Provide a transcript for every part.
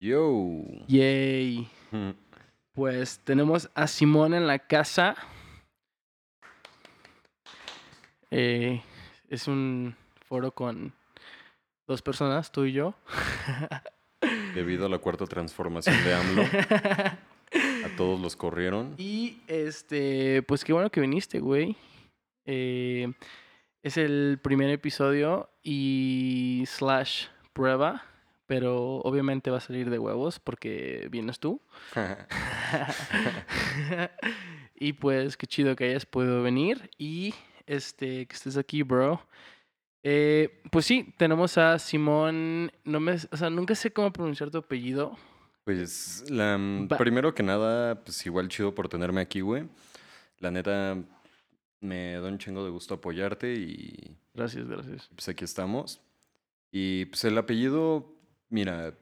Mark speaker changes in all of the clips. Speaker 1: Yo.
Speaker 2: Yay. Pues tenemos a Simón en la casa. Eh, es un foro con dos personas, tú y yo.
Speaker 1: Debido a la cuarta transformación de AMLO, a todos los corrieron.
Speaker 2: Y este, pues qué bueno que viniste, güey. Eh, es el primer episodio y slash prueba, pero obviamente va a salir de huevos porque vienes tú. y pues qué chido que hayas podido venir y este que estés aquí, bro. Eh, pues sí, tenemos a Simón. No me, o sea, nunca sé cómo pronunciar tu apellido.
Speaker 1: Pues, la, mm,
Speaker 2: Ba-
Speaker 1: primero que nada, pues igual chido por tenerme aquí, güey. La neta, me da un chingo de gusto apoyarte y
Speaker 2: Gracias, gracias.
Speaker 1: pues aquí estamos. Y pues el apellido, mira,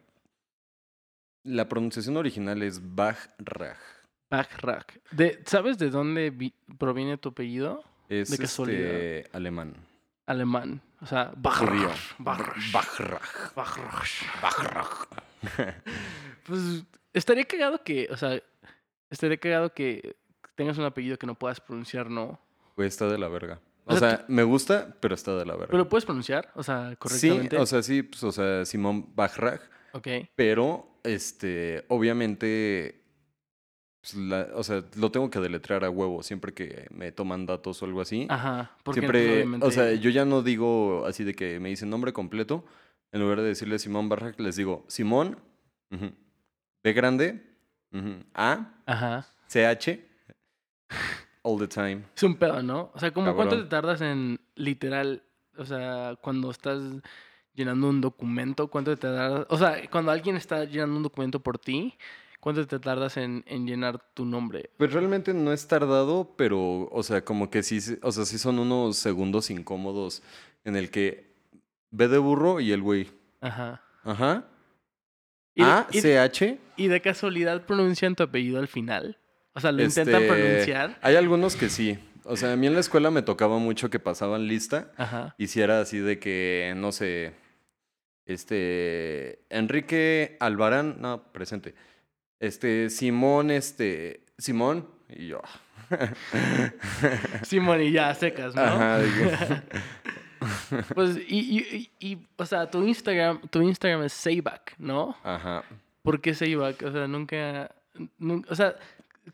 Speaker 1: la pronunciación original es Bajraj.
Speaker 2: Backrack. De, ¿Sabes de dónde vi- proviene tu apellido?
Speaker 1: Es
Speaker 2: De casualidad.
Speaker 1: este, alemán.
Speaker 2: Alemán. O sea,
Speaker 1: Judío.
Speaker 2: Bachrach. Bachrach.
Speaker 1: Bajraj.
Speaker 2: Bachrach.
Speaker 1: Bajraj.
Speaker 2: Pues estaría cagado que, o sea, estaría cagado que tengas un apellido que no puedas pronunciar, ¿no?
Speaker 1: Güey, está de la verga.
Speaker 2: O
Speaker 1: O
Speaker 2: sea,
Speaker 1: sea, me gusta, pero está de la verga.
Speaker 2: Pero lo puedes pronunciar, o sea,
Speaker 1: sí,
Speaker 2: correctamente.
Speaker 1: o sea, sí, pues, o sea, Simón Bajraj.
Speaker 2: Ok.
Speaker 1: Pero, este, obviamente, pues, la- o sea, lo tengo que deletrear a huevo siempre que me toman datos o algo así.
Speaker 2: Ajá. Porque pues,
Speaker 1: siempre,
Speaker 2: obviamente-
Speaker 1: o sea, yo ya no digo así de que me dicen nombre completo. En lugar de decirle Simón Barrac, les digo Simón, ujú, B grande, ujú, A,
Speaker 2: Ajá.
Speaker 1: CH, all the time.
Speaker 2: Es un pedo, ¿no? O sea, como
Speaker 1: Cabrón.
Speaker 2: cuánto te tardas en literal, o sea, cuando estás llenando un documento, cuánto te tardas, o sea, cuando alguien está llenando un documento por ti, cuánto te tardas en, en llenar tu nombre.
Speaker 1: Pues realmente no es tardado, pero, o sea, como que sí, se- o sea, sí son unos segundos incómodos en el que B de burro y el güey.
Speaker 2: Ajá.
Speaker 1: Ajá.
Speaker 2: Y, de-
Speaker 1: A,
Speaker 2: y-
Speaker 1: C, H.
Speaker 2: y de casualidad pronuncian tu apellido al final. O sea, lo intentan
Speaker 1: Este,
Speaker 2: pronunciar.
Speaker 1: Hay algunos que sí. O sea, a mí en la escuela me tocaba mucho que pasaban lista.
Speaker 2: Ajá.
Speaker 1: Y si era así de que, no sé, este, Enrique Albarán, no, presente. Este, Simón, este, Simón, y yo.
Speaker 2: Simón, y ya secas, ¿no?
Speaker 1: Ajá, de
Speaker 2: Pues, y, y- y- y, o sea, tu Instagram, tu Instagram es Sayback, ¿no?
Speaker 1: Ajá.
Speaker 2: ¿Por qué Sayback? O sea, nunca, nun- O sea,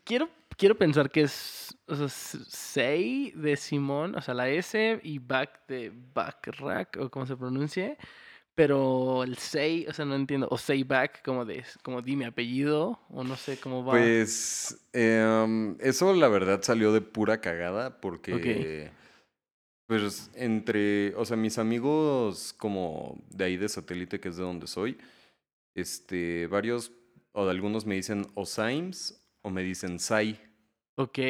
Speaker 2: quiero, quiero pensar que es. O sea, S- Say de Simón, o sea, la S y back de backrack, o como se pronuncie. Pero el Say, o sea, no entiendo. O Sayback, como de. Como di mi apellido, o no sé cómo va.
Speaker 1: Pues em, eso la verdad salió de pura cagada porque pues entre, o sea, mis amigos como de ahí de satélite que es de donde soy, este, varios o de algunos me dicen o Saims o me dicen Sai.
Speaker 2: ok.
Speaker 1: y-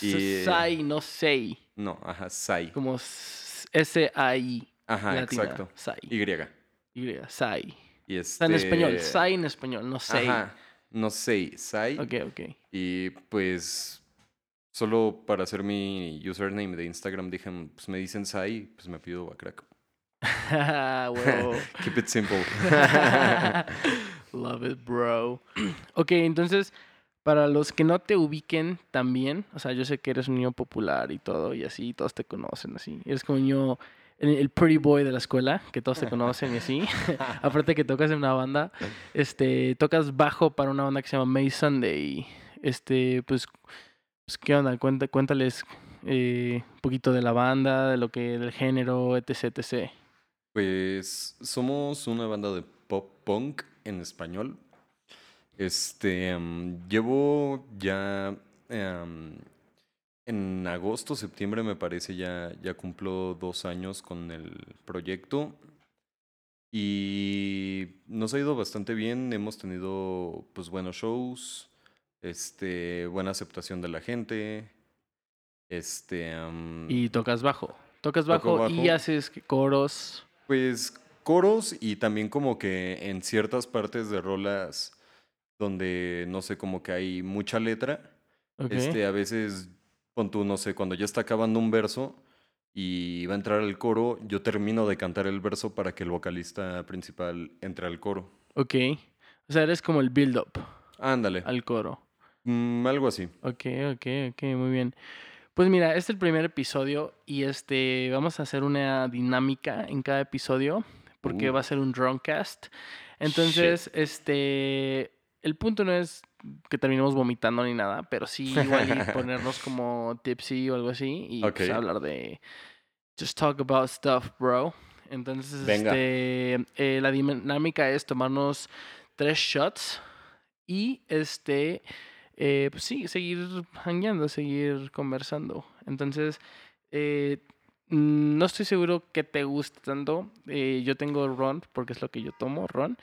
Speaker 1: eh,
Speaker 2: S- Say, no Say.
Speaker 1: No, ajá, Sai.
Speaker 2: Como s- S-A-I.
Speaker 1: Ajá,
Speaker 2: latina,
Speaker 1: Ah, exacto.
Speaker 2: Sai.
Speaker 1: Y.
Speaker 2: Y, Sai.
Speaker 1: Y
Speaker 2: O sea, en
Speaker 1: este,
Speaker 2: español, Sai en español, no Say.
Speaker 1: Ajá, no Sei, Sai.
Speaker 2: Ok, ok.
Speaker 1: Y pues solo para hacer mi username de Instagram dije, "Mm, pues me dicen Sai, pues me pido Bacrack.
Speaker 2: Ah, Huevo.
Speaker 1: Keep it simple.
Speaker 2: Love it, bro. Ok, entonces, para los que no te ubiquen también, o sea, yo sé que eres un niño popular y todo, y así, todos te conocen, así. Eres como un niño, el, el pretty boy de la escuela, que todos te conocen y así. Aparte que tocas en una banda, este, tocas bajo para una banda que se llama May Sunday. Este, pues, pues, ¿qué onda? Cuenta- cuéntales eh, un poquito de la banda, de lo que, del género, etc, etc.
Speaker 1: pues somos una banda de pop punk en español. Este, em, llevo ya em, en agosto, septiembre me parece, ya, ya cumplo dos años con el proyecto. Y nos ha ido bastante bien, hemos tenido pues buenos shows, este, buena aceptación de la gente. Este, em,
Speaker 2: Y tocas bajo. Tocas bajo,
Speaker 1: Toco
Speaker 2: y
Speaker 1: bajo.
Speaker 2: haces que- coros.
Speaker 1: Pues coros y también como que en ciertas partes de rolas donde no sé, como que hay mucha letra.
Speaker 2: Ok.
Speaker 1: Este, a veces, pon tú, no sé, cuando ya está acabando un verso y va a entrar el coro, yo termino de cantar el verso para que el vocalista principal entre al coro.
Speaker 2: ok. O sea, eres como el build-up
Speaker 1: Ándale.
Speaker 2: al coro.
Speaker 1: Mm, algo así.
Speaker 2: Ok, ok, ok, muy bien. Pues mira, este es el primer episodio y este vamos a hacer una dinámica en cada episodio porque
Speaker 1: Uh.
Speaker 2: va a ser un dronecast. Entonces, este el punto no es que terminemos vomitando ni nada, pero sí igual y ponernos como tipsy o algo así y pues,
Speaker 1: Ok.
Speaker 2: hablar de just talk about stuff, bro. Entonces,
Speaker 1: Venga.
Speaker 2: este eh, la dinámica es tomarnos tres shots y este eh, pues sí, seguir hangueando, seguir conversando. Entonces, eh, mm, no estoy seguro que te guste tanto. Eh, yo tengo ron, porque es lo que yo tomo, ron.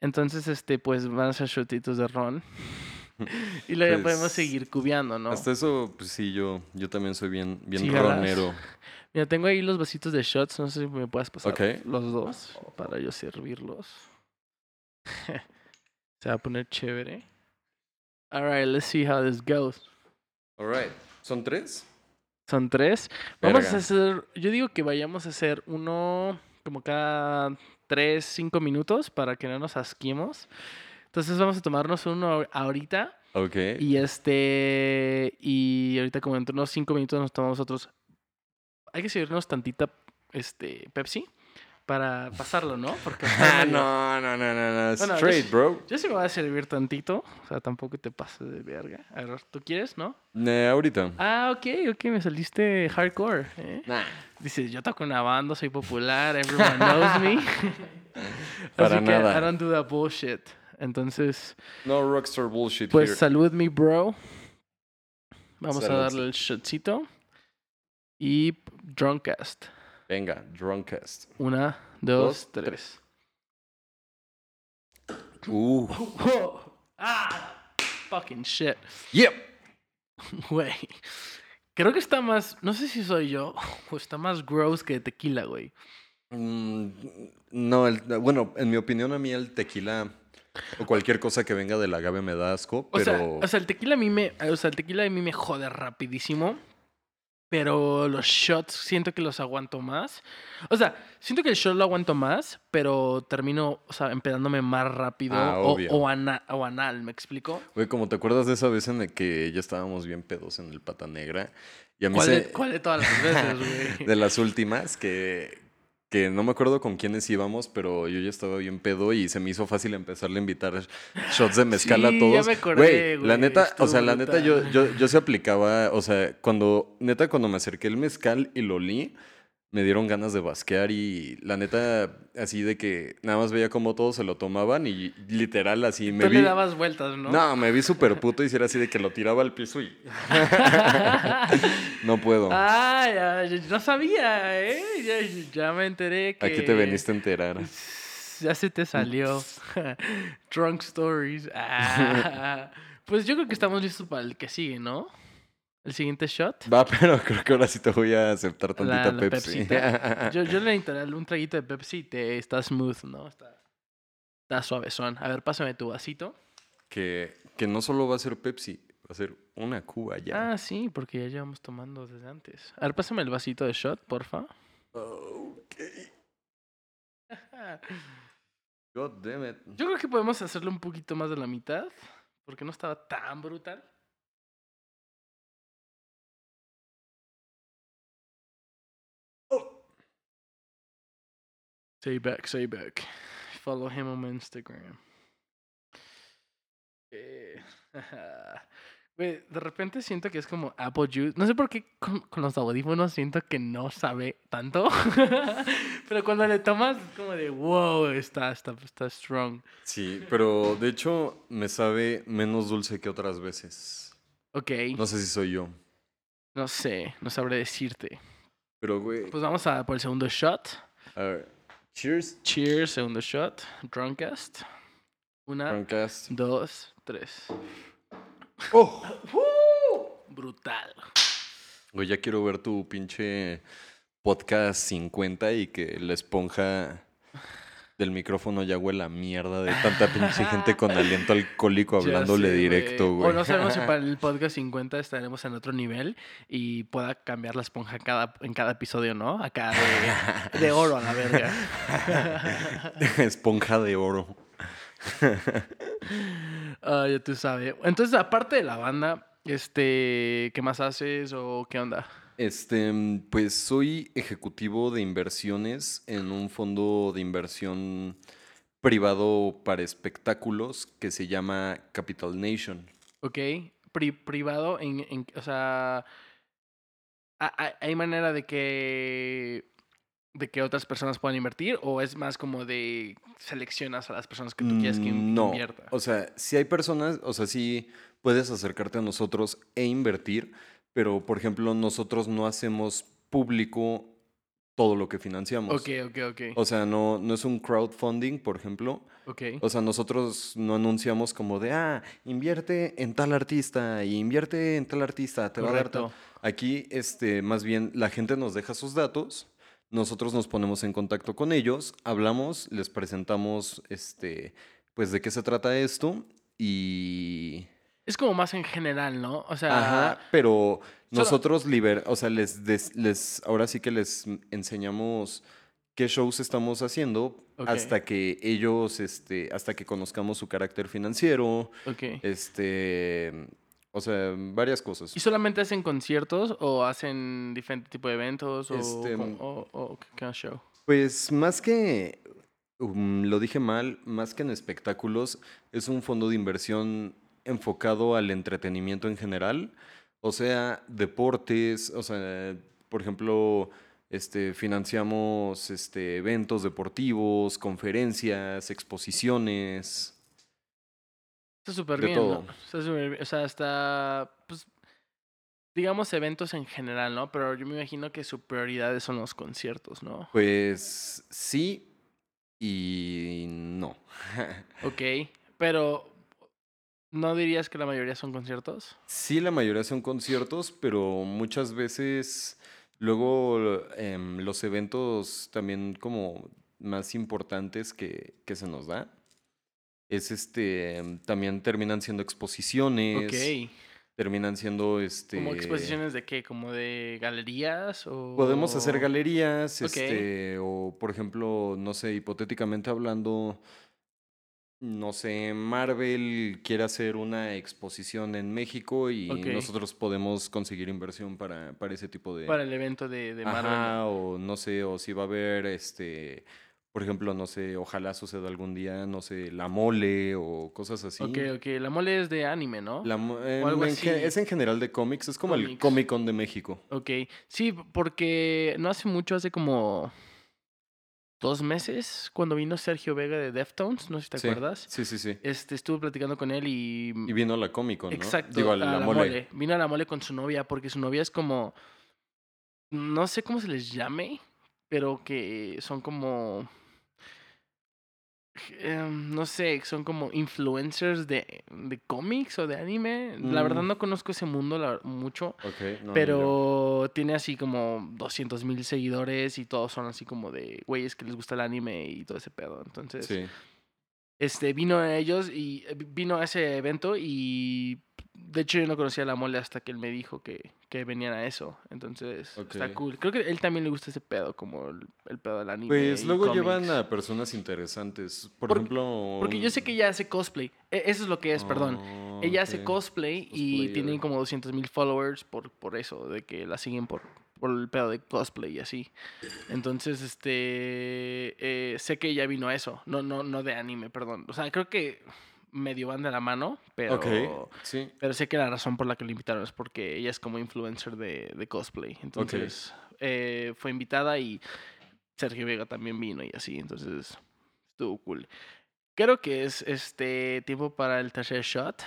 Speaker 2: Entonces, este, pues van a ser shotitos de ron. y luego ya podemos
Speaker 1: Pues,
Speaker 2: seguir cubeando, ¿no?
Speaker 1: Hasta eso, pues sí, yo, yo también soy bien, bien
Speaker 2: Sí, jalas.
Speaker 1: ronero.
Speaker 2: Mira, tengo ahí los vasitos de shots. No sé si me puedas pasar
Speaker 1: Ok.
Speaker 2: los dos para yo servirlos. Se va a poner chévere. All right, let's see how this goes.
Speaker 1: All right. ¿Son tres?
Speaker 2: Son tres. Vamos
Speaker 1: Verga.
Speaker 2: a hacer, yo digo que vayamos a hacer uno como cada tres, cinco minutos para que no nos asquemos. Entonces vamos a tomarnos uno ahor- ahorita
Speaker 1: Ok.
Speaker 2: y este, y ahorita como dentro de unos cinco minutos nos tomamos otros. Hay que servirnos tantita, este, Pepsi para pasarlo, ¿no? Porque está
Speaker 1: Ah,
Speaker 2: medio-
Speaker 1: no, no, no, no, no.
Speaker 2: Bueno, yo
Speaker 1: Straight,
Speaker 2: sí-
Speaker 1: bro.
Speaker 2: Yo sí me voy a servir tantito, o sea, tampoco te pases de verga. A ver, ¿tú quieres, no?
Speaker 1: Eh, ahorita.
Speaker 2: Ah, ok, ok, me saliste hardcore, ¿eh?
Speaker 1: Nah.
Speaker 2: Dices, yo toco una banda, soy popular, everyone knows me.
Speaker 1: Para
Speaker 2: Así que
Speaker 1: nada.
Speaker 2: I don't do that bullshit. Entonces,
Speaker 1: No rockstar bullshit
Speaker 2: pues
Speaker 1: here.
Speaker 2: salud mi bro. Vamos a
Speaker 1: Salud.
Speaker 2: darle el shotcito. Y drunkcast.
Speaker 1: Venga, drunkest.
Speaker 2: Una, dos,
Speaker 1: Dos,
Speaker 2: tres.
Speaker 1: Uh.
Speaker 2: Whoa. Ah, fucking shit.
Speaker 1: Yep.
Speaker 2: Güey. Creo que está más, no sé si soy yo, o está más gross que tequila, güey.
Speaker 1: Mm, no, el- bueno, en mi opinión a mí el tequila o cualquier cosa que venga del agave me da asco,
Speaker 2: O, sea,
Speaker 1: pero...
Speaker 2: o sea, el tequila a mí me, o sea, el tequila a mí me jode rapidísimo. Pero los shots siento que los aguanto más. O sea, siento que el shot lo aguanto más, pero termino, o sea, empedándome más rápido
Speaker 1: Ah,
Speaker 2: o,
Speaker 1: obvio.
Speaker 2: o ana- o anal, ¿me explico?
Speaker 1: Güey, como te acuerdas de esa vez en la que ya estábamos bien pedos en el Pata Negra. Y a mí
Speaker 2: ¿Cuál,
Speaker 1: se-
Speaker 2: de, cuál de todas las veces, güey?
Speaker 1: de las últimas que, que no me acuerdo con quiénes íbamos, pero yo ya estaba bien pedo y se me hizo fácil empezarle a invitar shots de mezcal
Speaker 2: Sí,
Speaker 1: a
Speaker 2: ya
Speaker 1: todos.
Speaker 2: me acordé,
Speaker 1: la
Speaker 2: güey,
Speaker 1: neta,
Speaker 2: estuvo
Speaker 1: o sea, la neta yo,
Speaker 2: brutal.
Speaker 1: yo, yo se aplicaba, o sea, cuando, neta, cuando me acerqué el mezcal y lo olí, me dieron ganas de basquear y la neta, así de que nada más veía cómo todos se lo tomaban y literal así me
Speaker 2: Tú
Speaker 1: vi.
Speaker 2: le dabas vueltas, ¿no?
Speaker 1: ¿no? me vi súper puto y si era así de que lo tiraba al piso y no puedo.
Speaker 2: Ah, ya, ya- no sabía, ¿eh? Ya, ya me enteré que...
Speaker 1: Aquí te veniste a enterar.
Speaker 2: Ya se te salió. Drunk Stories. Ah. Pues yo creo que estamos listos para el que sigue, ¿no? El siguiente shot.
Speaker 1: Va, pero creo que ahora sí te voy a aceptar tantita
Speaker 2: la
Speaker 1: Pepsi. Ah,
Speaker 2: Pepsita. Yo, yo le instalé un traguito de Pepsi y te, está smooth, ¿no? Está, está suavezón. A ver, pásame tu vasito.
Speaker 1: que, que no solo va a ser Pepsi, va a ser una Cuba ya.
Speaker 2: Ah, sí, porque ya llevamos tomando desde antes. A ver, pásame el vasito de shot, porfa.
Speaker 1: Ok. God damn it.
Speaker 2: Yo creo que podemos hacerle un poquito más de la mitad, porque no estaba tan brutal.
Speaker 1: Oh.
Speaker 2: Say back, say back. Follow him on Instagram. Eh, Güey, de repente siento que es como Apple Juice. No sé por qué con, con los audífonos siento que no sabe tanto. Pero cuando le tomas es como de wow, está, está, está strong.
Speaker 1: Sí, pero de hecho me sabe menos dulce que otras veces.
Speaker 2: Ok,
Speaker 1: No sé si soy yo.
Speaker 2: no sé, no sabré decirte.
Speaker 1: Pero, güey.
Speaker 2: Pues vamos a por el segundo shot.
Speaker 1: a ver. Cheers.
Speaker 2: Cheers, segundo shot. Drunkest. Una,
Speaker 1: Francast.
Speaker 2: dos, tres.
Speaker 1: Oh.
Speaker 2: Brutal.
Speaker 1: Güey, ya quiero ver tu pinche podcast 50 y que la esponja del micrófono ya huele a mierda de tanta pinche gente con aliento alcohólico
Speaker 2: Ya
Speaker 1: hablándole
Speaker 2: sé,
Speaker 1: directo, güey.
Speaker 2: O no sabemos si para el podcast 50 estaremos en otro nivel y pueda cambiar la esponja cada, en cada episodio, ¿no? Acá de, de oro a la verga.
Speaker 1: esponja de oro.
Speaker 2: Ah, ya tú sabes. Entonces, aparte de la banda, este, ¿qué más haces o qué onda?
Speaker 1: Este, mm, pues soy ejecutivo de inversiones en un fondo de inversión privado para espectáculos que se llama Capital Nation.
Speaker 2: Ok, pri- privado, en, en- o sea, ¿ha- ha- ¿hay manera de que, de que otras personas puedan invertir o es más como de seleccionas a las personas que tú quieres que in-
Speaker 1: Mm, no.
Speaker 2: invierta?
Speaker 1: O sea, si hay personas, o sea, sí puedes acercarte a nosotros e invertir, pero por ejemplo, nosotros no hacemos público todo lo que financiamos.
Speaker 2: Ok, ok, ok.
Speaker 1: O sea, no, no es un crowdfunding, por ejemplo.
Speaker 2: Ok,
Speaker 1: O sea, nosotros no anunciamos como de, ah, invierte en tal artista y invierte en tal artista, te va a dar tal".
Speaker 2: correcto.
Speaker 1: Aquí, este, más bien, la gente nos deja sus datos, nosotros nos ponemos en contacto con ellos, hablamos, les presentamos, este, pues de qué se trata esto y...
Speaker 2: Es como más en general, ¿no? O sea,
Speaker 1: Ajá, pero
Speaker 2: solo-
Speaker 1: nosotros liber, o sea, les, des- les, ahora sí que les enseñamos qué shows estamos haciendo
Speaker 2: Ok.
Speaker 1: hasta que ellos, este, hasta que conozcamos su carácter financiero,
Speaker 2: ok.
Speaker 1: este, o sea, varias cosas.
Speaker 2: ¿Y solamente hacen conciertos o hacen diferente tipo de eventos o,
Speaker 1: Este,
Speaker 2: cómo- o, o qué- qué show?
Speaker 1: Pues más que, um, lo dije mal, más que en espectáculos, es un fondo de inversión enfocado al entretenimiento en general, o sea, deportes, o sea, por ejemplo, este, financiamos este, eventos deportivos, conferencias, exposiciones.
Speaker 2: Está súper
Speaker 1: de
Speaker 2: bien, ¿no?
Speaker 1: todo.
Speaker 2: Está súper bien. O sea, está, pues, digamos eventos en general, ¿no? Pero yo me imagino que su prioridad son los conciertos, ¿no?
Speaker 1: Pues sí y no.
Speaker 2: Ok, pero ¿no dirías que la mayoría son conciertos?
Speaker 1: Sí, la mayoría son conciertos, pero muchas veces luego em, los eventos también como más importantes que, que se nos da. Es este, em, también terminan siendo exposiciones,
Speaker 2: ok.
Speaker 1: terminan siendo este...
Speaker 2: ¿Como exposiciones de qué? ¿Como de galerías o...?
Speaker 1: Podemos hacer galerías,
Speaker 2: Oh. Ok.
Speaker 1: este, o por ejemplo, no sé, hipotéticamente hablando, no sé, Marvel quiere hacer una exposición en México y
Speaker 2: Ok.
Speaker 1: nosotros podemos conseguir inversión para, para ese tipo de...
Speaker 2: Para el evento de, de Marvel.
Speaker 1: Ajá, o no sé, o si va a haber, este, por ejemplo, no sé, ojalá suceda algún día, no sé, la mole o cosas así.
Speaker 2: Ok, ok. La mole es de anime, ¿no?
Speaker 1: La mo- em,
Speaker 2: algo
Speaker 1: en gen-
Speaker 2: así.
Speaker 1: Es en general de cómics, es como el
Speaker 2: Cómics.
Speaker 1: Comic Con de México.
Speaker 2: Ok, sí, porque no hace mucho, hace como dos meses, cuando vino Sergio Vega de Deftones, no sé si te
Speaker 1: Sí,
Speaker 2: acuerdas,
Speaker 1: Sí, sí, sí.
Speaker 2: este, estuve platicando con él y...
Speaker 1: Y vino la Comic Con, ¿no?
Speaker 2: Mm. Exacto,
Speaker 1: Digo,
Speaker 2: a
Speaker 1: a la, mole.
Speaker 2: Vino a la mole con su novia, porque su novia es como... No sé cómo se les llame, pero que son como... em, no sé, son como influencers de, de cómics o de anime. La verdad
Speaker 1: Mm.
Speaker 2: no conozco ese mundo la- mucho.
Speaker 1: Ok, no, ni yo.
Speaker 2: Pero tiene así como 200 mil seguidores y todos son así como de güeyes que les gusta el anime y todo ese pedo. Entonces,
Speaker 1: Sí.
Speaker 2: este, vino a ellos y eh, vino a ese evento y de hecho yo no conocía a la mole hasta que él me dijo que, que venían a eso. Entonces, está
Speaker 1: Ok.
Speaker 2: cool. Creo que él también le gusta ese pedo, como el, el pedo del anime.
Speaker 1: Pues
Speaker 2: y
Speaker 1: luego llevan
Speaker 2: cómics.
Speaker 1: a personas interesantes. Por
Speaker 2: Porque-
Speaker 1: ejemplo.
Speaker 2: Porque yo sé que ella hace cosplay. E- Eso es lo que es, perdón. Ella hace cosplay y
Speaker 1: Cosplayer.
Speaker 2: tienen como 200 mil followers por, por eso, de que la siguen por, por el pedo de cosplay y así. Entonces, este, eh, sé que ella vino a eso, no, no, no de anime, perdón. O sea, creo que medio van de la mano, pero,
Speaker 1: Ok, sí.
Speaker 2: pero sé que la razón por la que la invitaron es porque ella es como influencer de, de cosplay. Entonces, eh, fue invitada y Sergio Vega también vino y así, entonces estuvo cool. Creo que es este tiempo para el tercer shot.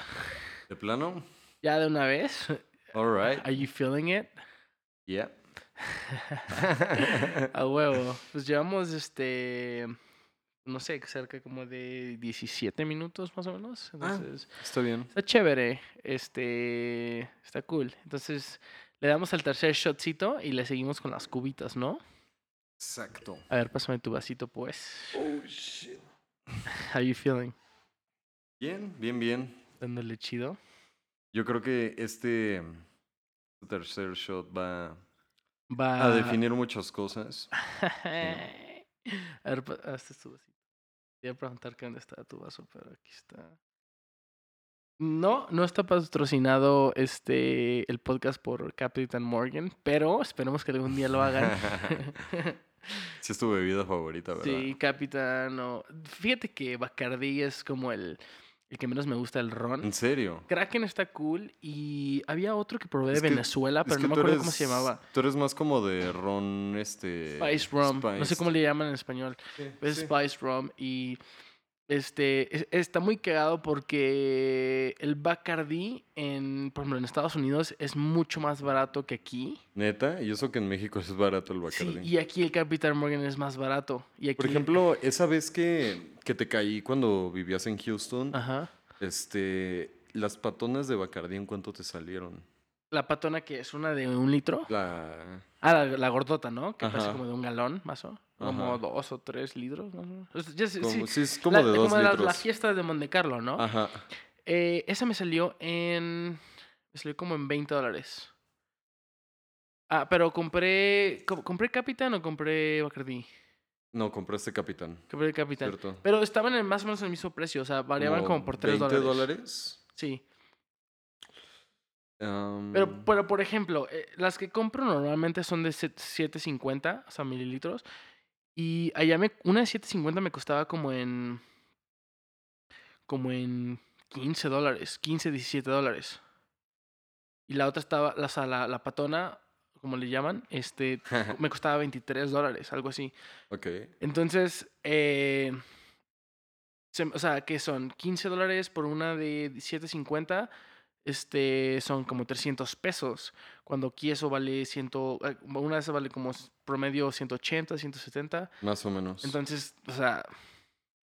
Speaker 1: De plano.
Speaker 2: Ya de una vez.
Speaker 1: Alright.
Speaker 2: Are you feeling it?
Speaker 1: Yeah.
Speaker 2: A huevo. Pues llevamos este. No sé, cerca como de 17 minutos más o menos. Entonces.
Speaker 1: Está bien.
Speaker 2: Está chévere. Este. Está cool. Entonces, le damos al tercer shotcito y le seguimos con las cubitas, ¿no?
Speaker 1: Exacto.
Speaker 2: A ver, pásame tu vasito, pues.
Speaker 1: Oh shit.
Speaker 2: How you feeling?
Speaker 1: Bien, bien, bien.
Speaker 2: Dándole chido.
Speaker 1: Yo creo que este tercer shot va
Speaker 2: Va.
Speaker 1: a definir muchas cosas.
Speaker 2: pues, a ver, pa- hazte ah, este tu vasito. Te iba a preguntar que dónde está tu vaso, pero aquí está. No, no está patrocinado este el podcast por Captain Morgan, pero esperemos que algún día lo hagan.
Speaker 1: sí es tu bebida favorita, ¿verdad?
Speaker 2: Sí, Capitán o... Fíjate que Bacardí es como el, el que menos me gusta el ron.
Speaker 1: ¿En serio?
Speaker 2: Kraken está cool y había otro que probé de
Speaker 1: Es que-
Speaker 2: Venezuela, Ah, pero
Speaker 1: Es
Speaker 2: no
Speaker 1: que
Speaker 2: me
Speaker 1: tú
Speaker 2: acuerdo
Speaker 1: eres-
Speaker 2: cómo se llamaba.
Speaker 1: Tú eres más como de ron, este...
Speaker 2: Spice Rum, no sé
Speaker 1: spiced.
Speaker 2: cómo le llaman en español. Es Spice Rum y este es- está muy cagado porque el Bacardi en por ejemplo en Estados Unidos es mucho más barato que aquí.
Speaker 1: Neta, y eso que en México es barato el
Speaker 2: Sí,
Speaker 1: Bacardi.
Speaker 2: y aquí el Capitán Morgan es más barato y aquí
Speaker 1: Por ejemplo, esa vez que, que te caí cuando vivías en Houston,
Speaker 2: ajá.
Speaker 1: este, las patonas de Bacardí, ¿en cuánto te salieron?
Speaker 2: La patona que es una de un litro.
Speaker 1: La...
Speaker 2: Ah, la, la gordota, ¿no? Que pasa
Speaker 1: Ajá.
Speaker 2: como de un galón, más o como
Speaker 1: Ajá.
Speaker 2: dos o tres litros. más o menos. O sea, ya sé-
Speaker 1: Como,
Speaker 2: sí.
Speaker 1: sí. es como
Speaker 2: La-
Speaker 1: de dos
Speaker 2: como la-
Speaker 1: litros.
Speaker 2: La, fiesta de Monte Carlo, ¿no?
Speaker 1: Ajá.
Speaker 2: Eh, esa me salió en. Me salió como en 20 dólares. Ah, pero compré. co- ¿Compré Capitán o compré Bacardi?
Speaker 1: No, compraste Capitán,
Speaker 2: Compré Capitán.
Speaker 1: ¿cierto?
Speaker 2: Pero estaban en más o menos el mismo precio, o sea, variaban como, por 3
Speaker 1: ¿20
Speaker 2: dólares.
Speaker 1: dólares?
Speaker 2: Sí.
Speaker 1: Am,
Speaker 2: Pero, pero, por ejemplo, eh, las que compro normalmente son de set- 750, o sea, mililitros. Y allá me, una de 750 me costaba como en. como en 15 dólares, 15, 17 dólares. Y la otra estaba, la, o sea, la, la patona, como le llaman, este, me costaba 23 dólares, algo así.
Speaker 1: ok.
Speaker 2: Entonces, eh, se- o sea, que son 15 dólares por una de 7.50, este, son como 300 pesos, cuando aquí eso vale 100, eh, una de esas vale como s- promedio 180, 170,
Speaker 1: Más o menos.
Speaker 2: entonces, o sea,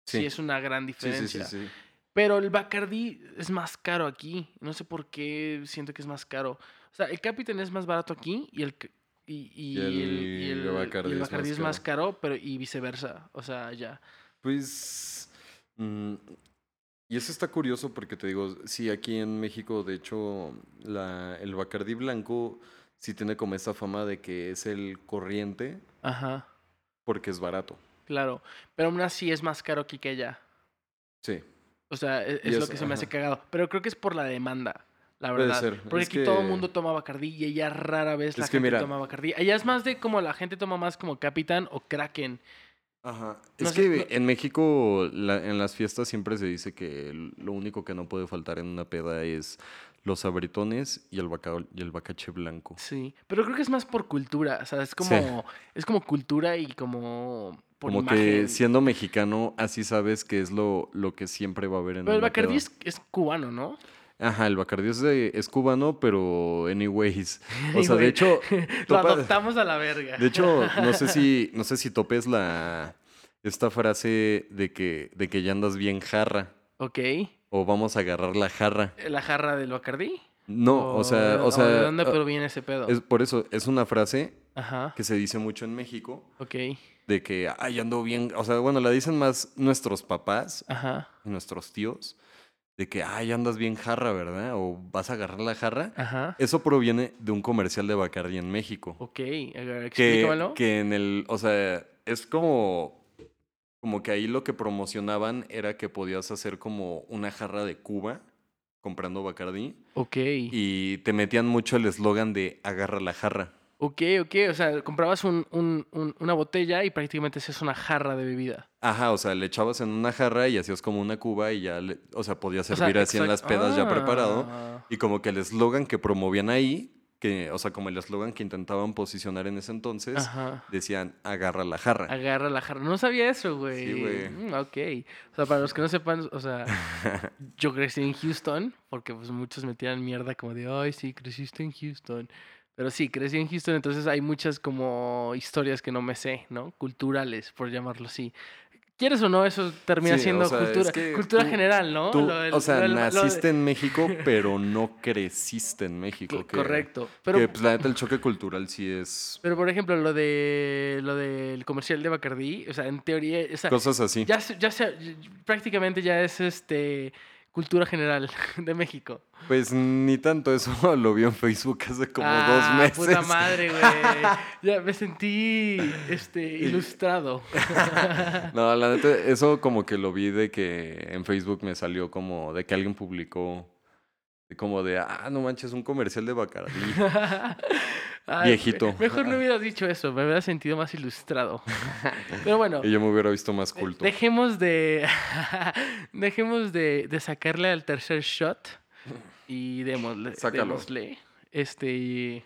Speaker 2: sí, es una gran
Speaker 1: sí, sí,
Speaker 2: diferencia.
Speaker 1: sí, sí.
Speaker 2: Pero el Bacardi es más caro aquí, no sé por qué siento que es más caro. O sea, el Capitán es más barato aquí y el... c- Y, y,
Speaker 1: Y el-
Speaker 2: y
Speaker 1: y el Bacardí
Speaker 2: y el
Speaker 1: es más
Speaker 2: Bacardí es más caro, pero y viceversa. O sea, ya.
Speaker 1: Pues. mm, y eso está curioso porque te digo, sí, aquí en México, de hecho, la, el Bacardí Blanco sí tiene como esa fama de que es el corriente
Speaker 2: Ajá,
Speaker 1: porque es barato.
Speaker 2: claro. Pero aún así es más caro aquí que allá.
Speaker 1: Sí.
Speaker 2: O sea, e- es,
Speaker 1: Y
Speaker 2: lo
Speaker 1: es-
Speaker 2: que se me hace
Speaker 1: ajá.
Speaker 2: cagado. Pero creo que es por la demanda, la
Speaker 1: Puede
Speaker 2: verdad.
Speaker 1: ser,
Speaker 2: Porque
Speaker 1: es
Speaker 2: aquí todo el
Speaker 1: que-
Speaker 2: mundo toma Bacardí y allá rara vez la
Speaker 1: Es que
Speaker 2: gente
Speaker 1: mira-
Speaker 2: toma Bacardí. Allá es más de como la gente toma más como Capitán o Kraken.
Speaker 1: Ajá.
Speaker 2: No
Speaker 1: es
Speaker 2: sé,
Speaker 1: que
Speaker 2: no-
Speaker 1: en México, la- en las fiestas siempre se dice que l- lo único que no puede faltar en una peda es los abritones y el, baca- y el bacache blanco.
Speaker 2: Sí, pero creo que es más por cultura, o sea, es como es como cultura y como por
Speaker 1: Como
Speaker 2: imagen.
Speaker 1: que siendo mexicano, así sabes que es lo, lo que siempre va a haber en
Speaker 2: Pero el
Speaker 1: una
Speaker 2: Bacardí
Speaker 1: peda.
Speaker 2: es, es cubano, ¿no?
Speaker 1: Ajá, el Bacardí es, de- es cubano, pero anyways. O sea,
Speaker 2: Anyway,
Speaker 1: de hecho,
Speaker 2: lo
Speaker 1: topa-
Speaker 2: adoptamos a la verga.
Speaker 1: de hecho, no sé si, no sé si topes la esta frase de que, de que ya andas bien jarra.
Speaker 2: Ok.
Speaker 1: O vamos a agarrar la jarra.
Speaker 2: ¿La jarra del Bacardí?
Speaker 1: No, o sea, o sea.
Speaker 2: Oh, ¿De dónde
Speaker 1: ah,
Speaker 2: proviene ese pedo?
Speaker 1: es por eso, es una frase
Speaker 2: Ajá.
Speaker 1: que se dice mucho en México.
Speaker 2: Ok.
Speaker 1: De que, ay, ando bien. O sea, bueno, la dicen más nuestros papás
Speaker 2: Ajá.
Speaker 1: y nuestros tíos. De que, ay, andas bien jarra, ¿verdad? O vas a agarrar la jarra.
Speaker 2: Ajá.
Speaker 1: Eso proviene de un comercial de Bacardi en México.
Speaker 2: Ok. a ver,
Speaker 1: que,
Speaker 2: Explícamelo.
Speaker 1: que en el, o sea, es como, como que ahí lo que promocionaban era que podías hacer como una jarra de Cuba comprando Bacardi
Speaker 2: Ok.
Speaker 1: y te metían mucho el eslogan de agarra la jarra.
Speaker 2: Ok, ok. O sea, comprabas un, un- un- una botella y prácticamente es una jarra de bebida.
Speaker 1: Ajá, o sea, le echabas en una jarra y hacías como una cuba y ya, le- o sea, podías
Speaker 2: O sea,
Speaker 1: servir así en las
Speaker 2: exact-
Speaker 1: pedas ya preparado.
Speaker 2: Ah,
Speaker 1: Y como que el eslogan que promovían ahí, que, o sea, como el eslogan que intentaban posicionar en ese entonces,
Speaker 2: Ajá.
Speaker 1: decían agarra la jarra.
Speaker 2: Agarra la jarra. No sabía eso, güey.
Speaker 1: Sí, güey.
Speaker 2: Mm, ok. O sea, para los que no sepan, o sea, yo crecí en Houston porque pues muchos me tiran mierda como de, ay, sí, creciste en Houston. Pero sí, crecí en Houston, entonces hay muchas como historias que no me sé, ¿no? Culturales, por llamarlo así. Quieres o no, eso termina
Speaker 1: Sí, o
Speaker 2: siendo
Speaker 1: sea, es
Speaker 2: cultura,
Speaker 1: que
Speaker 2: cultura
Speaker 1: tú-
Speaker 2: general, ¿no?
Speaker 1: Tú,
Speaker 2: Lo del-
Speaker 1: o sea,
Speaker 2: lo del- lo de-
Speaker 1: naciste en México, pero no creciste en México.
Speaker 2: Co-
Speaker 1: que-
Speaker 2: Correcto.
Speaker 1: Que,
Speaker 2: Pero,
Speaker 1: pues, la neta, el choque cultural sí es
Speaker 2: pero, por ejemplo, lo de lo del comercial de Bacardí, o sea, en teoría, o sea,
Speaker 1: cosas así.
Speaker 2: ya, se- ya se- prácticamente ya es este Cultura general de México.
Speaker 1: Pues ni tanto, eso lo vi en Facebook hace como
Speaker 2: Ah,
Speaker 1: dos meses.
Speaker 2: Puta madre, güey. ya me sentí este, ilustrado.
Speaker 1: No, la neta, eso como que lo vi de que en Facebook me salió como de que alguien publicó de como de, ah, no manches, un comercial de Bacardi.
Speaker 2: Ay,
Speaker 1: Viejito.
Speaker 2: me- Mejor no hubieras dicho eso, me hubiera sentido más ilustrado. Pero bueno,
Speaker 1: y yo me hubiera visto más culto.
Speaker 2: dejemos de. dejemos de, de sacarle al tercer shot y démosle.
Speaker 1: Sácalo.
Speaker 2: démosle, Este. y-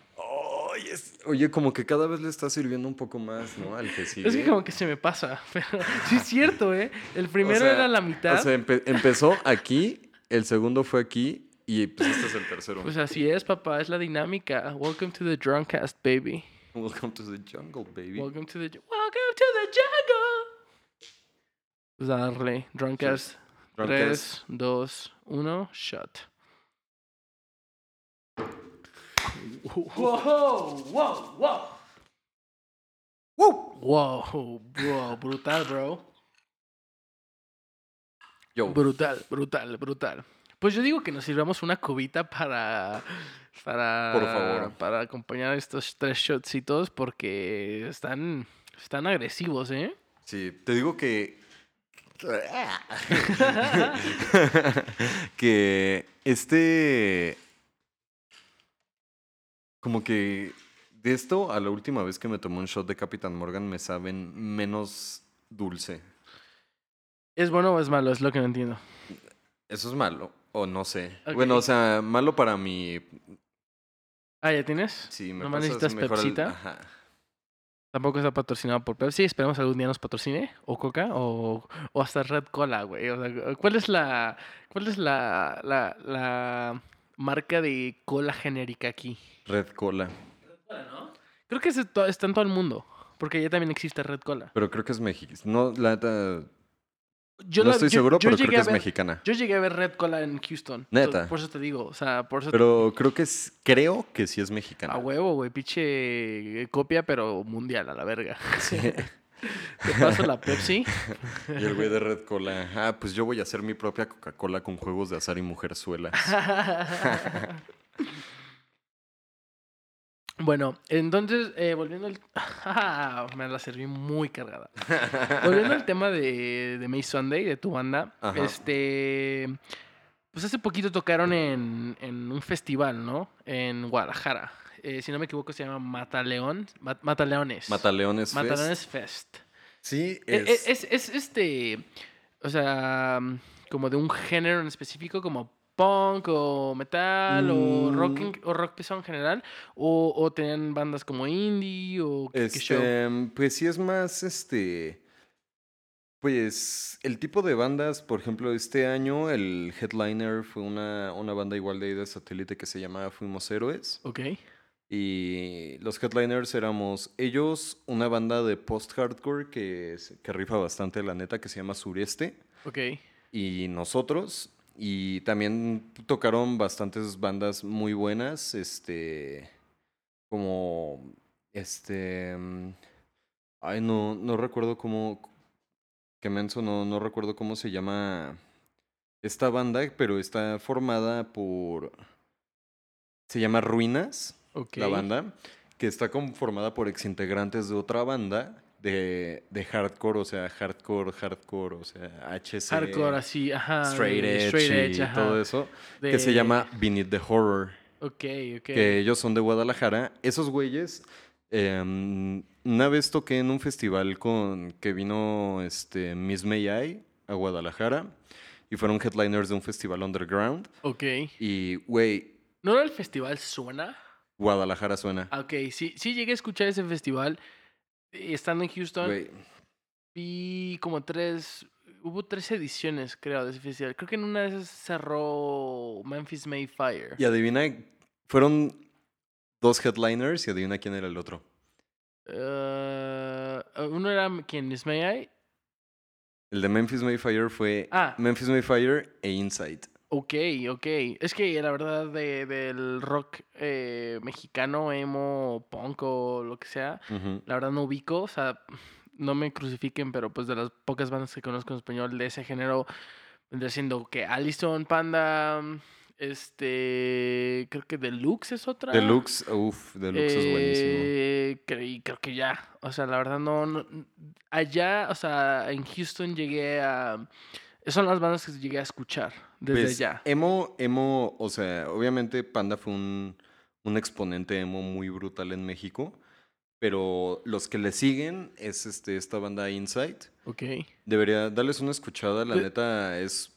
Speaker 1: Ay, es- Oye, como que cada vez le está sirviendo un poco más, ¿no? Al que sigue.
Speaker 2: Es que como que se me pasa, pero sí es cierto, ¿eh? El primero
Speaker 1: O sea,
Speaker 2: era la mitad.
Speaker 1: O sea, empe- empezó aquí, el segundo fue aquí y pues este es el tercero.
Speaker 2: pues así es, papá, es la dinámica. Welcome to the Drunkcast, baby.
Speaker 1: Welcome to the jungle, baby.
Speaker 2: Welcome to the ju- Welcome to the jungle. Pues a darle. Drunkcast.
Speaker 1: Drunkcast.
Speaker 2: 3, 2, 1, shot. Wow, wow, wow.
Speaker 1: ¡Woo!
Speaker 2: Wow, wow, brutal, bro.
Speaker 1: Yo.
Speaker 2: Brutal, brutal, brutal. Pues yo digo que nos sirvamos una cubita para. Para,
Speaker 1: Por favor.
Speaker 2: para acompañar estos tres shotsitos porque están, están agresivos, ¿eh?
Speaker 1: Sí, te digo que. que este. Como que de esto a la última vez que me tomé un shot de Capitán Morgan me saben menos dulce.
Speaker 2: ¿Es bueno o es malo? Es lo que no entiendo.
Speaker 1: Eso es malo, o no sé.
Speaker 2: Ok.
Speaker 1: Bueno, o sea, malo para mi.
Speaker 2: Ah, ¿ya tienes?
Speaker 1: Sí, me
Speaker 2: Nomás
Speaker 1: pasas
Speaker 2: necesitas
Speaker 1: mejor el-
Speaker 2: Pepsita.
Speaker 1: ajá.
Speaker 2: Tampoco está patrocinado por Pepsi. Esperemos algún día nos patrocine. O Coca. O, o hasta Red Cola, güey. O sea, ¿cuál es la. ¿Cuál es la. la. la marca de cola genérica aquí?
Speaker 1: Red Cola.
Speaker 2: Creo que es de to- está en todo el mundo. Porque ya también existe Red Cola.
Speaker 1: Pero creo que es mexicana. No, la neta,
Speaker 2: Yo
Speaker 1: no
Speaker 2: la-
Speaker 1: estoy
Speaker 2: yo-
Speaker 1: seguro,
Speaker 2: yo
Speaker 1: pero creo
Speaker 2: llegué
Speaker 1: que
Speaker 2: a
Speaker 1: es
Speaker 2: ver-
Speaker 1: mexicana.
Speaker 2: Yo llegué a ver Red Cola en Houston.
Speaker 1: Neta.
Speaker 2: Entonces, Por eso te digo. O sea, por eso.
Speaker 1: Pero creo que es, creo que sí es mexicana.
Speaker 2: A huevo, Ah, güey. Pinche eh, copia, pero mundial, a la verga.
Speaker 1: Sí.
Speaker 2: Te paso la Pepsi.
Speaker 1: Y el güey de Red Cola, ah, pues yo voy a hacer mi propia Coca-Cola con juegos de azar y mujerzuelas.
Speaker 2: Bueno, entonces, eh, volviendo al... me la serví muy cargada. Volviendo al tema de, de May Sunday, de tu banda,
Speaker 1: Ajá.
Speaker 2: este... Pues hace poquito tocaron en, en un festival, ¿no? En Guadalajara. Eh, si no me equivoco, se llama Mataleón. Ma- Mataleones.
Speaker 1: Mataleones Fest.
Speaker 2: Mataleones Fest.
Speaker 1: Sí,
Speaker 2: E-
Speaker 1: es,
Speaker 2: e- Es, es este. O sea, mm, como de un género en específico, como punk o metal o
Speaker 1: Mm.
Speaker 2: rock en, o rock pesado en general. O, o tenían bandas como indie o qué, qué show.
Speaker 1: este, pues sí es más este pues el tipo de bandas, por ejemplo, este año el headliner fue una, una banda igual de ahí de satélite que se llamaba Fuimos Héroes.
Speaker 2: Ok.
Speaker 1: Y los headliners éramos ellos, una banda de post-hardcore que, es- que rifa bastante, la neta, que se llama Sureste.
Speaker 2: Ok.
Speaker 1: y nosotros. Y también tocaron bastantes bandas muy buenas. Este. Como. Este. mm, Ay, no, no recuerdo cómo. Que menso, no, no recuerdo cómo se llama esta banda, pero está formada por. Se llama Ruinas
Speaker 2: Ok.
Speaker 1: la banda, que está conformada por exintegrantes de otra banda de, de hardcore, o sea, hardcore, hardcore, o sea, HC,
Speaker 2: Hardcore, así, ajá.
Speaker 1: straight
Speaker 2: de-
Speaker 1: edge y
Speaker 2: ajá,
Speaker 1: todo eso, que
Speaker 2: de-
Speaker 1: se llama Beneath the Horror,
Speaker 2: Ok, ok.
Speaker 1: que ellos son de Guadalajara. Esos güeyes, em, una vez toqué en un festival con que vino este, Miss May I a Guadalajara y fueron headliners de un festival underground
Speaker 2: Ok.
Speaker 1: y, güey,
Speaker 2: ¿No era el festival Suena?
Speaker 1: Guadalajara suena.
Speaker 2: Ah, Ok, sí, sí llegué a escuchar ese festival. eh, Estando en Houston.
Speaker 1: Güey,
Speaker 2: Vi como tres. Hubo tres ediciones, creo, de ese festival. Creo que en una de esas cerró Memphis Mayfire.
Speaker 1: Y adivina, fueron dos headliners y adivina quién era el otro.
Speaker 2: Eh, uno era quien es May I.
Speaker 1: El de Memphis Mayfire fue
Speaker 2: Ah.
Speaker 1: Memphis Mayfire e Inside.
Speaker 2: Ok, ok. Es que la verdad de- del rock eh, mexicano, emo, punk o lo que sea,
Speaker 1: Ujú.
Speaker 2: la verdad no ubico. O sea, no me crucifiquen, pero pues de las pocas bandas que conozco en español de ese género, Vendría siendo que Allison, Panda, este, creo que Deluxe es otra.
Speaker 1: Deluxe, uff, Deluxe es buenísimo.
Speaker 2: Ah. Eh, cre- y creo que ya. O sea, la verdad no, no- Allá, o sea, en Houston llegué a. Son las bandas que llegué a escuchar desde
Speaker 1: Pues,
Speaker 2: allá.
Speaker 1: Emo, emo, o sea, obviamente Panda fue un, un exponente emo muy brutal en México, pero los que le siguen es este, esta banda Insight.
Speaker 2: Ok.
Speaker 1: Debería darles una escuchada, la
Speaker 2: Pe-
Speaker 1: neta es,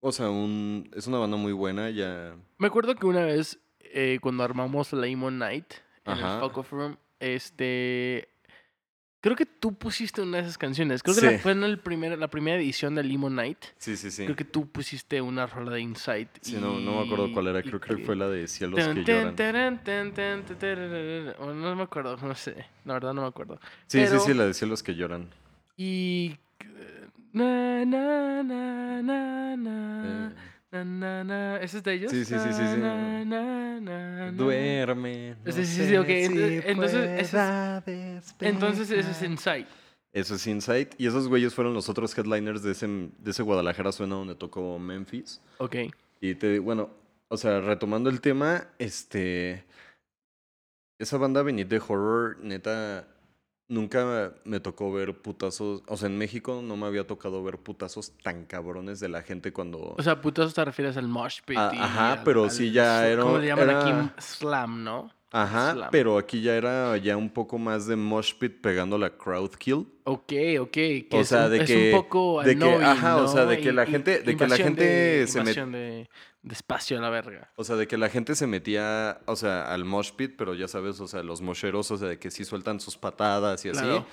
Speaker 1: o sea, un, es una banda muy buena, ya...
Speaker 2: Me acuerdo que una vez, eh, cuando armamos Lemon Night en
Speaker 1: Ajá.
Speaker 2: el Fuck Off Room, este. Creo que tú pusiste una de esas canciones. Creo que
Speaker 1: Sí.
Speaker 2: la- fue en el primer, la primera edición de Lemon Night.
Speaker 1: Sí, sí, sí.
Speaker 2: Creo que tú pusiste una rola de Insight.
Speaker 1: Sí, no, no me acuerdo cuál era,
Speaker 2: y-
Speaker 1: creo que fue la de Cielos que
Speaker 2: Tan,
Speaker 1: lloran.
Speaker 2: tan, taran, tan, tan, tan, tararara. Bueno, No me acuerdo, no sé. La verdad no me acuerdo.
Speaker 1: Sí, sí, sí,
Speaker 2: pero-
Speaker 1: la de Cielos que lloran.
Speaker 2: Y... eh, Na, na, na, na, na,
Speaker 1: Eh,
Speaker 2: na, na, na. ¿Ese es de ellos?
Speaker 1: Sí, sí, sí, sí, sí.
Speaker 2: Na, na, na, na.
Speaker 1: Duerme. no
Speaker 2: Ah, Sí, sí, sí,
Speaker 1: sé
Speaker 2: ok, ento- entonces, ese es-
Speaker 1: pueda
Speaker 2: Entonces ese es
Speaker 1: despertar.
Speaker 2: Insight.
Speaker 1: Eso es Insight. Y esos güeyes fueron los otros headliners de ese, de ese Guadalajara Suena donde tocó Memphis.
Speaker 2: Ok.
Speaker 1: Y te bueno, o sea, retomando el tema, este. Esa banda venir de horror, neta, nunca me tocó ver putazos. O sea, en México no me había tocado ver putazos tan cabrones de la gente cuando.
Speaker 2: O sea, putazo te refieres al mosh pit.
Speaker 1: Ah,
Speaker 2: y
Speaker 1: ajá, pero sí ya era-
Speaker 2: ¿Cómo le llaman
Speaker 1: era-
Speaker 2: aquí? Slam, ¿no?
Speaker 1: Ajá,
Speaker 2: slam.
Speaker 1: pero aquí ya era ya un poco más de mosh pit pegando la crowd kill.
Speaker 2: Ok, ok. que
Speaker 1: O
Speaker 2: es
Speaker 1: sea,
Speaker 2: un-
Speaker 1: de
Speaker 2: es
Speaker 1: que-
Speaker 2: un poco
Speaker 1: de que-
Speaker 2: annoying,
Speaker 1: ajá, o sea, de
Speaker 2: ¿no?
Speaker 1: que la gente- de que la
Speaker 2: invasión
Speaker 1: gente
Speaker 2: de-
Speaker 1: se met-
Speaker 2: invasión de, de espacio a la verga.
Speaker 1: O sea, de que la gente se metía, o sea, al mosh pit, pero ya sabes, o sea, los mosheros, o sea, de que sí sueltan sus patadas y así.
Speaker 2: Claro.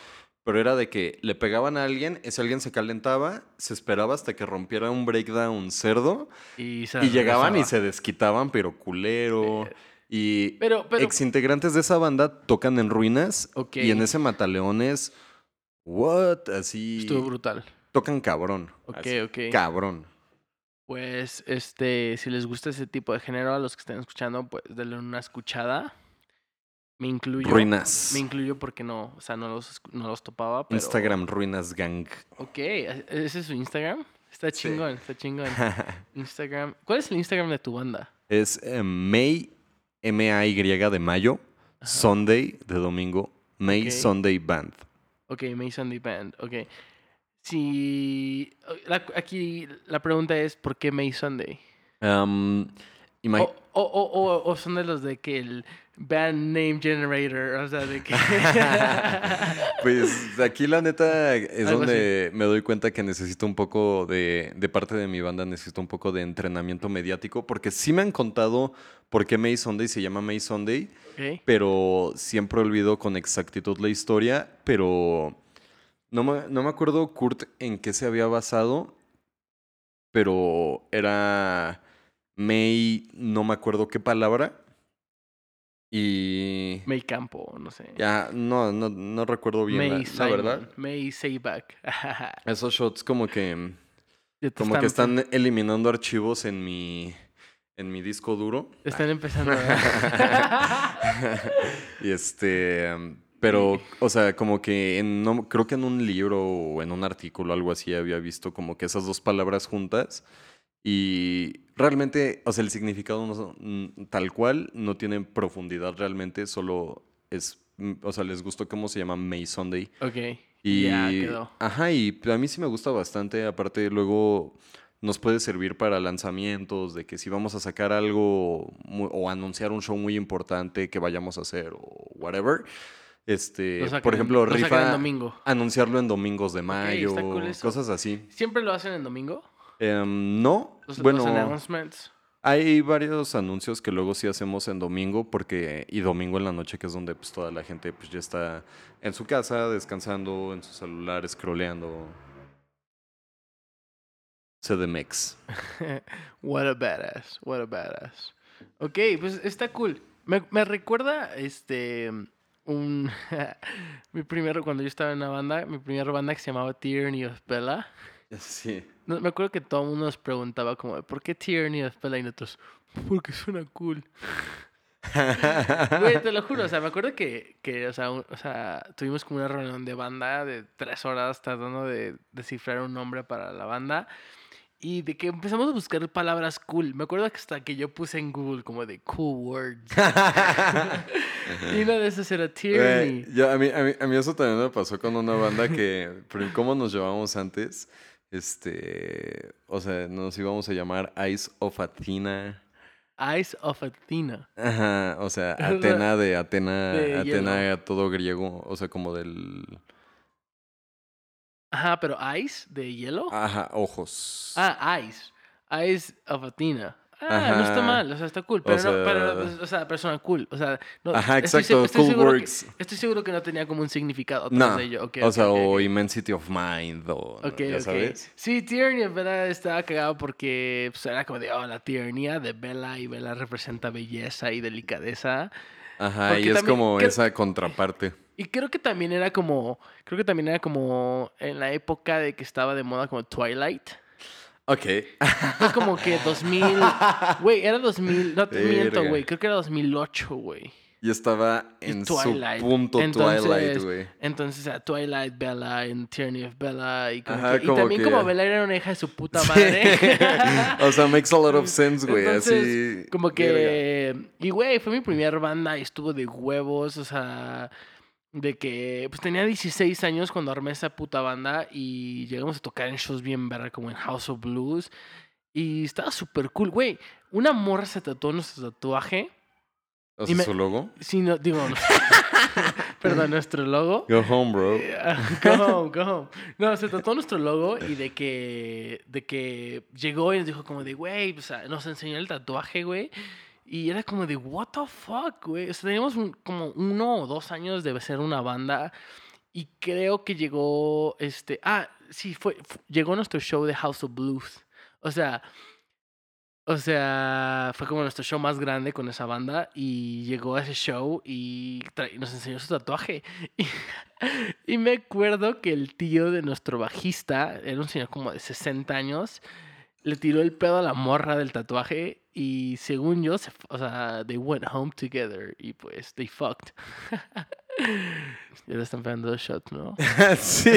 Speaker 1: Pero era de que le pegaban a alguien, ese alguien se calentaba, se esperaba hasta que rompiera un breakdown cerdo
Speaker 2: Y, se
Speaker 1: y llegaban y
Speaker 2: regresaba.
Speaker 1: se desquitaban, pero culero. Y
Speaker 2: Pero, pero
Speaker 1: exintegrantes de esa banda tocan en ruinas
Speaker 2: Ok.
Speaker 1: y en ese mataleones, what, así
Speaker 2: estuvo brutal.
Speaker 1: tocan cabrón.
Speaker 2: Ok,
Speaker 1: así,
Speaker 2: ok.
Speaker 1: Cabrón.
Speaker 2: Pues, este, si les gusta ese tipo de género, a los que estén escuchando, pues denle una escuchada. Me incluyo.
Speaker 1: Ruinas.
Speaker 2: Me incluyo porque no, o sea, no los, escu- no los topaba. Pero,
Speaker 1: Instagram Ruinas Gang.
Speaker 2: Ok, ¿e- ¿ese es su Instagram? Está
Speaker 1: Sí.
Speaker 2: chingón, está chingón. Instagram. ¿Cuál es el Instagram de tu banda?
Speaker 1: Es eh, May, M-A-Y de mayo, Sunday de domingo, May
Speaker 2: Ok.
Speaker 1: Sunday Band.
Speaker 2: Ok, Mason the Band, ok. Si. la- aquí la pregunta es: ¿por qué Mason Day?
Speaker 1: Um, ima-
Speaker 2: O, o, o, o- o son de los de que el Band Name Generator, o sea, de que.
Speaker 1: pues aquí la neta es
Speaker 2: Algo
Speaker 1: donde me doy cuenta que necesito un poco de, de parte de mi banda, necesito un poco de entrenamiento mediático, porque sí me han contado por qué May Sunday se llama May Sunday,
Speaker 2: Ok,
Speaker 1: pero siempre olvido con exactitud la historia, pero no me, no me acuerdo, Kurt, en qué se había basado, pero era May, no me acuerdo qué palabra, y...
Speaker 2: May Campo, no sé.
Speaker 1: Ya, no, no, no recuerdo bien, la-
Speaker 2: May
Speaker 1: la, verdad.
Speaker 2: Simon, May Sayback.
Speaker 1: Esos shots como que,
Speaker 2: Ya te
Speaker 1: como que están eliminando archivos en mi, en mi disco duro.
Speaker 2: te Están empezando. ¿eh?
Speaker 1: y este, um, pero, o sea, como que en- no, creo que en un libro o en un artículo, algo así, había visto como que esas dos palabras juntas. Y realmente, o sea, el significado no son- mm, tal cual no tiene profundidad realmente, solo es, mm, o sea, les gustó cómo se llama May Sunday.
Speaker 2: ok.
Speaker 1: Y,
Speaker 2: Ya quedó.
Speaker 1: Ajá, y a mí sí me gusta bastante. Aparte, luego nos puede servir para lanzamientos, de que si vamos a sacar algo mu- o anunciar un show muy importante que vayamos a hacer o whatever. Este,
Speaker 2: Lo sacan
Speaker 1: por
Speaker 2: en-
Speaker 1: ejemplo,
Speaker 2: lo sacan en
Speaker 1: rifa
Speaker 2: domingo.
Speaker 1: anunciarlo en domingos de mayo,
Speaker 2: está cool eso.
Speaker 1: cosas así.
Speaker 2: ¿Siempre lo hacen en domingo?
Speaker 1: Em, no,
Speaker 2: Los,
Speaker 1: bueno,
Speaker 2: los announcements.
Speaker 1: hay varios anuncios que luego sí hacemos en domingo porque y domingo en la noche que es donde pues toda la gente pues ya está en su casa descansando en su celular scrolleando. CDMX.
Speaker 2: What a badass, what a badass. Ok, pues está cool. Me, me recuerda, este, un... mi primero, cuando yo estaba en una banda, mi primera banda que se llamaba Tyranny of Bella.
Speaker 1: Sí.
Speaker 2: No, me acuerdo que todo el mundo nos preguntaba como, ¿por qué Tyranny of Bella? Y nosotros, porque suena cool. Güey, te lo juro, o sea, me acuerdo que, que, o, sea, un- o sea, tuvimos como una reunión de banda de tres horas tratando de descifrar un nombre para la banda. Y de que empezamos a buscar palabras cool. Me acuerdo que hasta que yo puse en Google como de cool words. y una de esas era tyranny.
Speaker 1: Güey, yo- a, mí, a, mí, a mí eso también me pasó con una banda que, por cómo nos llevábamos antes, este, o sea, nos íbamos a llamar Eyes of Athena.
Speaker 2: Eyes of Athena.
Speaker 1: Ajá, o sea,
Speaker 2: O sea,
Speaker 1: Atena de Atena,
Speaker 2: de
Speaker 1: Atena todo griego, o sea, como del...
Speaker 2: Ajá, pero ice de hielo.
Speaker 1: Ajá, ojos.
Speaker 2: Ah, Ice. Ice of Athena. Ah, no
Speaker 1: Ajá.
Speaker 2: está mal, o sea, está cool. Pero
Speaker 1: O
Speaker 2: no,
Speaker 1: sea-
Speaker 2: pero, o sea, persona cool. O sea, no,
Speaker 1: Ajá,
Speaker 2: estoy se-
Speaker 1: exacto,
Speaker 2: estoy
Speaker 1: cool
Speaker 2: seguro que-
Speaker 1: words.
Speaker 2: estoy seguro que no tenía como un significado atrás
Speaker 1: No,
Speaker 2: de ello. Okay,
Speaker 1: o
Speaker 2: ok,
Speaker 1: sea,
Speaker 2: ok,
Speaker 1: o
Speaker 2: ok.
Speaker 1: Immensity of Mind, o...
Speaker 2: Ok,
Speaker 1: ¿ya
Speaker 2: ok.
Speaker 1: sabes?
Speaker 2: Sí, Tierney en verdad estaba cagado porque pues, era como de, oh, la tiernía de Bella y Bella representa belleza y delicadeza.
Speaker 1: Ajá,
Speaker 2: Porque
Speaker 1: y es
Speaker 2: también
Speaker 1: como
Speaker 2: creo-
Speaker 1: esa contraparte.
Speaker 2: Y creo que también era como, creo que también era como en la época de que estaba de moda como Twilight.
Speaker 1: Ok.
Speaker 2: Fue como que 2000, güey, era 2000, no te miento,
Speaker 1: Verga.
Speaker 2: güey, creo que era 2008, güey.
Speaker 1: Y estaba
Speaker 2: Y
Speaker 1: en
Speaker 2: Twilight.
Speaker 1: su punto
Speaker 2: Entonces,
Speaker 1: Twilight, güey.
Speaker 2: Entonces, a Twilight, Bella, en Tyranny of Bella, y, como
Speaker 1: Ajá,
Speaker 2: que- y
Speaker 1: como
Speaker 2: también
Speaker 1: que-
Speaker 2: como Bella era una hija de su puta
Speaker 1: Sí.
Speaker 2: madre.
Speaker 1: o sea, makes a lot of sense, güey.
Speaker 2: Entonces,
Speaker 1: Así.
Speaker 2: Como
Speaker 1: verga.
Speaker 2: que. Y güey, fue mi primera banda y estuvo de huevos. O sea. De que. Pues tenía 16 años cuando armé esa puta banda. Y llegamos a tocar en shows bien verga, como en House of Blues. Y estaba súper cool, güey. Una morra se tatuó nuestro tatuaje.
Speaker 1: O
Speaker 2: y
Speaker 1: sea,
Speaker 2: me-
Speaker 1: su logo.
Speaker 2: Si no, digo, no. perdón, nuestro logo.
Speaker 1: Go home, bro.
Speaker 2: Yeah, Go home, go home. No, se trató nuestro logo y de que, de que llegó y nos dijo como de, güey, o sea, nos enseñó el tatuaje, güey. Y era como de, what the fuck, güey. O sea, teníamos un- como uno o dos años de ser una banda. Y creo que llegó, este, ah, sí, fue, fu- llegó nuestro show de House of Blues. O sea, o sea, fue como nuestro show más grande con esa banda y llegó a ese show y tra- nos enseñó su tatuaje. Y, y me acuerdo que el tío de nuestro bajista, era un señor como de 60 años, le tiró el pedo a la morra del tatuaje y según yo, se, fu- o sea, they went home together y pues they fucked. ya le están pegando dos shots, ¿no?
Speaker 1: sí.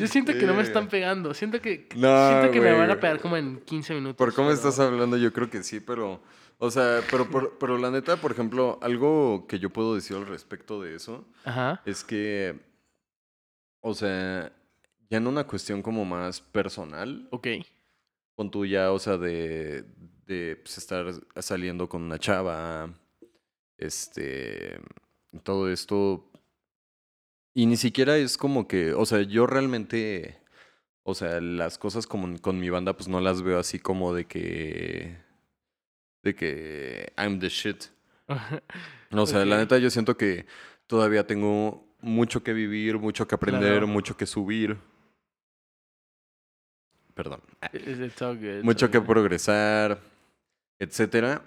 Speaker 2: Yo siento que no me están
Speaker 1: Verga.
Speaker 2: pegando, siento que,
Speaker 1: No,
Speaker 2: siento que me
Speaker 1: güey.
Speaker 2: van a pegar como en 15 minutos.
Speaker 1: Por cómo
Speaker 2: pero-
Speaker 1: estás hablando, yo creo que sí, pero. O sea, pero, por- pero la neta, por ejemplo, algo que yo puedo decir al respecto de eso
Speaker 2: Ajá.
Speaker 1: es que. O sea, ya en una cuestión como más personal,
Speaker 2: Ok.
Speaker 1: con tu ya, o sea, de, de pues, estar saliendo con una chava, este, todo esto. Y ni siquiera es como que, o sea, yo realmente, o sea, las cosas como con mi banda, pues no las veo así como de que, de que I'm the shit. No, o sea, la
Speaker 2: Ok.
Speaker 1: neta yo siento que todavía tengo mucho que vivir, mucho que aprender,
Speaker 2: Claro.
Speaker 1: mucho que subir. Perdón
Speaker 2: It's- it's all good, it's
Speaker 1: mucho
Speaker 2: all
Speaker 1: que
Speaker 2: good.
Speaker 1: progresar, etcétera,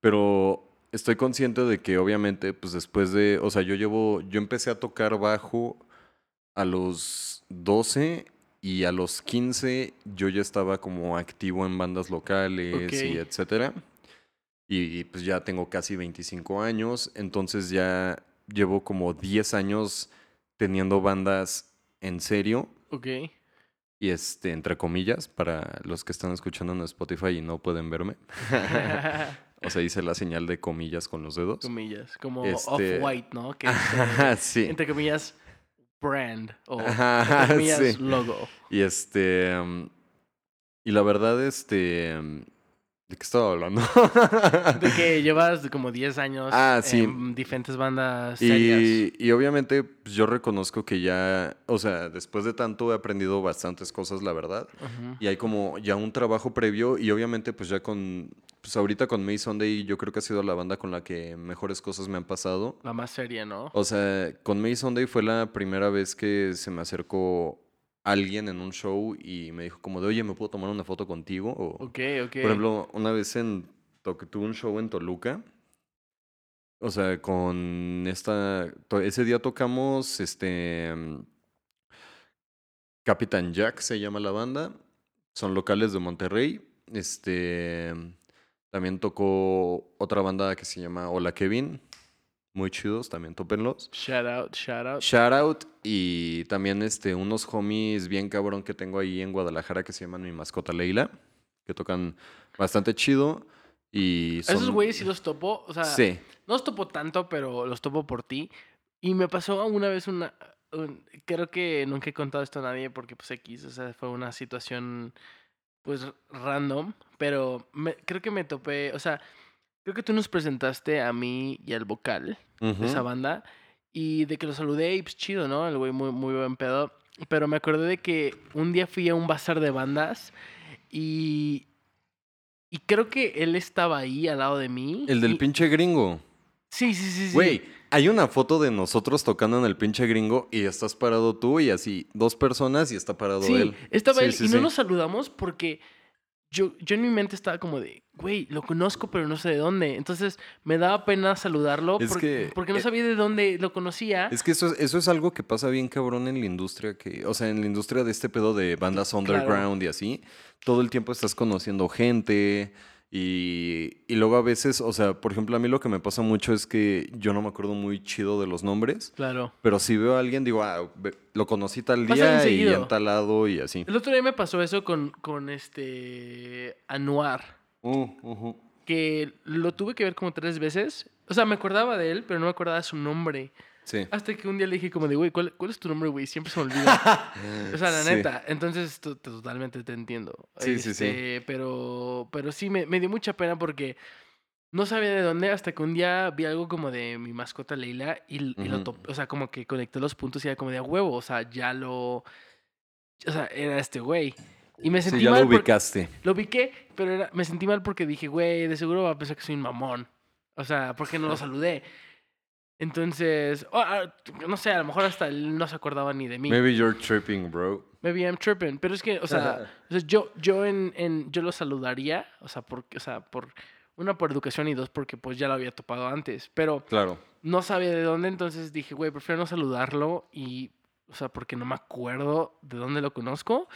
Speaker 1: pero estoy consciente de que obviamente pues después de, o sea, yo llevo yo empecé a tocar bajo a los 12 y a los 15 yo ya estaba como activo en bandas locales y
Speaker 2: Ok.
Speaker 1: etcétera. Y, y, pues ya tengo casi 25 años, entonces ya llevo como 10 años teniendo bandas en serio
Speaker 2: Ok.
Speaker 1: y este, entre comillas, para los que están escuchando en Spotify y no pueden verme. o sea, hice la señal de comillas con los dedos.
Speaker 2: comillas. Como
Speaker 1: Este-
Speaker 2: off-white, ¿no? Que es, eh,
Speaker 1: Ajá, sí.
Speaker 2: entre comillas, brand. O
Speaker 1: Ajá,
Speaker 2: entre comillas,
Speaker 1: sí.
Speaker 2: logo.
Speaker 1: Y este. em, Y la verdad, este. em, ¿De qué estaba hablando?
Speaker 2: De que llevas como 10 años
Speaker 1: Ah, sí.
Speaker 2: en diferentes bandas serias.
Speaker 1: Y, y obviamente pues, yo reconozco que ya, o sea, después de tanto he aprendido bastantes cosas, la verdad.
Speaker 2: Ujú.
Speaker 1: Y hay como ya un trabajo previo y obviamente pues ya con, pues ahorita con May Sunday yo creo que ha sido la banda con la que mejores cosas me han pasado.
Speaker 2: La más seria, ¿no?
Speaker 1: O sea, con May Sunday fue la primera vez que se me acercó alguien en un show y me dijo como de, oye, ¿me puedo tomar una foto contigo? O,
Speaker 2: Ok, ok.
Speaker 1: Por ejemplo, una vez en, to- tuve un show en Toluca. O sea, con esta... to- ese día tocamos este... mm, Capitán Jack se llama la banda. Son locales de Monterrey. Este... También tocó otra banda que se llama Hola Kevin. muy chidos, también tópenlos.
Speaker 2: Shout out, shout out.
Speaker 1: Shout out y también este, unos homies bien cabrón que tengo ahí en Guadalajara que se llaman mi mascota Leila, que tocan bastante chido. Y
Speaker 2: A Esos güeyes sí los topo, o sea,
Speaker 1: Sí,
Speaker 2: no los topo tanto, pero los topo por ti. Y me pasó una vez una... un- creo que nunca he contado esto a nadie porque pues X, o sea, fue una situación pues random, pero me- creo que me topé, o sea, creo que tú nos presentaste a mí y al vocal.
Speaker 1: Ujú.
Speaker 2: de esa banda. Y de que lo saludé, y pues chido, ¿no? El güey muy, muy buen pedo. Pero me acordé de que un día fui a un bazar de bandas y. Y creo que él estaba ahí al lado de mí.
Speaker 1: el
Speaker 2: y-
Speaker 1: del pinche gringo.
Speaker 2: Sí, sí, sí. sí.
Speaker 1: Güey, hay una foto de nosotros tocando en el pinche gringo y estás parado tú y así dos personas y está parado
Speaker 2: Sí,
Speaker 1: él.
Speaker 2: estaba
Speaker 1: Sí,
Speaker 2: él
Speaker 1: sí,
Speaker 2: y no
Speaker 1: sí.
Speaker 2: nos saludamos porque yo, yo en mi mente estaba como de, güey, lo conozco pero no sé de dónde. Entonces me daba pena saludarlo
Speaker 1: Es
Speaker 2: porque,
Speaker 1: que-
Speaker 2: porque no
Speaker 1: eh,
Speaker 2: sabía de dónde lo conocía.
Speaker 1: Es que eso es, eso es algo que pasa bien cabrón en la industria que, o sea, en la industria de este pedo de bandas
Speaker 2: Claro.
Speaker 1: underground y así, todo el tiempo estás conociendo gente y, y luego a veces, o sea, por ejemplo, a mí lo que me pasa mucho es que yo no me acuerdo muy chido de los nombres,
Speaker 2: Claro.
Speaker 1: pero si veo a alguien digo, ah, ve- lo conocí tal
Speaker 2: Pasa
Speaker 1: día
Speaker 2: bien
Speaker 1: y
Speaker 2: seguido.
Speaker 1: en tal lado y así.
Speaker 2: El otro día me pasó eso con, con este Anuar.
Speaker 1: Uh, ujú.
Speaker 2: que lo tuve que ver como tres veces. O sea, me acordaba de él, pero no me acordaba su nombre.
Speaker 1: Sí.
Speaker 2: Hasta que un día le dije como de, güey, ¿cuál, cuál es tu nombre, güey? Siempre se me olvida. o sea, la
Speaker 1: Sí.
Speaker 2: neta. Entonces, to- to- totalmente te entiendo.
Speaker 1: Sí, sí, sí.
Speaker 2: Este, Pero, pero sí, me, me dio mucha pena porque no sabía de dónde hasta que un día vi algo como de mi mascota Leila y, l- y lo
Speaker 1: Ujú.
Speaker 2: topé. O sea, como que conecté los puntos y era como de, a huevo, o sea, ya lo... O sea, era este güey. Y me
Speaker 1: Sí,
Speaker 2: sentí
Speaker 1: ya
Speaker 2: mal
Speaker 1: lo
Speaker 2: porque-
Speaker 1: ubicaste.
Speaker 2: lo piqué, pero era- me sentí mal porque dije, güey, de seguro va a pensar que soy un mamón. O sea, porque no lo saludé. Entonces, o- ah, no sé, a lo mejor hasta él no se acordaba ni de mí. Maybe,
Speaker 1: Maybe you're tripping, bro.
Speaker 2: I'm tripping. Pero es que, o sea, o sea, yo, yo, en, en- yo lo saludaría, o sea, porque, o sea, por una, por educación y dos, porque pues ya lo había topado antes. Pero
Speaker 1: Claro.
Speaker 2: no sabía de dónde, entonces dije, güey, prefiero no saludarlo y, o sea, porque no me acuerdo de dónde lo conozco.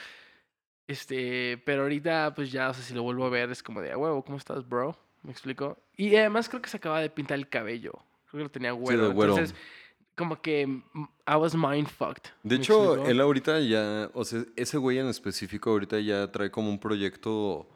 Speaker 2: Este, pero ahorita, pues ya, o sea, si lo vuelvo a ver, es como de, "Ah, huevo, ¿cómo estás, bro? Me explico. Y además creo que se acaba de pintar el cabello. Creo que lo tenía güero.
Speaker 1: de güero.
Speaker 2: Entonces, como que mm, I was mind fucked.
Speaker 1: De
Speaker 2: ¿me
Speaker 1: hecho,
Speaker 2: explico?
Speaker 1: él ahorita ya, o sea, ese güey en específico ahorita ya trae como un proyecto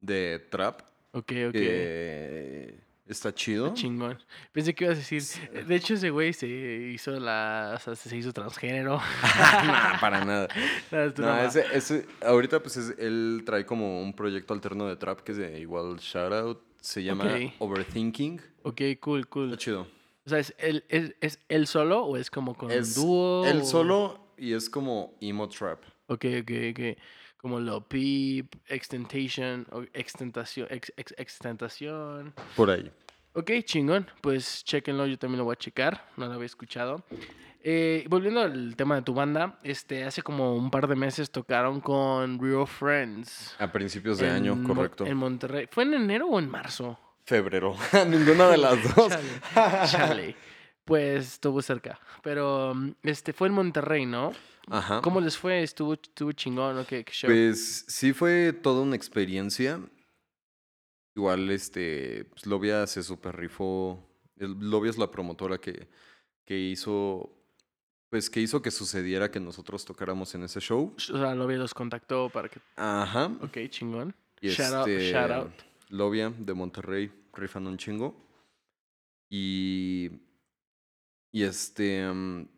Speaker 1: de trap
Speaker 2: Ok, ok.
Speaker 1: que está chido.
Speaker 2: Chingón. Pensé que ibas a decir. De hecho, ese güey se hizo la. O sea, se hizo transgénero.
Speaker 1: no, para nada.
Speaker 2: No, es
Speaker 1: No,
Speaker 2: broma.
Speaker 1: ese- ese- ahorita pues es- él trae como un proyecto alterno de trap que es de igual shoutout, se llama
Speaker 2: Ok. Pues,
Speaker 1: Overthinking.
Speaker 2: Ok, cool, cool.
Speaker 1: Está chido.
Speaker 2: O sea, ¿es él, es, es él solo o es como con
Speaker 1: Es
Speaker 2: un dúo?
Speaker 1: él
Speaker 2: o-
Speaker 1: solo y es como emo trap.
Speaker 2: Ok, ok, ok. Como lo peep, extentation, o extentación, ex, ex- extentación.
Speaker 1: Por ahí.
Speaker 2: Ok, chingón. Pues chéquenlo, yo también lo voy a checar. No lo había escuchado. Eh, volviendo al tema de tu banda, este, hace como un par de meses tocaron con Real Friends.
Speaker 1: A principios de
Speaker 2: en
Speaker 1: año,
Speaker 2: Mon-
Speaker 1: correcto.
Speaker 2: En Monterrey. ¿Fue en enero o en marzo?
Speaker 1: Febrero. Ninguna de las dos.
Speaker 2: Chale, chale. Pues estuvo cerca. Pero mm, este fue en Monterrey, ¿no?
Speaker 1: Ajá.
Speaker 2: ¿Cómo les fue? ¿Estuvo, estuvo chingón o qué, qué show?
Speaker 1: Ah. Pues sí fue toda una experiencia. Igual, este, pues, Lobia se super rifó. El- Lobia es la promotora que, que hizo, pues que hizo que sucediera que nosotros tocáramos en ese show.
Speaker 2: o sea, lo vi, los contactó para que.
Speaker 1: Ajá.
Speaker 2: Ok, chingón.
Speaker 1: Y
Speaker 2: shout out,
Speaker 1: este,
Speaker 2: shout out.
Speaker 1: Lobia de Monterrey, rifando un chingo. Y, y este, mm,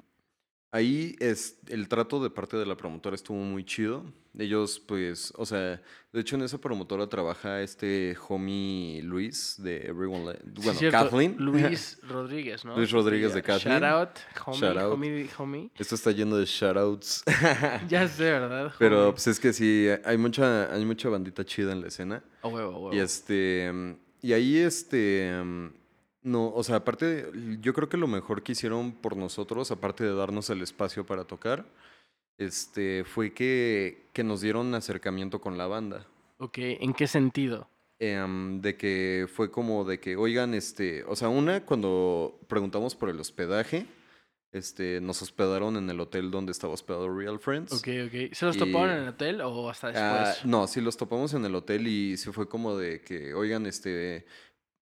Speaker 1: ahí es, el trato de parte de la promotora estuvo muy chido. Ellos, pues, o sea, de hecho en esa promotora trabaja este homie Luis de Everyone, Le-
Speaker 2: Sí,
Speaker 1: bueno,
Speaker 2: cierto,
Speaker 1: Kathleen.
Speaker 2: Luis Rodríguez, ¿no?
Speaker 1: Luis Rodríguez de Kathleen.
Speaker 2: Shout out, homie,
Speaker 1: Shout out.
Speaker 2: homie, homie.
Speaker 1: Esto está lleno de shoutouts.
Speaker 2: Ya sé, ¿verdad?
Speaker 1: Pero
Speaker 2: Homie?
Speaker 1: pues es que sí, hay mucha, hay mucha bandita chida en la escena.
Speaker 2: A huevo, a huevo.
Speaker 1: Y este. mm, Y ahí este. mm, No, o sea, aparte, l- yo creo que lo mejor que hicieron por nosotros, aparte de darnos el espacio para tocar, este, fue que, que nos dieron acercamiento con la banda.
Speaker 2: Ok, ¿en qué sentido?
Speaker 1: Em, de que fue como de que, oigan, este, o sea, una, cuando preguntamos por el hospedaje, este, nos hospedaron en el hotel donde estaba hospedado Real Friends.
Speaker 2: Ok, ok. ¿Se los
Speaker 1: Y-
Speaker 2: toparon en el hotel o hasta
Speaker 1: Ah,
Speaker 2: después?
Speaker 1: no, sí los topamos en el hotel y sí fue como de que, oigan, este,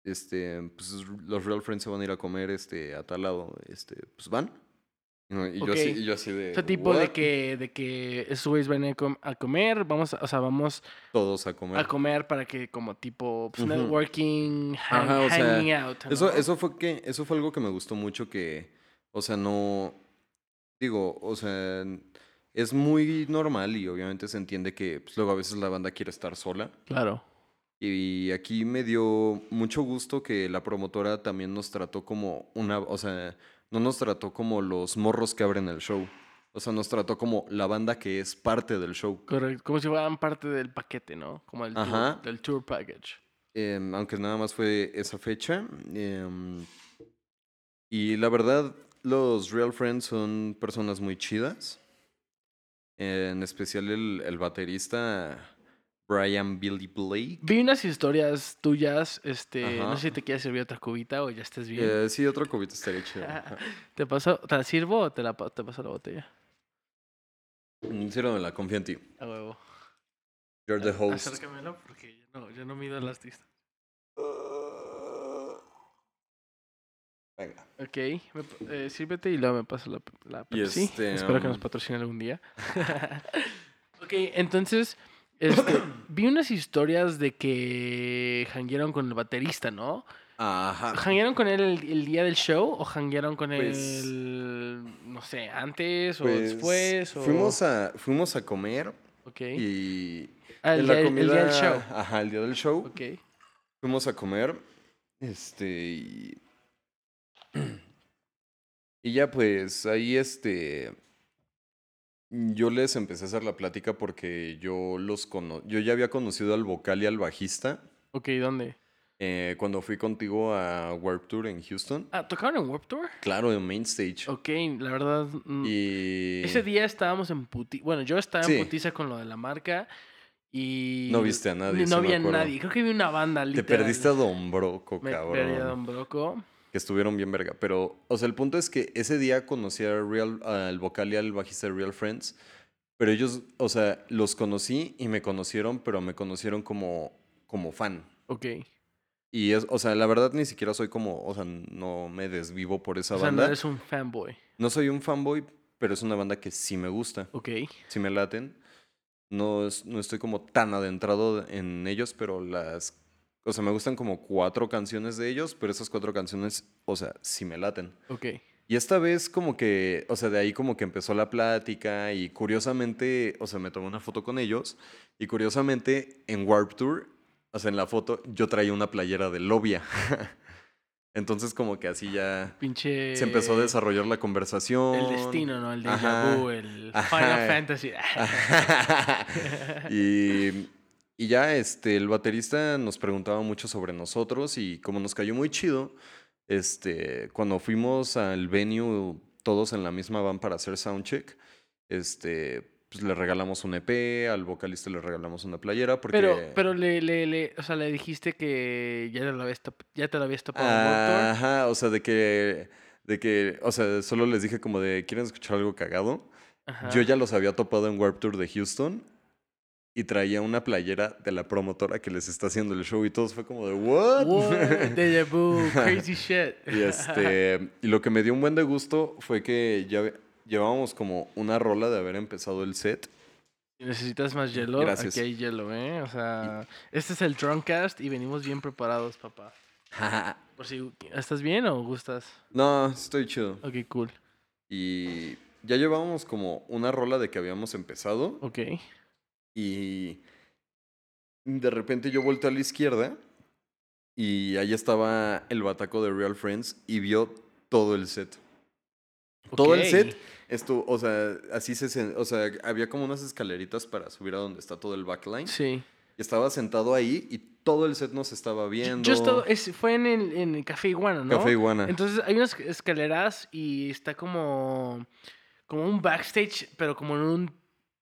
Speaker 1: este, pues los real friends se van a ir a comer este, a tal lado, este, pues van. No, y, yo
Speaker 2: Okay.
Speaker 1: así, y yo así de...
Speaker 2: O sea, tipo
Speaker 1: Este, "What?".
Speaker 2: de que, de que esos güeyes van a, com- a comer, vamos, a- o sea, vamos
Speaker 1: Todos a comer.
Speaker 2: a comer para que como tipo pues,
Speaker 1: Ujú.
Speaker 2: networking, hang-
Speaker 1: Ajá, o sea,
Speaker 2: hanging out. ¿no?
Speaker 1: Eso, eso, fue que, eso fue algo que me gustó mucho que, o sea, no, digo, o sea, es muy normal y obviamente se entiende que pues, luego a veces la banda quiere estar sola.
Speaker 2: Claro.
Speaker 1: Y aquí me dio mucho gusto que la promotora también nos trató como una, o sea, no nos trató como los morros que abren el show. O sea, nos trató como la banda que es parte del show.
Speaker 2: Correcto. Como si fueran parte del paquete, ¿no? Como del,
Speaker 1: Ajá.
Speaker 2: tour, del tour package.
Speaker 1: Em, aunque nada más fue esa fecha. em, y la verdad, los Real Friends son personas muy chidas. En especial el, el baterista Brian Billy Blake.
Speaker 2: Vi unas historias tuyas, este, no
Speaker 1: Ajá.
Speaker 2: sé si te quieres servir otra cubita o ya estás bien.
Speaker 1: Eh, sí, otro cubito estaría chido. Ajá.
Speaker 2: ¿Te paso, te la sirvo o te la pa- te paso la botella?
Speaker 1: Mm, Sí, no, la confía en ti.
Speaker 2: A huevo.
Speaker 1: You're the host.
Speaker 2: Acércamelo porque yo no, yo no mido al artista.
Speaker 1: Venga.
Speaker 2: Ok, me p- eh, sírvete y luego me paso la, la
Speaker 1: Y
Speaker 2: Pepsi.
Speaker 1: este,
Speaker 2: Espero que nos
Speaker 1: um,
Speaker 2: patrocine algún día. ok, entonces este, vi unas historias de que hanguearon con el baterista, ¿no?
Speaker 1: Ajá.
Speaker 2: ¿Hanguearon con él el, el día del show o hanguearon con
Speaker 1: Pues-
Speaker 2: él, no sé, antes o
Speaker 1: Pues,
Speaker 2: después? O...
Speaker 1: Fuimos, a, fuimos a comer
Speaker 2: Ok.
Speaker 1: y.
Speaker 2: Ah, el,
Speaker 1: en
Speaker 2: día,
Speaker 1: la
Speaker 2: el día del
Speaker 1: comida-
Speaker 2: show.
Speaker 1: Ajá, el día del show.
Speaker 2: Ok.
Speaker 1: Fuimos a comer. Este. Y, y ya pues ahí este. Yo les empecé a hacer la plática porque yo los cono yo ya había conocido al vocal y al bajista
Speaker 2: Ok, ¿dónde?
Speaker 1: eh, cuando fui contigo a Warp Tour en Houston.
Speaker 2: Ah, ¿tocaron en Warped Tour?
Speaker 1: Claro, en Main Stage.
Speaker 2: Ok, la verdad... mm,
Speaker 1: Y
Speaker 2: Ese día estábamos en putiza. Bueno, yo estaba en
Speaker 1: Sí.
Speaker 2: putiza con lo de la marca y.
Speaker 1: No viste a nadie, sí
Speaker 2: No
Speaker 1: me
Speaker 2: había
Speaker 1: acuerdo.
Speaker 2: nadie. Creo que vi una banda
Speaker 1: te
Speaker 2: literal.
Speaker 1: perdiste a Don Broco,
Speaker 2: Me
Speaker 1: cabrón.
Speaker 2: perdí a Don Broco.
Speaker 1: Que estuvieron bien verga. Pero, o sea, el punto es que ese día conocí a Real, al vocal y al bajista de Real Friends. Pero ellos, o sea, los conocí y me conocieron, pero me conocieron como, como fan.
Speaker 2: Ok.
Speaker 1: Y es, o sea, la verdad ni siquiera soy como, o sea, no me desvivo por esa
Speaker 2: O sea, no
Speaker 1: banda.
Speaker 2: eres un fanboy.
Speaker 1: No soy un fanboy, pero es una banda que sí me gusta.
Speaker 2: Ok.
Speaker 1: si me laten. No, es- no estoy como tan adentrado en ellos, pero las... O sea, me gustan como cuatro canciones de ellos, pero esas cuatro canciones, o sea, sí me laten.
Speaker 2: Ok.
Speaker 1: Y esta vez como que, o sea, de ahí como que empezó la plática y curiosamente, o sea, me tomé una foto con ellos y curiosamente en Warp Tour, o sea, en la foto yo traía una playera de Lobia. Entonces como que así ya
Speaker 2: Pinche.
Speaker 1: se empezó a desarrollar la conversación.
Speaker 2: Eh, El destino, ¿no? El déjà
Speaker 1: Ajá.
Speaker 2: vu, el
Speaker 1: Ajá.
Speaker 2: Final Fantasy. Ah,
Speaker 1: y, y ya este, el baterista nos preguntaba mucho sobre nosotros y como nos cayó muy chido, este, cuando fuimos al venue todos en la misma van para hacer soundcheck, este, pues le regalamos un EP, al vocalista le regalamos una playera porque...
Speaker 2: Pero, pero le, le, le, o sea, le dijiste que ya te lo habías, top- ya te lo habías topado en Warped Tour.
Speaker 1: Ajá, o sea, de que, de que, o sea, solo les dije como de, ¿quieren escuchar algo cagado?
Speaker 2: Ajá.
Speaker 1: Ah, Yo ya los había topado en Warped Tour de Houston y traía una playera de la promotora que les está haciendo el show y todos fue como de what?
Speaker 2: What? Déjà vu, crazy shit.
Speaker 1: y este y lo que me dio un buen de gusto fue que ya ve- llevábamos como una rola de haber empezado el set.
Speaker 2: Si necesitas más hielo,
Speaker 1: Mm, Gracias.
Speaker 2: aquí hay hielo, ¿eh? O sea, este es el Drunkcast y venimos bien preparados, papá. Por si estás bien o gustas.
Speaker 1: no, estoy chido.
Speaker 2: Ok, cool.
Speaker 1: Y ya llevábamos como una rola de que habíamos empezado
Speaker 2: Ok.
Speaker 1: y de repente yo volteé a la izquierda y ahí estaba el bataco de Real Friends y vio todo el set. Todo el
Speaker 2: Ok.
Speaker 1: set Esto, o sea, así se, sen- o sea, había como unas escaleritas para subir a donde está todo el backline.
Speaker 2: Sí.
Speaker 1: Y estaba sentado ahí y todo el set nos estaba
Speaker 2: Yo,
Speaker 1: viendo.
Speaker 2: yo estaba- es- fue en el, en el Café Iguana, ¿no?
Speaker 1: Café Iguana.
Speaker 2: Entonces hay unas escaleras y está como, como un backstage, pero como en un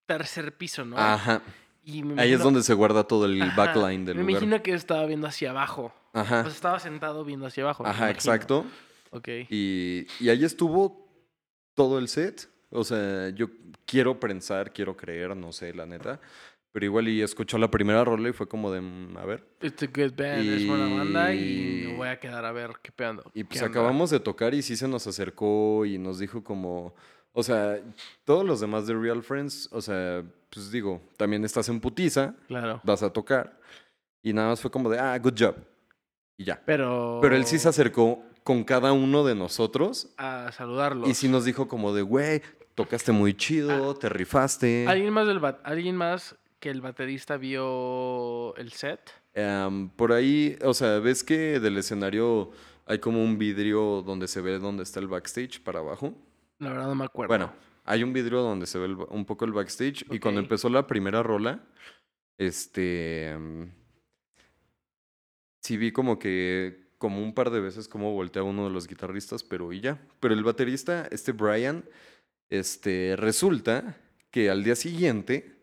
Speaker 2: tercer piso, ¿no?
Speaker 1: Ajá.
Speaker 2: Y me
Speaker 1: Ah, Ahí es
Speaker 2: imagino-
Speaker 1: donde se guarda todo el
Speaker 2: Ajá.
Speaker 1: backline del
Speaker 2: Me
Speaker 1: lugar.
Speaker 2: imagino que estaba viendo hacia abajo.
Speaker 1: Ajá.
Speaker 2: O sea, estaba sentado viendo hacia abajo. me
Speaker 1: Ajá,
Speaker 2: imagino.
Speaker 1: exacto.
Speaker 2: Ok.
Speaker 1: Y, y ahí estuvo todo el set. O sea, yo quiero pensar, quiero creer, no sé, la neta. Pero igual y escuchó la primera rola y fue como de, mm, a ver.
Speaker 2: It's a good band, es buena banda y me voy a quedar a ver qué pedo.
Speaker 1: Y
Speaker 2: qué
Speaker 1: pues
Speaker 2: onda.
Speaker 1: acabamos de tocar y sí se nos acercó y nos dijo como, o sea, todos los demás de Real Friends, o sea, pues digo, también estás en putiza,
Speaker 2: Claro.
Speaker 1: vas a tocar. Y nada más fue como de, ah, good job. Y ya.
Speaker 2: Pero.
Speaker 1: Pero él sí se acercó con cada uno de nosotros
Speaker 2: A saludarlos.
Speaker 1: y sí nos dijo como de, güey, tocaste muy chido, te rifaste.
Speaker 2: ¿Alguien, más del bat- ¿Alguien más que el baterista vio el set?
Speaker 1: Em, por ahí, o sea, ves que del escenario hay como un vidrio donde se ve dónde está el backstage para abajo.
Speaker 2: La verdad no me acuerdo.
Speaker 1: Bueno, hay un vidrio donde se ve el ba- un poco el backstage y cuando
Speaker 2: Ok.
Speaker 1: empezó la primera rola, este... em, Sí vi como que, como un par de veces, como voltea uno de los guitarristas, pero y ya. Pero el baterista, este Brian, este, resulta que al día siguiente,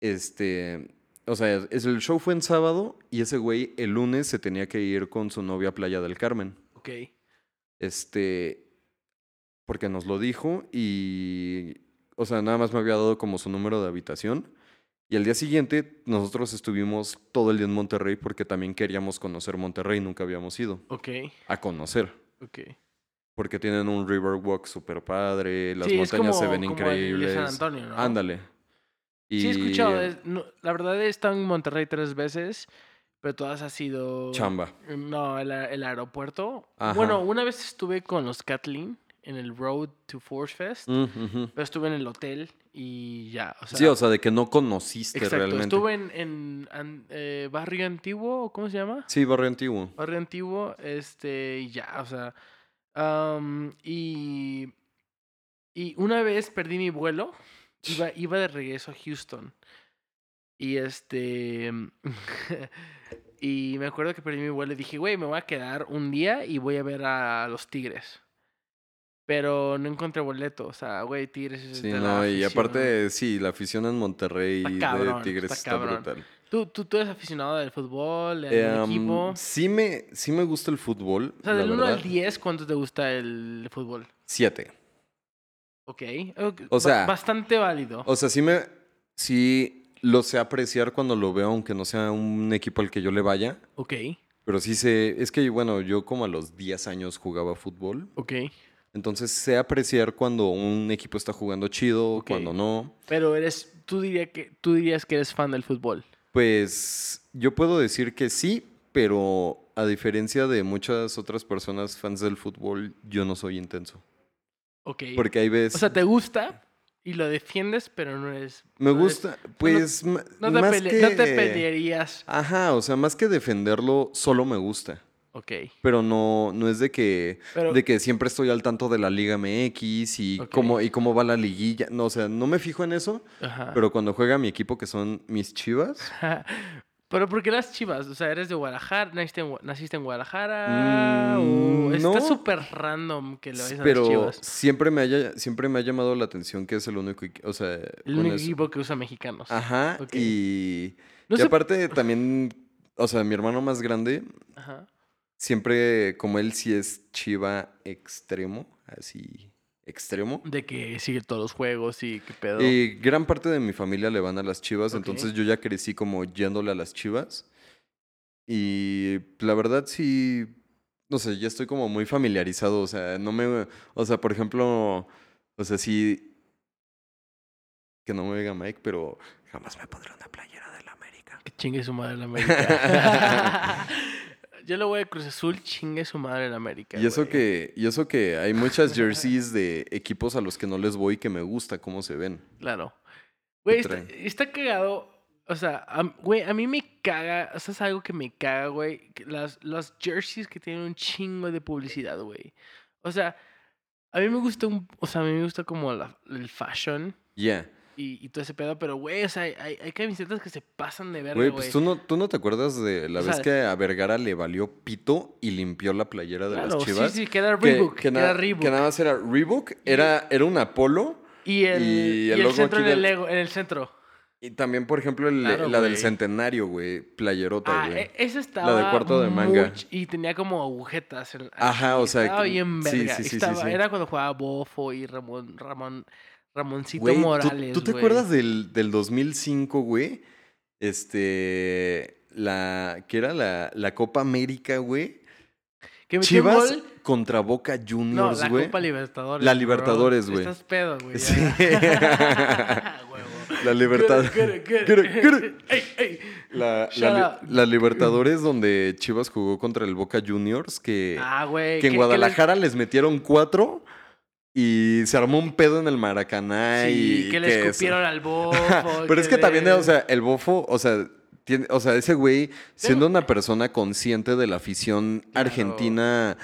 Speaker 1: este, o sea, es, el show fue en sábado y ese güey el lunes se tenía que ir con su novia a Playa del Carmen.
Speaker 2: Ok.
Speaker 1: Este. Porque nos lo dijo y. O sea, nada más me había dado como su número de habitación. Y al día siguiente, nosotros estuvimos todo el día en Monterrey porque también queríamos conocer Monterrey. Nunca habíamos ido
Speaker 2: Ok.
Speaker 1: a conocer.
Speaker 2: Ok.
Speaker 1: Porque tienen un riverwalk super padre, las
Speaker 2: Sí, es
Speaker 1: montañas se
Speaker 2: como-
Speaker 1: ven
Speaker 2: como el de
Speaker 1: increíbles.
Speaker 2: San Antonio, ¿no?
Speaker 1: Ándale.
Speaker 2: Sí, he escuchado.
Speaker 1: Y,
Speaker 2: es- no, la verdad he estado en Monterrey tres veces, pero todas ha sido.
Speaker 1: Chamba.
Speaker 2: No, el, a- el aeropuerto.
Speaker 1: Ajá.
Speaker 2: Bueno, una vez estuve con los Kathleen en el Road to Force Fest,
Speaker 1: Mm, ujú.
Speaker 2: pero estuve en el hotel y ya. O sea,
Speaker 1: sí, o sea, de que no conociste
Speaker 2: exacto.
Speaker 1: realmente.
Speaker 2: Estuve en, en an- eh, Barrio Antiguo, ¿cómo se llama?
Speaker 1: Sí, barrio antiguo.
Speaker 2: Barrio Antiguo, este, y ya, o sea. am, y. Y una vez perdí mi vuelo, iba, iba de regreso a Houston. Y este. y me acuerdo que perdí mi vuelo y dije, güey, me voy a quedar un día y voy a ver a los Tigres. Pero no encontré boleto, o sea, güey, Tigres es
Speaker 1: Sí,
Speaker 2: de
Speaker 1: no,
Speaker 2: la
Speaker 1: y
Speaker 2: afición.
Speaker 1: aparte, sí, la afición en Monterrey
Speaker 2: Está
Speaker 1: de
Speaker 2: cabrón,
Speaker 1: Tigres
Speaker 2: está
Speaker 1: está,
Speaker 2: cabrón.
Speaker 1: brutal.
Speaker 2: ¿Tú, tú, tú eres aficionado del fútbol, del
Speaker 1: Eh, um,
Speaker 2: equipo.
Speaker 1: sí, me, sí me gusta el fútbol.
Speaker 2: O sea,
Speaker 1: la
Speaker 2: del 1 al
Speaker 1: verdad.
Speaker 2: 10, ¿cuánto te gusta el fútbol?
Speaker 1: Siete.
Speaker 2: Ok. ok,
Speaker 1: O
Speaker 2: ba-
Speaker 1: sea-
Speaker 2: Bastante válido.
Speaker 1: O sea, sí me. Sí lo sé apreciar cuando lo veo, aunque no sea un equipo al que yo le vaya.
Speaker 2: ok.
Speaker 1: Pero sí sé. Es que, bueno, yo como a los 10 años jugaba fútbol.
Speaker 2: Ok.
Speaker 1: Entonces sé apreciar cuando un equipo está jugando chido,
Speaker 2: Ok.
Speaker 1: cuando no.
Speaker 2: Pero eres. Tú, diría que, tú dirías que eres fan del fútbol.
Speaker 1: Pues yo puedo decir que sí, pero a diferencia de muchas otras personas fans del fútbol, yo no soy intenso.
Speaker 2: Ok.
Speaker 1: Porque hay veces...
Speaker 2: o sea, te gusta y lo defiendes, pero no eres.
Speaker 1: me
Speaker 2: no eres-
Speaker 1: gusta, pues... ma-
Speaker 2: No te,
Speaker 1: más
Speaker 2: pele- no te
Speaker 1: que-
Speaker 2: pelearías.
Speaker 1: Ajá, o sea, más que defenderlo, solo me gusta.
Speaker 2: Ok.
Speaker 1: Pero no, no es de que,
Speaker 2: Pero-
Speaker 1: de que siempre estoy al tanto de la Liga MX y,
Speaker 2: Ok.
Speaker 1: cómo, y cómo va la liguilla. No, o sea, no me fijo en eso,
Speaker 2: Ajá.
Speaker 1: pero cuando juega mi equipo, que son mis chivas,
Speaker 2: Pero ¿por qué las chivas? O sea, eres de Guadalajara, naciste en, Gua- naciste en Guadalajara.
Speaker 1: Mm,
Speaker 2: o... Está
Speaker 1: no.
Speaker 2: súper random que lo vayas a las
Speaker 1: pero
Speaker 2: chivas.
Speaker 1: siempre me, haya, siempre me ha llamado la atención que es el único, equi- o sea,
Speaker 2: El
Speaker 1: bueno,
Speaker 2: único
Speaker 1: es-
Speaker 2: equipo que usa mexicanos.
Speaker 1: Ajá,
Speaker 2: Ok.
Speaker 1: y,
Speaker 2: No
Speaker 1: y
Speaker 2: sé-
Speaker 1: aparte también, o sea, mi hermano más grande,
Speaker 2: Ajá.
Speaker 1: siempre, como él sí es chiva extremo, así, extremo.
Speaker 2: De que sigue todos los juegos y qué pedo.
Speaker 1: Y gran parte de mi familia le van a las chivas,
Speaker 2: Ok.
Speaker 1: entonces yo ya crecí como yéndole a las chivas. Y la verdad sí, no sé, ya estoy como muy familiarizado, o sea, no me, o sea, por ejemplo, o sea, sí, que no me diga Mike, pero jamás me pondré una playera del América.
Speaker 2: Que chingue su madre la América. Yo le voy a Cruz Azul, chingue su madre la América.
Speaker 1: Y eso,
Speaker 2: güey.
Speaker 1: que, y eso que hay muchas jerseys de equipos a los que no les voy que me gusta cómo se ven.
Speaker 2: Claro. Güey, está,
Speaker 1: traen.
Speaker 2: está cagado. O sea, a, güey, a mí me caga. O sea, es algo que me caga, güey. que Las, las jerseys que tienen un chingo de publicidad, güey. O sea, a mí me gusta un. O sea, a mí me gusta como la- el fashion
Speaker 1: Ya.
Speaker 2: y, y todo ese pedo. Pero, güey, o sea, hay, hay- hay camisetas que se pasan de verga,
Speaker 1: Güey,
Speaker 2: güey.
Speaker 1: pues tú no, tú no te acuerdas de la
Speaker 2: O
Speaker 1: vez
Speaker 2: sea-
Speaker 1: que a Vergara le valió pito y limpió la playera de
Speaker 2: Claro,
Speaker 1: las chivas.
Speaker 2: Sí, sí, que era
Speaker 1: Que-
Speaker 2: Reebok.
Speaker 1: que,
Speaker 2: que
Speaker 1: nada,
Speaker 2: era Reebok.
Speaker 1: que nada más era Reebok, era, era un Apolo.
Speaker 2: Y el,
Speaker 1: Y
Speaker 2: y
Speaker 1: el
Speaker 2: el
Speaker 1: logo
Speaker 2: centro
Speaker 1: aquí
Speaker 2: en el,
Speaker 1: del-
Speaker 2: ego- en el centro.
Speaker 1: Y también, por ejemplo, el-
Speaker 2: Claro,
Speaker 1: la del
Speaker 2: güey.
Speaker 1: centenario, güey. Playerota,
Speaker 2: Ah,
Speaker 1: güey.
Speaker 2: e- esa estaba.
Speaker 1: cuarto de
Speaker 2: muy
Speaker 1: manga.
Speaker 2: ch- y tenía como agujetas. En,
Speaker 1: Ajá, o sea,
Speaker 2: Estaba
Speaker 1: que-
Speaker 2: bien
Speaker 1: sí,
Speaker 2: verga.
Speaker 1: sí, sí, sí,
Speaker 2: Estaba-
Speaker 1: sí.
Speaker 2: Era cuando jugaba Bofo y Ramón, Ramón, Ramoncito
Speaker 1: Güey, ¿tú-
Speaker 2: Morales.
Speaker 1: ¿Tú, te
Speaker 2: güey.
Speaker 1: acuerdas del, del 2005, güey? Este. La. que era la, la Copa América, güey?
Speaker 2: Que metió un
Speaker 1: Chivas
Speaker 2: gol?
Speaker 1: contra Boca
Speaker 2: No,
Speaker 1: Juniors,
Speaker 2: la
Speaker 1: güey.
Speaker 2: Copa Libertadores.
Speaker 1: La
Speaker 2: bro.
Speaker 1: Libertadores, güey.
Speaker 2: Estás pedo, güey.
Speaker 1: Sí.
Speaker 2: ya. Huevo.
Speaker 1: La Libertad.
Speaker 2: Get it, get it,
Speaker 1: Get it,
Speaker 2: get it.
Speaker 1: get it.
Speaker 2: Ey, ey.
Speaker 1: La,
Speaker 2: Shut
Speaker 1: la,
Speaker 2: up.
Speaker 1: li- la Libertadores donde Chivas jugó contra el Boca Juniors, que,
Speaker 2: Ah, güey.
Speaker 1: Eh, que
Speaker 2: ¿qué- qué
Speaker 1: en
Speaker 2: les-
Speaker 1: Guadalajara les metieron cuatro y se armó un pedo en el Maracaná
Speaker 2: Sí,
Speaker 1: y
Speaker 2: que le
Speaker 1: eso.
Speaker 2: escupieron al
Speaker 1: Ajá,
Speaker 2: bofo.
Speaker 1: Pero es que
Speaker 2: le-
Speaker 1: también, o sea, el bofo, o sea, tiene, o sea, ese güey, siendo
Speaker 2: Pero-
Speaker 1: una persona consciente de la afición
Speaker 2: Claro.
Speaker 1: argentina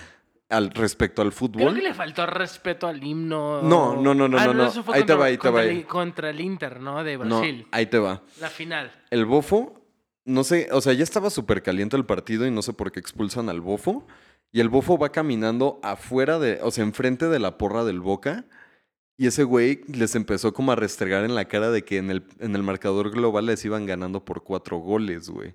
Speaker 1: al respecto al
Speaker 2: Creo
Speaker 1: fútbol.
Speaker 2: que le faltó respeto al himno.
Speaker 1: No, no, no, no,
Speaker 2: Ah,
Speaker 1: no, no.
Speaker 2: eso fue
Speaker 1: Ahí te
Speaker 2: contra-
Speaker 1: va, ahí te va,
Speaker 2: contra
Speaker 1: ahí.
Speaker 2: el- Contra el Inter, ¿no? De
Speaker 1: No,
Speaker 2: Brasil.
Speaker 1: ahí te va.
Speaker 2: La final.
Speaker 1: El bofo, no sé, o sea, ya estaba súper caliente el partido y no sé por qué expulsan al bofo. Y el bofo va caminando afuera de, o sea, enfrente de la porra del Boca. Y ese güey les empezó como a restregar en la cara de que en el, en el marcador global les iban ganando por cuatro goles, güey.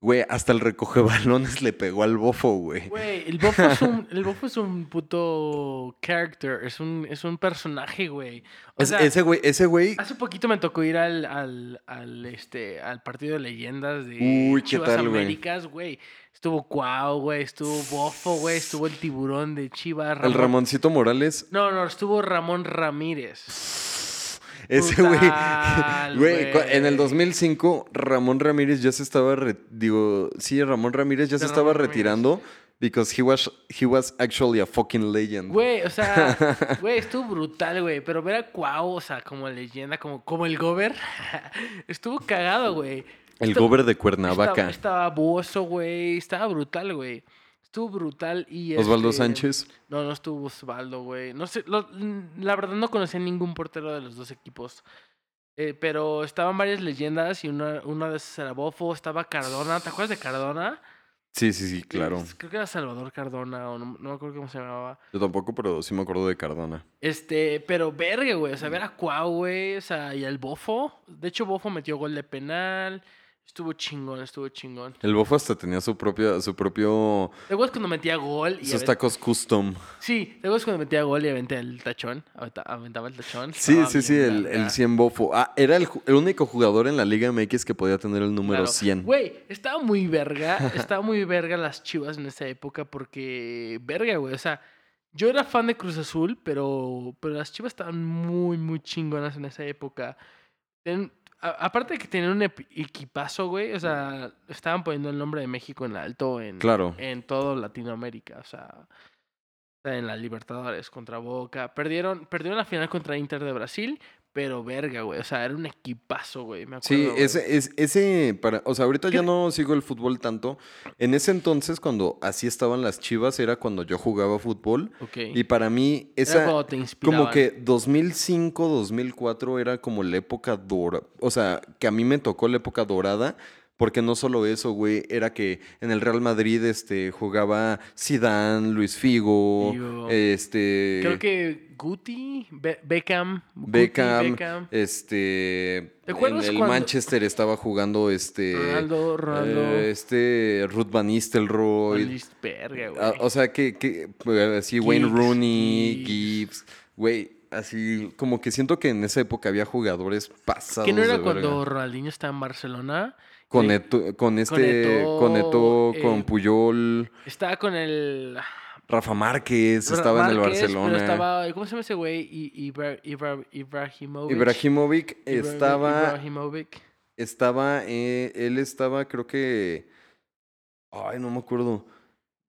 Speaker 1: Güey, hasta el recoge balones le pegó al bofo, güey.
Speaker 2: Güey, el bofo es un, el bofo es un puto character, es un, es un personaje, güey. O
Speaker 1: Es-
Speaker 2: sea,
Speaker 1: ese güey, ese güey,
Speaker 2: hace poquito me tocó ir al, al, al, este, al partido de leyendas de
Speaker 1: Uy, ¿qué
Speaker 2: Chivas
Speaker 1: tal, güey?
Speaker 2: Américas, güey. Estuvo Cuau, güey, estuvo Bofo, güey, estuvo el tiburón de Chivas.
Speaker 1: el Ramoncito Morales,
Speaker 2: No, no, estuvo Ramón Ramírez.
Speaker 1: ese güey.
Speaker 2: Brutal,
Speaker 1: Güey, cu- en el
Speaker 2: güey.
Speaker 1: 2005 Ramón Ramírez ya se estaba, re- digo, sí, Ramón Ramírez ya
Speaker 2: De
Speaker 1: se estaba
Speaker 2: Ramón Ramírez.
Speaker 1: retirando because he was he was actually a fucking legend.
Speaker 2: Güey, o sea, güey, estuvo brutal, güey. Pero ver a Cuau, o sea, como leyenda, como, como el Gober, estuvo cagado, güey.
Speaker 1: el
Speaker 2: esto-
Speaker 1: gober de
Speaker 2: Estaba,
Speaker 1: Cuernavaca,
Speaker 2: estaba buoso, güey. Estaba brutal, güey. Estuvo brutal y.
Speaker 1: Osvaldo
Speaker 2: este,
Speaker 1: Sánchez.
Speaker 2: No, no estuvo Osvaldo, güey. No sé, lo- mm, la verdad no conocía ningún portero de los dos equipos. Eh, pero estaban varias leyendas y una, una de esas era Bofo, estaba Cardona. ¿Te acuerdas de Cardona?
Speaker 1: Sí, sí, sí, claro.
Speaker 2: Es- Creo que era Salvador Cardona o no, no me acuerdo cómo se llamaba.
Speaker 1: Yo tampoco, pero sí me acuerdo de Cardona.
Speaker 2: Este, pero verga, güey. O sea, ver a Cuau, güey. O sea, y al Bofo. De hecho, Bofo metió gol de penal. Estuvo chingón, estuvo chingón.
Speaker 1: El bofo hasta tenía su propia su propio
Speaker 2: ¿Te acuerdas cuando metía gol? Y Ah,
Speaker 1: sus
Speaker 2: avent-
Speaker 1: tacos custom.
Speaker 2: Sí, ¿te acuerdas cuando metía gol y aventé el tachón? Aventa- Aventaba el tachón.
Speaker 1: Sí,
Speaker 2: Estaba
Speaker 1: sí, sí,
Speaker 2: bien
Speaker 1: el,
Speaker 2: verga.
Speaker 1: el 100 bofo. Ah, era el, ju- el único jugador en la Liga MX que podía tener el número
Speaker 2: Claro.
Speaker 1: 100.
Speaker 2: Güey, estaba muy verga. Estaba muy verga las chivas en esa época porque. Verga, güey. O sea, yo era fan de Cruz Azul, pero, pero las chivas estaban muy, muy chingonas en esa época. Ten- a- aparte de que tenían un ep- equipazo, güey. O sea, estaban poniendo el nombre de México en alto en,
Speaker 1: Claro.
Speaker 2: en todo Latinoamérica, o sea, o sea, en la Libertadores contra Boca. Perdieron, perdieron la final contra Inter de Brasil, pero verga, güey, o sea, era un equipazo, güey, me acuerdo.
Speaker 1: Sí,
Speaker 2: güey.
Speaker 1: ese, es, ese para, o sea, ahorita ya
Speaker 2: ¿Qué-
Speaker 1: no sigo el fútbol tanto. En ese entonces, cuando así estaban las Chivas, era cuando yo jugaba fútbol.
Speaker 2: Ok.
Speaker 1: Y para mí,
Speaker 2: Era
Speaker 1: esa,
Speaker 2: cuando te inspiraban.
Speaker 1: como que 2005, 2004 era como la época dorada. O sea, que a mí me tocó la época dorada. Porque no solo eso, güey, era que en el Real Madrid este, jugaba Zidane, Luis Figo,
Speaker 2: Figo.
Speaker 1: este...
Speaker 2: Creo que Guti, Be- Beckham, Guti,
Speaker 1: Beckham,
Speaker 2: Beckham,
Speaker 1: este
Speaker 2: ¿Te acuerdas
Speaker 1: en el
Speaker 2: cuando-
Speaker 1: Manchester estaba jugando este
Speaker 2: Ronaldo, Ronaldo.
Speaker 1: eh, este Ruth Van Nistelrooy
Speaker 2: Luis Verga, güey.
Speaker 1: Ah, o sea que, que eh, así Wayne
Speaker 2: Giggs,
Speaker 1: Rooney
Speaker 2: Giggs.
Speaker 1: Gibbs güey así como que siento que en esa época había jugadores pasados
Speaker 2: que no
Speaker 1: de
Speaker 2: era
Speaker 1: verga.
Speaker 2: cuando Ronaldinho estaba en Barcelona.
Speaker 1: con,
Speaker 2: Sí.
Speaker 1: Eto- con este
Speaker 2: Eto'o,
Speaker 1: con Eto,
Speaker 2: eh,
Speaker 1: con Puyol
Speaker 2: Estaba con el
Speaker 1: Rafa Márquez estaba en el
Speaker 2: Márquez, pero
Speaker 1: Barcelona
Speaker 2: estaba- ¿cómo se llama ese güey? I- Ibra- Ibra- Ibrahimovic.
Speaker 1: Ibrahimovic
Speaker 2: Ibra-
Speaker 1: estaba
Speaker 2: Ibrahimovic.
Speaker 1: Estaba, eh, él estaba, creo que. Ay, no me acuerdo.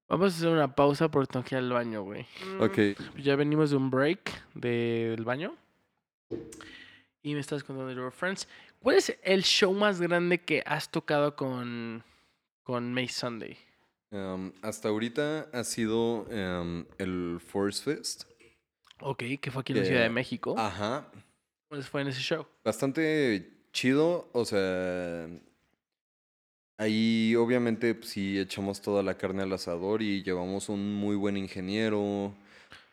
Speaker 2: Vamos a hacer una pausa porque tengo que ir al baño, güey.
Speaker 1: Ok.
Speaker 2: Ya venimos de un break de- del baño. Y me estás contando Your Friends. ¿Cuál es el show más grande que has tocado con, con May Sunday?
Speaker 1: Em, hasta ahorita ha sido em, el Force Fest.
Speaker 2: Ok, que fue aquí en la
Speaker 1: Eh,
Speaker 2: Ciudad de México.
Speaker 1: Ajá.
Speaker 2: ¿Cuál fue en ese show?
Speaker 1: Bastante chido. O sea. Ahí, obviamente, pues, sí echamos toda la carne al asador y llevamos un muy buen ingeniero.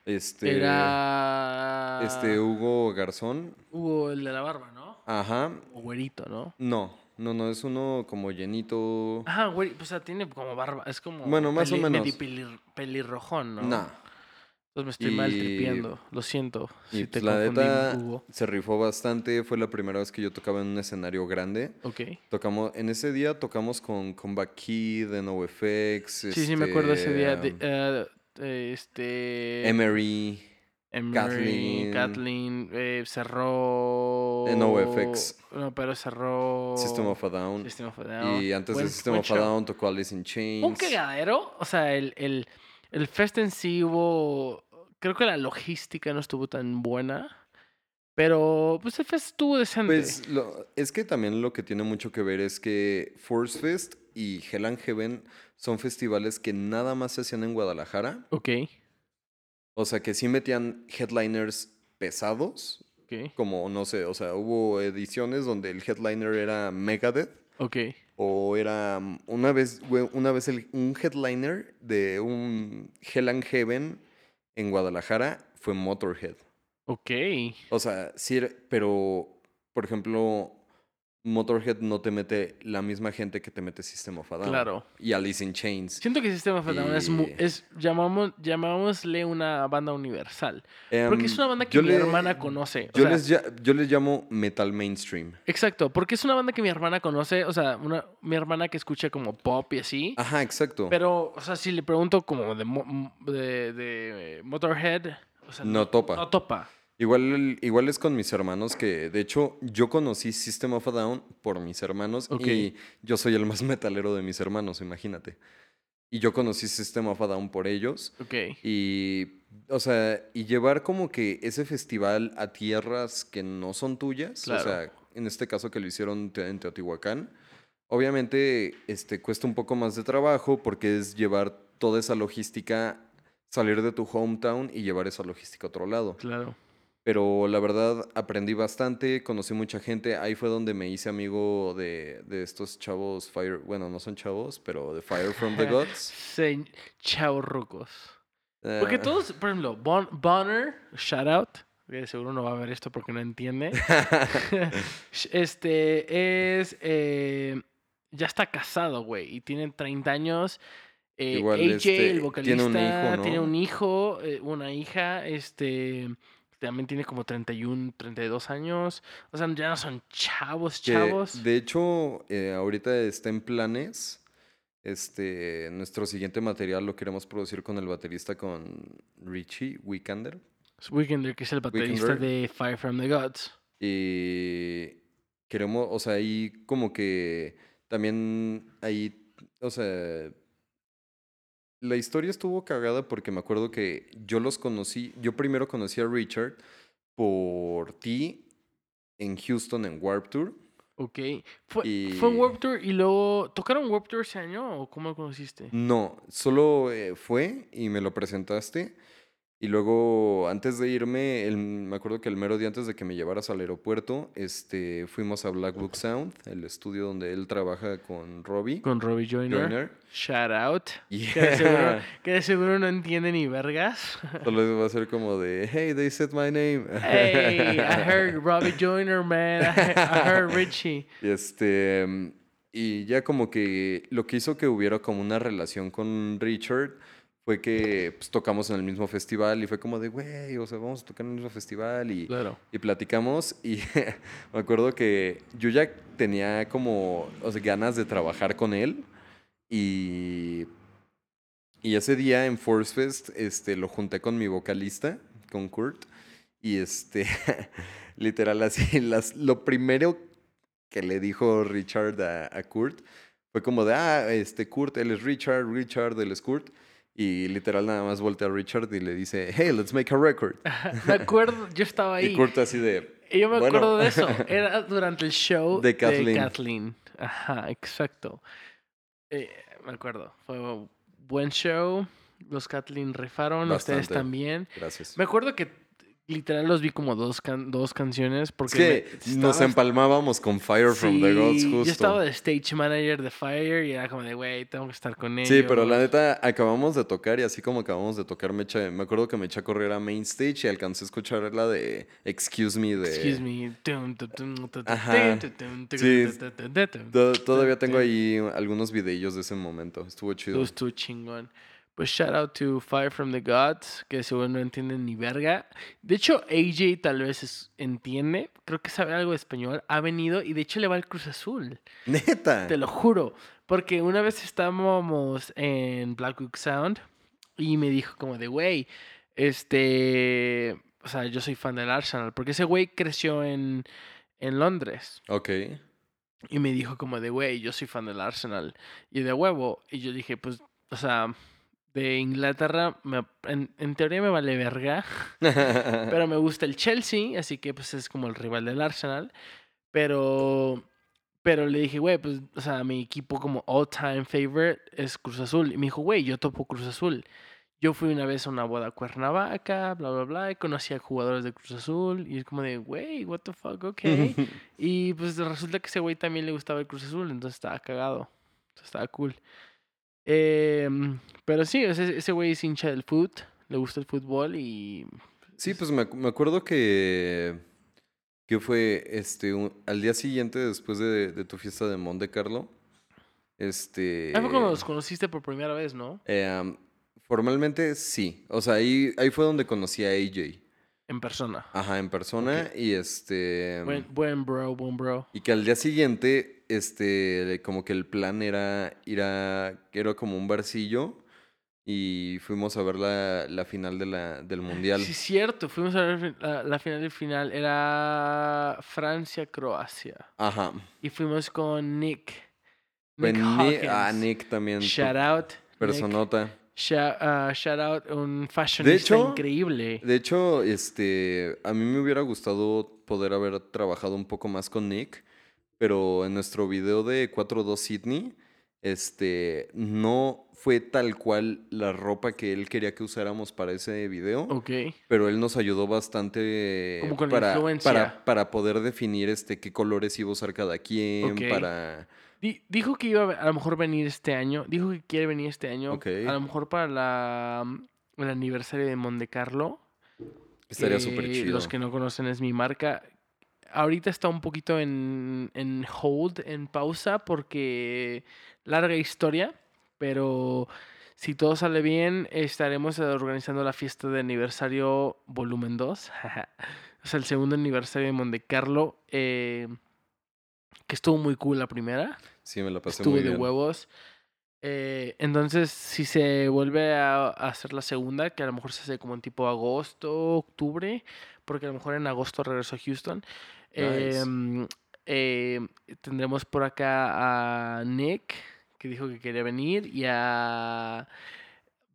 Speaker 1: Este.
Speaker 2: Era...
Speaker 1: Este, Hugo Garzón.
Speaker 2: Hugo, el de la barba, ¿no?
Speaker 1: Ajá.
Speaker 2: O güerito, ¿no?
Speaker 1: No, no, no, es uno como llenito.
Speaker 2: Ajá, güey, o sea, tiene como barba, es como...
Speaker 1: Bueno, más o menos.
Speaker 2: Medio pelir- pelirrojón, ¿no?
Speaker 1: Nah.
Speaker 2: Entonces me estoy
Speaker 1: Y-
Speaker 2: mal tripeando. Lo siento.
Speaker 1: Y
Speaker 2: si te
Speaker 1: pues, la
Speaker 2: confundí,
Speaker 1: neta
Speaker 2: Hugo.
Speaker 1: se rifó bastante. Fue la primera vez que yo tocaba en un escenario grande.
Speaker 2: Ok.
Speaker 1: Tocamos, en ese día tocamos con Comeback Kid, de NoFX.
Speaker 2: Sí, sí, me acuerdo ese día. de-
Speaker 1: este,
Speaker 2: eh, eh, este.
Speaker 1: Emery,
Speaker 2: Emery,
Speaker 1: Kathleen. Eh,
Speaker 2: Kathleen. eh, cerró.
Speaker 1: En OFX.
Speaker 2: No, pero cerró.
Speaker 1: System of a Down.
Speaker 2: oh, System of a Down.
Speaker 1: Y antes
Speaker 2: Buen-
Speaker 1: de System
Speaker 2: buen
Speaker 1: of a
Speaker 2: show.
Speaker 1: Down pues tocó Alice in Chains.
Speaker 2: Un cagadero. O sea, el, el, el fest en sí hubo. Creo que la logística no estuvo tan buena. Pero, pues el fest estuvo decente.
Speaker 1: Pues lo- es que también lo que tiene mucho que ver es que Force Fest y Hell and Heaven son festivales que nada más se hacían en Guadalajara.
Speaker 2: ok,
Speaker 1: O sea, que sí metían headliners pesados,
Speaker 2: ok,
Speaker 1: como no sé, o sea, hubo ediciones donde el headliner era Megadeth
Speaker 2: ok.
Speaker 1: o era mm, una vez güey, una vez el- un headliner de un Hell and Heaven en Guadalajara fue Motorhead.
Speaker 2: Ok.
Speaker 1: O sea, sí, era- pero, por ejemplo, Motorhead no te mete la misma gente que te mete System of a Down.
Speaker 2: Claro.
Speaker 1: Y Alice in Chains.
Speaker 2: Siento que Sistema of a Down es, mu-
Speaker 1: Y-
Speaker 2: es llamamos, llamámosle una banda universal. Porque es
Speaker 1: Em,
Speaker 2: una banda que
Speaker 1: yo
Speaker 2: mi
Speaker 1: le-
Speaker 2: hermana conoce. o
Speaker 1: Yo,
Speaker 2: sea,
Speaker 1: les, ya- yo les llamo metal mainstream.
Speaker 2: Exacto, porque es una banda que mi hermana conoce, o sea, una, mi hermana que escucha como pop y así.
Speaker 1: Ajá, exacto.
Speaker 2: Pero, o sea, si le pregunto como de, mo- m- de, de, eh, Motorhead, o sea,
Speaker 1: No topa.
Speaker 2: No topa.
Speaker 1: Igual, igual es con mis hermanos que, de hecho, yo conocí System of a Down por mis hermanos
Speaker 2: Ok.
Speaker 1: y yo soy el más metalero de mis hermanos, imagínate. Y yo conocí System of a Down por ellos.
Speaker 2: Ok.
Speaker 1: Y, o sea, y llevar como que ese festival a tierras que no son tuyas,
Speaker 2: Claro.
Speaker 1: o sea, en este caso que lo hicieron te- en Teotihuacán, obviamente este, cuesta un poco más de trabajo porque es llevar toda esa logística, salir de tu hometown y llevar esa logística a otro lado.
Speaker 2: Claro.
Speaker 1: Pero la verdad aprendí bastante, conocí mucha gente, ahí fue donde me hice amigo de, de estos chavos, Fire, bueno, no son chavos, pero de Fire from the Gods.
Speaker 2: Se, chao, rucos. Porque
Speaker 1: Eh,
Speaker 2: todos, por ejemplo, Bon- Bonner, shout out, que seguro no va a ver esto porque no entiende. este es. eh, ya está casado, güey, y tiene 30 años. Eh,
Speaker 1: Igual,
Speaker 2: AJ,
Speaker 1: este,
Speaker 2: el
Speaker 1: tiene un
Speaker 2: vocalista,
Speaker 1: hijo, ¿no?
Speaker 2: tiene un hijo, eh, una hija, este. También tiene como 31, 32 años. O sea, ya no son chavos,
Speaker 1: Que,
Speaker 2: chavos.
Speaker 1: de hecho, eh, ahorita está en planes. Este, nuestro siguiente material lo queremos producir con el baterista con Richie Wikander.
Speaker 2: Es Weekender, que es el baterista
Speaker 1: Weekender.
Speaker 2: de Fire from the Gods.
Speaker 1: Y eh, queremos, o sea, ahí como que también ahí, o sea, la historia estuvo cagada porque me acuerdo que yo los conocí, yo primero conocí a Richard por ti en Houston en Warp Tour.
Speaker 2: Ok. ¿Fue,
Speaker 1: Y-
Speaker 2: fue Warped Tour y luego. ¿Tocaron Warped Tour ese año o cómo lo conociste?
Speaker 1: No, solo eh, fue y me lo presentaste. Y luego, antes de irme, el- me acuerdo que el mero día antes de que me llevaras al aeropuerto, este, fuimos a Black Book Sound, el estudio donde él trabaja con Robbie
Speaker 2: Con Robbie Joyner.
Speaker 1: Joyner.
Speaker 2: Shout out.
Speaker 1: Y
Speaker 2: Que de, seguro, que de seguro no entiende ni vergas.
Speaker 1: solo va a ser como de, hey, they said my name.
Speaker 2: Hey, I heard Robbie Joyner, man. I he- I heard Richie.
Speaker 1: Este, mm, y ya como que lo que hizo que hubiera como una relación con Richard fue que pues, tocamos en el mismo festival y fue como de, güey, o sea, vamos a tocar en el mismo festival y,
Speaker 2: Claro.
Speaker 1: y platicamos y me acuerdo que yo ya tenía como o sea, ganas de trabajar con él y, y ese día en Force Fest este, lo junté con mi vocalista, con Kurt, y este, literal así, las, lo primero que le dijo Richard a, a Kurt fue como de, ah, este Kurt, él es Richard, Richard, él es Kurt. Y literal nada más voltea a Richard y le dice, hey, let's make a record.
Speaker 2: Me acuerdo, yo estaba ahí.
Speaker 1: Y Kurt así de,
Speaker 2: Y yo me
Speaker 1: Bueno.
Speaker 2: acuerdo de eso. Era durante el show
Speaker 1: De Kathleen.
Speaker 2: Kathleen. Ajá, exacto. Eh, me acuerdo. Fue un buen show. Los Kathleen rifaron, ustedes
Speaker 1: Bastante.
Speaker 2: también.
Speaker 1: gracias.
Speaker 2: Me acuerdo que literal los vi como dos, can- dos canciones
Speaker 1: Es
Speaker 2: porque
Speaker 1: que
Speaker 2: me-
Speaker 1: nos
Speaker 2: estaba-
Speaker 1: empalmábamos con Fire from the Gods
Speaker 2: Sí,
Speaker 1: justo.
Speaker 2: Yo estaba de stage manager de Fire y era como de, güey, tengo que estar con ellos.
Speaker 1: Sí, pero la neta, acabamos de tocar y así como acabamos de tocar, me, eché- me acuerdo que me eché a correr a Main Stage y alcancé a escuchar la de Excuse Me de...
Speaker 2: Excuse me. Tum, tu, tum, tu, tu,
Speaker 1: Ajá.
Speaker 2: tum, tu, tum, tu,
Speaker 1: Sí.
Speaker 2: tu, tu, tu, tu, tu.
Speaker 1: To- Todavía tengo ahí algunos videillos de ese momento, estuvo chido.
Speaker 2: Estuvo- estuvo chingón. Pues shout out to Fire from the Gods, que seguro no entienden ni verga. De hecho, AJ tal vez es- entiende, creo que sabe algo de español, ha venido y de hecho le va al Cruz Azul.
Speaker 1: Neta.
Speaker 2: Te lo juro. Porque una vez estábamos en Blackwood Sound y me dijo como de, güey, este... O sea, yo soy fan del Arsenal. Porque ese güey creció en, en Londres.
Speaker 1: Ok.
Speaker 2: Y me dijo como de, güey, yo soy fan del Arsenal. Y de huevo. Y yo dije, pues, o sea, de Inglaterra, me- en, en teoría me vale verga. Pero me gusta el Chelsea, así que pues es como el rival del Arsenal. Pero, pero le dije, güey, pues, o sea, mi equipo como all time favorite es Cruz Azul. Y me dijo, güey, yo topo Cruz Azul. Yo fui una vez a una boda a Cuernavaca, bla, bla, bla, y conocí a jugadores de Cruz Azul. Y es como de, güey, what the fuck, ok. y pues resulta que ese güey también le gustaba el Cruz Azul, entonces estaba cagado. Entonces estaba cool. Em, pero sí, ese ese güey es hincha del foot, le gusta el fútbol y
Speaker 1: Sí, pues me, acu- me acuerdo que, que fue este un- al día siguiente después de, de tu fiesta de Monte Carlo. Este.
Speaker 2: Ahí Ah, fue cuando los conociste por primera vez, ¿no?
Speaker 1: eh, um, formalmente sí. O sea, ahí, ahí fue donde conocí a AJ.
Speaker 2: En persona.
Speaker 1: Ajá, en persona. Y este.
Speaker 2: Buen, buen bro, buen bro.
Speaker 1: Y que al día siguiente, este, como que el plan era ir a, que era como un barcillo y fuimos a ver la, la final de la, del Mundial.
Speaker 2: Ah, Sí, es cierto. Fuimos a ver fin- la, la final del final. Era Francia-Croacia.
Speaker 1: Ajá.
Speaker 2: Y fuimos con Nick.
Speaker 1: Fue
Speaker 2: Nick
Speaker 1: Ni- ah,
Speaker 2: Hawkins.
Speaker 1: Nick también. tu
Speaker 2: Shout out. Nick.
Speaker 1: Personota.
Speaker 2: Shout, ah, shout out, un fashionista
Speaker 1: hecho,
Speaker 2: increíble.
Speaker 1: De hecho, este, a mí me hubiera gustado poder haber trabajado un poco más con Nick, pero en nuestro video de 4-2 Sydney, este, no fue tal cual la ropa que él quería que usáramos para ese video.
Speaker 2: Ok.
Speaker 1: Pero él nos ayudó bastante
Speaker 2: Como con la
Speaker 1: para,
Speaker 2: influencia.
Speaker 1: para, para poder definir este qué colores iba a usar cada quien,
Speaker 2: Ok.
Speaker 1: para...
Speaker 2: Di- dijo que iba a a lo mejor venir este año. Dijo que quiere venir este año.
Speaker 1: Ok.
Speaker 2: A lo mejor para la, mm, el aniversario de Monte Carlo.
Speaker 1: Estaría
Speaker 2: que
Speaker 1: súper chido.
Speaker 2: Eh, Los que no conocen es mi marca. Ahorita está un poquito en, en hold, en pausa, porque larga historia, pero si todo sale bien, estaremos eh, organizando la fiesta de aniversario volumen 2. o sea, el segundo aniversario de Monte Carlo, eh, que estuvo muy cool la primera
Speaker 1: Sí, me la pasé
Speaker 2: estuvo
Speaker 1: muy
Speaker 2: de
Speaker 1: bien.
Speaker 2: huevos. Eh, entonces, si se vuelve a, a hacer la segunda, que a lo mejor se hace como en tipo agosto, octubre, porque a lo mejor en agosto regreso a Houston.
Speaker 1: Nice.
Speaker 2: em, eh, tendremos por acá a Nick, que dijo que quería venir, y a...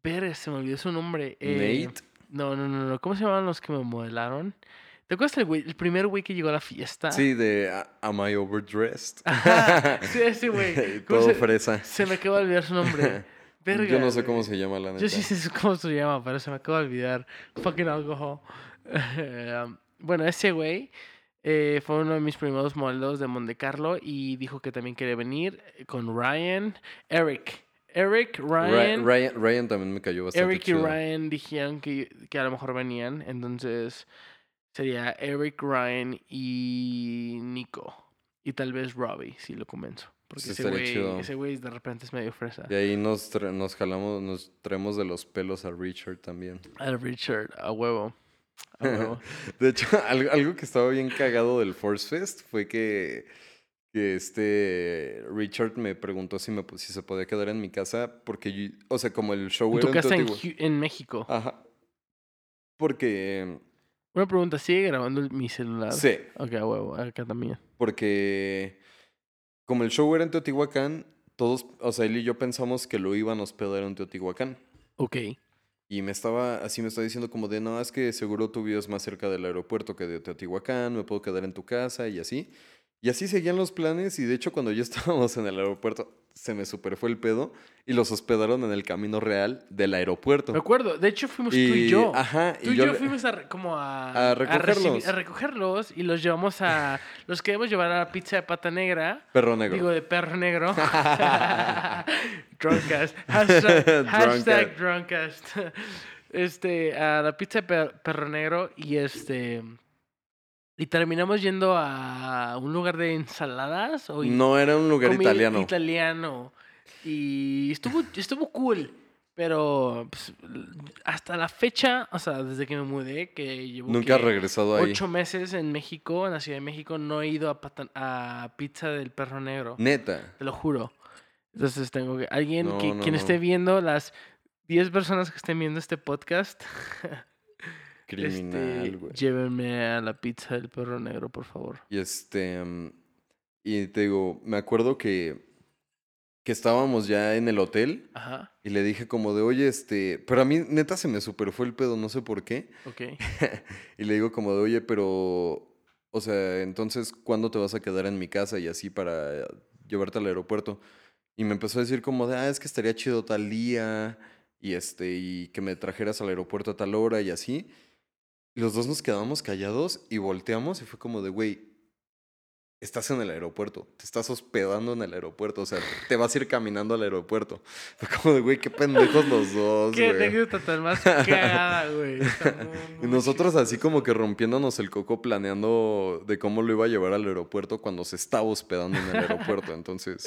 Speaker 2: Pérez, se me olvidó su nombre. eh,
Speaker 1: Nate,
Speaker 2: No, no, no, no. ¿Cómo se llamaban los que me modelaron? ¿Te acuerdas el, güey- el primer güey que llegó a la fiesta?
Speaker 1: sí, de "Ah, Am I Overdressed?
Speaker 2: Ajá, sí, ese güey. ¿Cómo
Speaker 1: Todo
Speaker 2: se-
Speaker 1: fresa.
Speaker 2: se me acaba de olvidar su nombre. Verga.
Speaker 1: Yo no sé cómo
Speaker 2: güey.
Speaker 1: se llama la neta.
Speaker 2: Yo sí sé cómo se llama, pero se me acaba de olvidar. Fucking alcohol. Em, bueno, ese güey eh, fue uno de mis primeros modelos de Monte Carlo y dijo que también quería venir con Ryan, Eric. Eric,
Speaker 1: Ra-
Speaker 2: Ryan.
Speaker 1: Ryan, Ryan también me cayó bastante
Speaker 2: Eric y
Speaker 1: chido.
Speaker 2: Ryan dijeron que, que a lo mejor venían, entonces sería Eric, Ryan y Nico. Y tal vez Robbie, si lo convenzo. Porque
Speaker 1: Sí,
Speaker 2: ese
Speaker 1: estaría
Speaker 2: güey,
Speaker 1: chido.
Speaker 2: ese güey de repente es medio fresa.
Speaker 1: De ahí nos, tra- nos jalamos, nos traemos de los pelos a Richard también.
Speaker 2: Al Richard, a huevo. A huevo.
Speaker 1: De hecho, al- algo que estaba bien cagado del Force Fest fue que, que este Richard me preguntó si, me, pu- si se podía quedar en mi casa porque, yo- o sea, como el show
Speaker 2: En
Speaker 1: era
Speaker 2: tu casa en,
Speaker 1: Teotihu-
Speaker 2: Hu- en México.
Speaker 1: Ajá. Porque,
Speaker 2: Una pregunta, ¿sigue grabando el- mi celular?
Speaker 1: sí,
Speaker 2: Ok, a huevo, acá también.
Speaker 1: porque como el show era en Teotihuacán, todos, o sea, él y yo pensamos que lo iban a hospedar en Teotihuacán.
Speaker 2: Ok.
Speaker 1: Y me estaba, así me estaba diciendo como de, no, es que seguro tú vives más cerca del aeropuerto que de Teotihuacán, me puedo quedar en tu casa y así. Y así seguían los planes y de hecho cuando ya estábamos en el aeropuerto se me super fue el pedo y los hospedaron en el camino real del aeropuerto.
Speaker 2: Me acuerdo, de hecho fuimos tú y yo.
Speaker 1: Ajá,
Speaker 2: Tú y yo,
Speaker 1: yo le-
Speaker 2: fuimos a, re- como a,
Speaker 1: A recogerlos.
Speaker 2: recibir- a recogerlos y los llevamos a. los queremos llevar a la pizza de pata negra.
Speaker 1: Perro negro.
Speaker 2: Digo, de perro negro. Drunkast. Hashtag, hashtag drunkast. Este, a la pizza de per- perro negro y este. Y terminamos yendo a un lugar de ensaladas o
Speaker 1: no era un lugar
Speaker 2: comida
Speaker 1: italiano.
Speaker 2: italiano. Y estuvo, estuvo cool. Pero pues, hasta la fecha, o sea, desde que me mudé, que llevo
Speaker 1: Nunca has
Speaker 2: ¿qué?
Speaker 1: regresado ahí.
Speaker 2: ocho meses en México, en la Ciudad de México, no he ido a, pata- a pizza del perro negro.
Speaker 1: Neta.
Speaker 2: Te lo juro. Entonces tengo que. Alguien,
Speaker 1: No,
Speaker 2: que,
Speaker 1: no,
Speaker 2: quien
Speaker 1: no.
Speaker 2: esté viendo, las 10 personas que estén viendo este podcast, este,
Speaker 1: Criminal, güey.
Speaker 2: llévenme a la pizza del perro negro, por favor.
Speaker 1: Y este. mm, Y te digo, me acuerdo que. Que estábamos ya en el hotel.
Speaker 2: Ajá,
Speaker 1: Y le dije como de, oye, este, pero a mí neta se me super fue el pedo, no sé por qué.
Speaker 2: ok.
Speaker 1: Y le digo como de, oye, pero, o sea, entonces, ¿cuándo te vas a quedar en mi casa y así para llevarte al aeropuerto? Y me empezó a decir como de, ah, es que estaría chido tal día y este, y que me trajeras al aeropuerto a tal hora y así. Y los dos nos quedamos callados y volteamos y fue como de, güey, estás en el aeropuerto, te estás hospedando en el aeropuerto, o sea, te vas a ir caminando al aeropuerto. Fue como de, güey, qué pendejos los dos,
Speaker 2: Qué
Speaker 1: güey.
Speaker 2: anécdota tan más cagada, güey. Está muy,
Speaker 1: Y
Speaker 2: muy
Speaker 1: nosotros así
Speaker 2: chistoso.
Speaker 1: como que rompiéndonos el coco planeando de cómo lo iba a llevar al aeropuerto cuando se estaba hospedando en el aeropuerto. Entonces,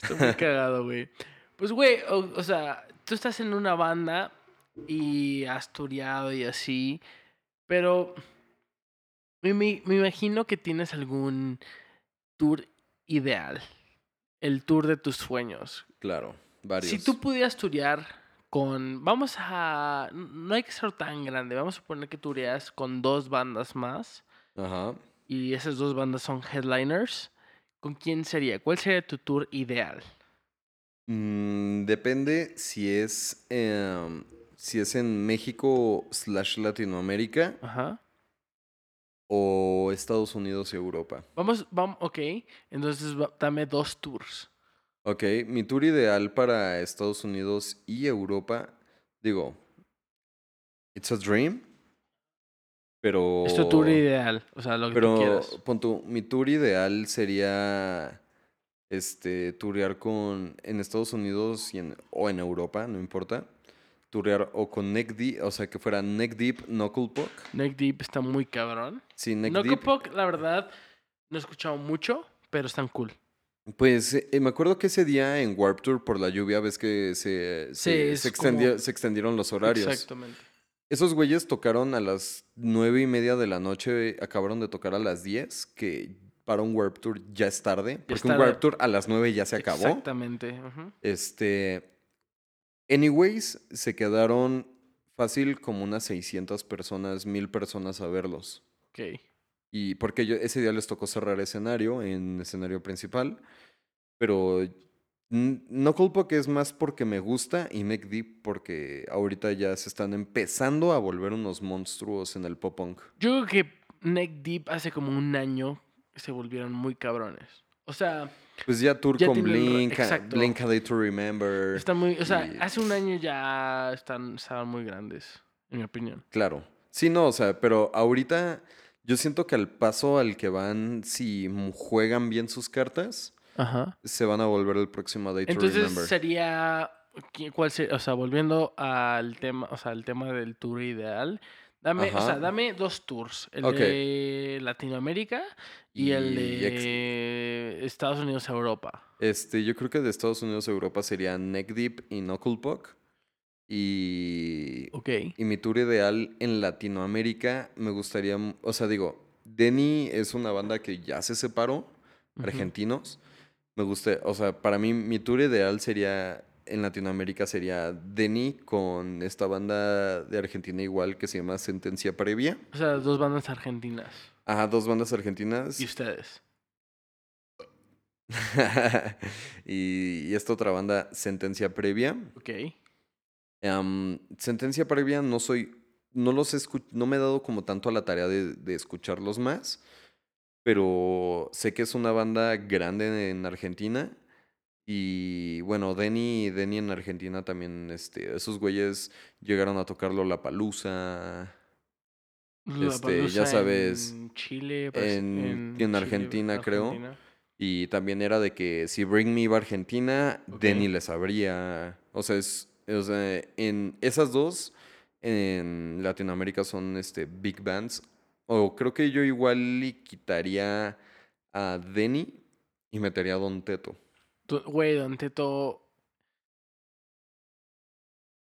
Speaker 2: Está muy cagado, güey. Pues, güey, o, o sea, tú estás en una banda y has tureado y así, pero me, me- me imagino que tienes algún tour ideal, el tour de tus sueños.
Speaker 1: claro, varios.
Speaker 2: Si tú pudieras turear con, vamos a, no hay que ser tan grande, vamos a suponer que tureas con dos bandas más
Speaker 1: Ajá.
Speaker 2: y esas dos bandas son headliners, ¿con quién sería? ¿Cuál sería tu tour ideal?
Speaker 1: Mm, depende si es, em, si es en México slash Latinoamérica
Speaker 2: Ajá.
Speaker 1: o Estados Unidos y Europa.
Speaker 2: Vamos, vamos, ok. Entonces va- dame dos tours.
Speaker 1: Ok, mi tour ideal para Estados Unidos y Europa, digo, it's a dream, pero...
Speaker 2: Es tu tour ideal. O sea, lo que tú
Speaker 1: Oh. Pero
Speaker 2: quieras.
Speaker 1: pon tú, mi tour ideal sería este turear con en Estados Unidos y en- o en Europa, no importa. Turear o con Neck Deep, o sea, que fuera Neck Deep, Knuckle Puck.
Speaker 2: Neck Deep está muy cabrón.
Speaker 1: Sí, Neck
Speaker 2: Knuckle
Speaker 1: Deep.
Speaker 2: Puck, la verdad, no he escuchado mucho, pero están cool.
Speaker 1: Pues eh, me acuerdo que ese día en Warp Tour por la lluvia ves que se, se,
Speaker 2: es
Speaker 1: se extendió-
Speaker 2: como-
Speaker 1: se extendieron los horarios.
Speaker 2: Exactamente.
Speaker 1: Esos güeyes tocaron a las nueve y media de la noche, acabaron de tocar a las 10, que para un Warp Tour ya es tarde, porque un
Speaker 2: tarde.
Speaker 1: Warp Tour a las 9 ya se acabó.
Speaker 2: Exactamente. ujú.
Speaker 1: Este. Anyways, se quedaron fácil como unas 600 personas, 1000 personas a verlos.
Speaker 2: Ok.
Speaker 1: Y porque yo, ese día les tocó cerrar escenario en escenario principal. Pero n- no culpo que es más porque me gusta y Neck Deep porque ahorita ya se están empezando a volver unos monstruos en el pop punk.
Speaker 2: Yo creo que Neck Deep hace como un año se volvieron muy cabrones. O sea,
Speaker 1: Pues ya tour
Speaker 2: Ya
Speaker 1: con
Speaker 2: tienen re-
Speaker 1: Blink, a-
Speaker 2: exacto.
Speaker 1: Blink A Day to Remember.
Speaker 2: están muy. O sea,
Speaker 1: Y-
Speaker 2: hace un año ya están, estaban muy grandes, en mi opinión.
Speaker 1: Claro. Sí, no, o sea, pero ahorita yo siento que al paso al que van, si mu- juegan bien sus cartas,
Speaker 2: Ajá.
Speaker 1: se van a volver el próximo Day to
Speaker 2: Entonces
Speaker 1: Remember.
Speaker 2: sería. ¿qué- ¿Cuál sería? O sea, volviendo al tema, o sea, al tema del tour ideal. Dame, o sea,
Speaker 1: Ajá.
Speaker 2: dame dos tours. El
Speaker 1: Ok.
Speaker 2: de Latinoamérica y, el
Speaker 1: Y ex-
Speaker 2: de Estados Unidos a Europa.
Speaker 1: Este, yo creo que de Estados Unidos a Europa sería Neck Deep y Knuckle Puck. Y,
Speaker 2: Ok.
Speaker 1: y mi tour ideal en Latinoamérica me gustaría, m- o sea, digo, Denny es una banda que ya se separó.
Speaker 2: Ujú.
Speaker 1: argentinos. Me gusta, o sea, para mí mi tour ideal sería en Latinoamérica sería Denny con esta banda de Argentina igual que se llama Sentencia Previa.
Speaker 2: O sea, dos bandas argentinas.
Speaker 1: Ajá, dos bandas argentinas.
Speaker 2: Y ustedes.
Speaker 1: y, y esta otra banda, Sentencia Previa.
Speaker 2: Ok.
Speaker 1: Em, Sentencia Previa no soy, no los he escu- no me he dado como tanto a la tarea de, de escucharlos más, pero sé que es una banda grande en Argentina y bueno, Denny, Denny en Argentina también, este, esos güeyes llegaron a tocarlo La Palusa Este, ya
Speaker 2: Lollapalooza
Speaker 1: sabes,
Speaker 2: En Chile. parece-
Speaker 1: en- en
Speaker 2: Chile,
Speaker 1: Argentina, creo.
Speaker 2: Argentina.
Speaker 1: y también era de que si Bring Me iba a Argentina,
Speaker 2: Ok.
Speaker 1: Denny les abría, o sea, es, o sea, en esas dos en Latinoamérica son este big bands. O creo que yo igual le quitaría a Denny y metería a Don Teto.
Speaker 2: Tu- Güey, Don Teto.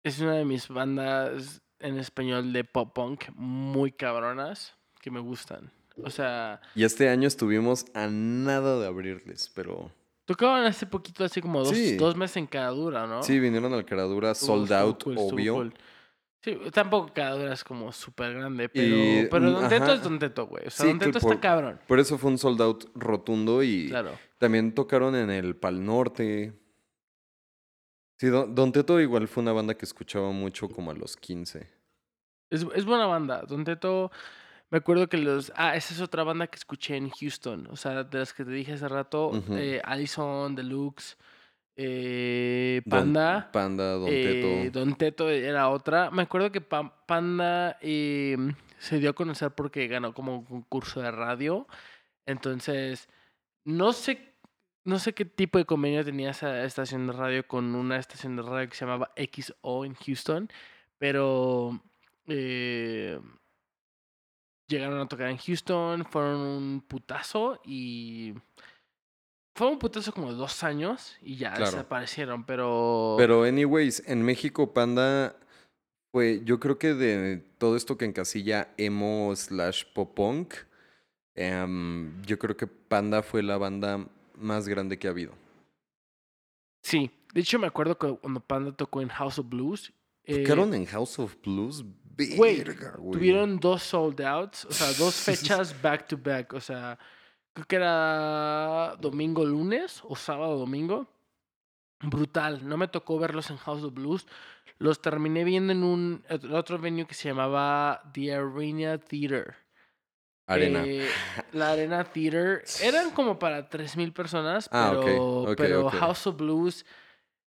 Speaker 2: es una de mis bandas en español de pop punk muy cabronas que me gustan. O sea,
Speaker 1: Y este año estuvimos a nada de abrirles, pero
Speaker 2: tocaban hace poquito, hace como dos,
Speaker 1: Sí.
Speaker 2: dos meses en cada dura, ¿no?
Speaker 1: sí, vinieron al Caradura
Speaker 2: Ah. Estuvo-
Speaker 1: sold
Speaker 2: estuvo
Speaker 1: out,
Speaker 2: cool, estuvo
Speaker 1: obvio.
Speaker 2: cool. Sí, tampoco cada dura es como súper grande, pero,
Speaker 1: Y,
Speaker 2: pero
Speaker 1: mm,
Speaker 2: Don Teto
Speaker 1: ajá.
Speaker 2: es Don Teto, güey. O sea,
Speaker 1: Sí,
Speaker 2: Don Teto
Speaker 1: por-
Speaker 2: está cabrón.
Speaker 1: Por eso fue un sold out rotundo y
Speaker 2: Claro.
Speaker 1: también tocaron en el Pal Norte. Sí, Don, Don Teto igual fue una banda que escuchaba mucho como a los 15.
Speaker 2: Es, es buena banda. Don Teto, me acuerdo que los. Ah, esa es otra banda que escuché en Houston. O sea, de las que te dije hace rato:
Speaker 1: Ujú.
Speaker 2: eh, Allison, Deluxe, eh,
Speaker 1: Don-
Speaker 2: Panda.
Speaker 1: Panda, Don
Speaker 2: eh,
Speaker 1: Teto.
Speaker 2: Don Teto era otra. Me acuerdo que Pan- Panda eh, se dio a conocer porque ganó como un concurso de radio. Entonces, no sé. No sé qué tipo de convenio tenía esa estación de radio con una estación de radio que se llamaba XO en Houston, pero eh, llegaron a tocar en Houston, fueron un putazo y... Fue un putazo como dos años y ya
Speaker 1: Claro.
Speaker 2: desaparecieron, pero...
Speaker 1: Pero, anyways, en México, Panda fue, yo creo que de todo esto que encasilla emo slash pop punk, em, yo creo que Panda fue la banda más grande que ha habido.
Speaker 2: Sí, de hecho me acuerdo que cuando Panda tocó en House of Blues... eh,
Speaker 1: Tocaron en House of Blues,
Speaker 2: güey,
Speaker 1: verga, güey.
Speaker 2: Tuvieron dos sold outs, o sea, dos fechas back to back, o sea, creo que era domingo lunes o sábado domingo. Brutal, no me tocó verlos en House of Blues. Los terminé viendo en un en otro venue que se llamaba The Arena Theater.
Speaker 1: Arena.
Speaker 2: Eh, la Arena Theater. Eran como para 3.000 personas,
Speaker 1: Ah, ok,
Speaker 2: pero,
Speaker 1: ok,
Speaker 2: pero
Speaker 1: ok.
Speaker 2: House of Blues...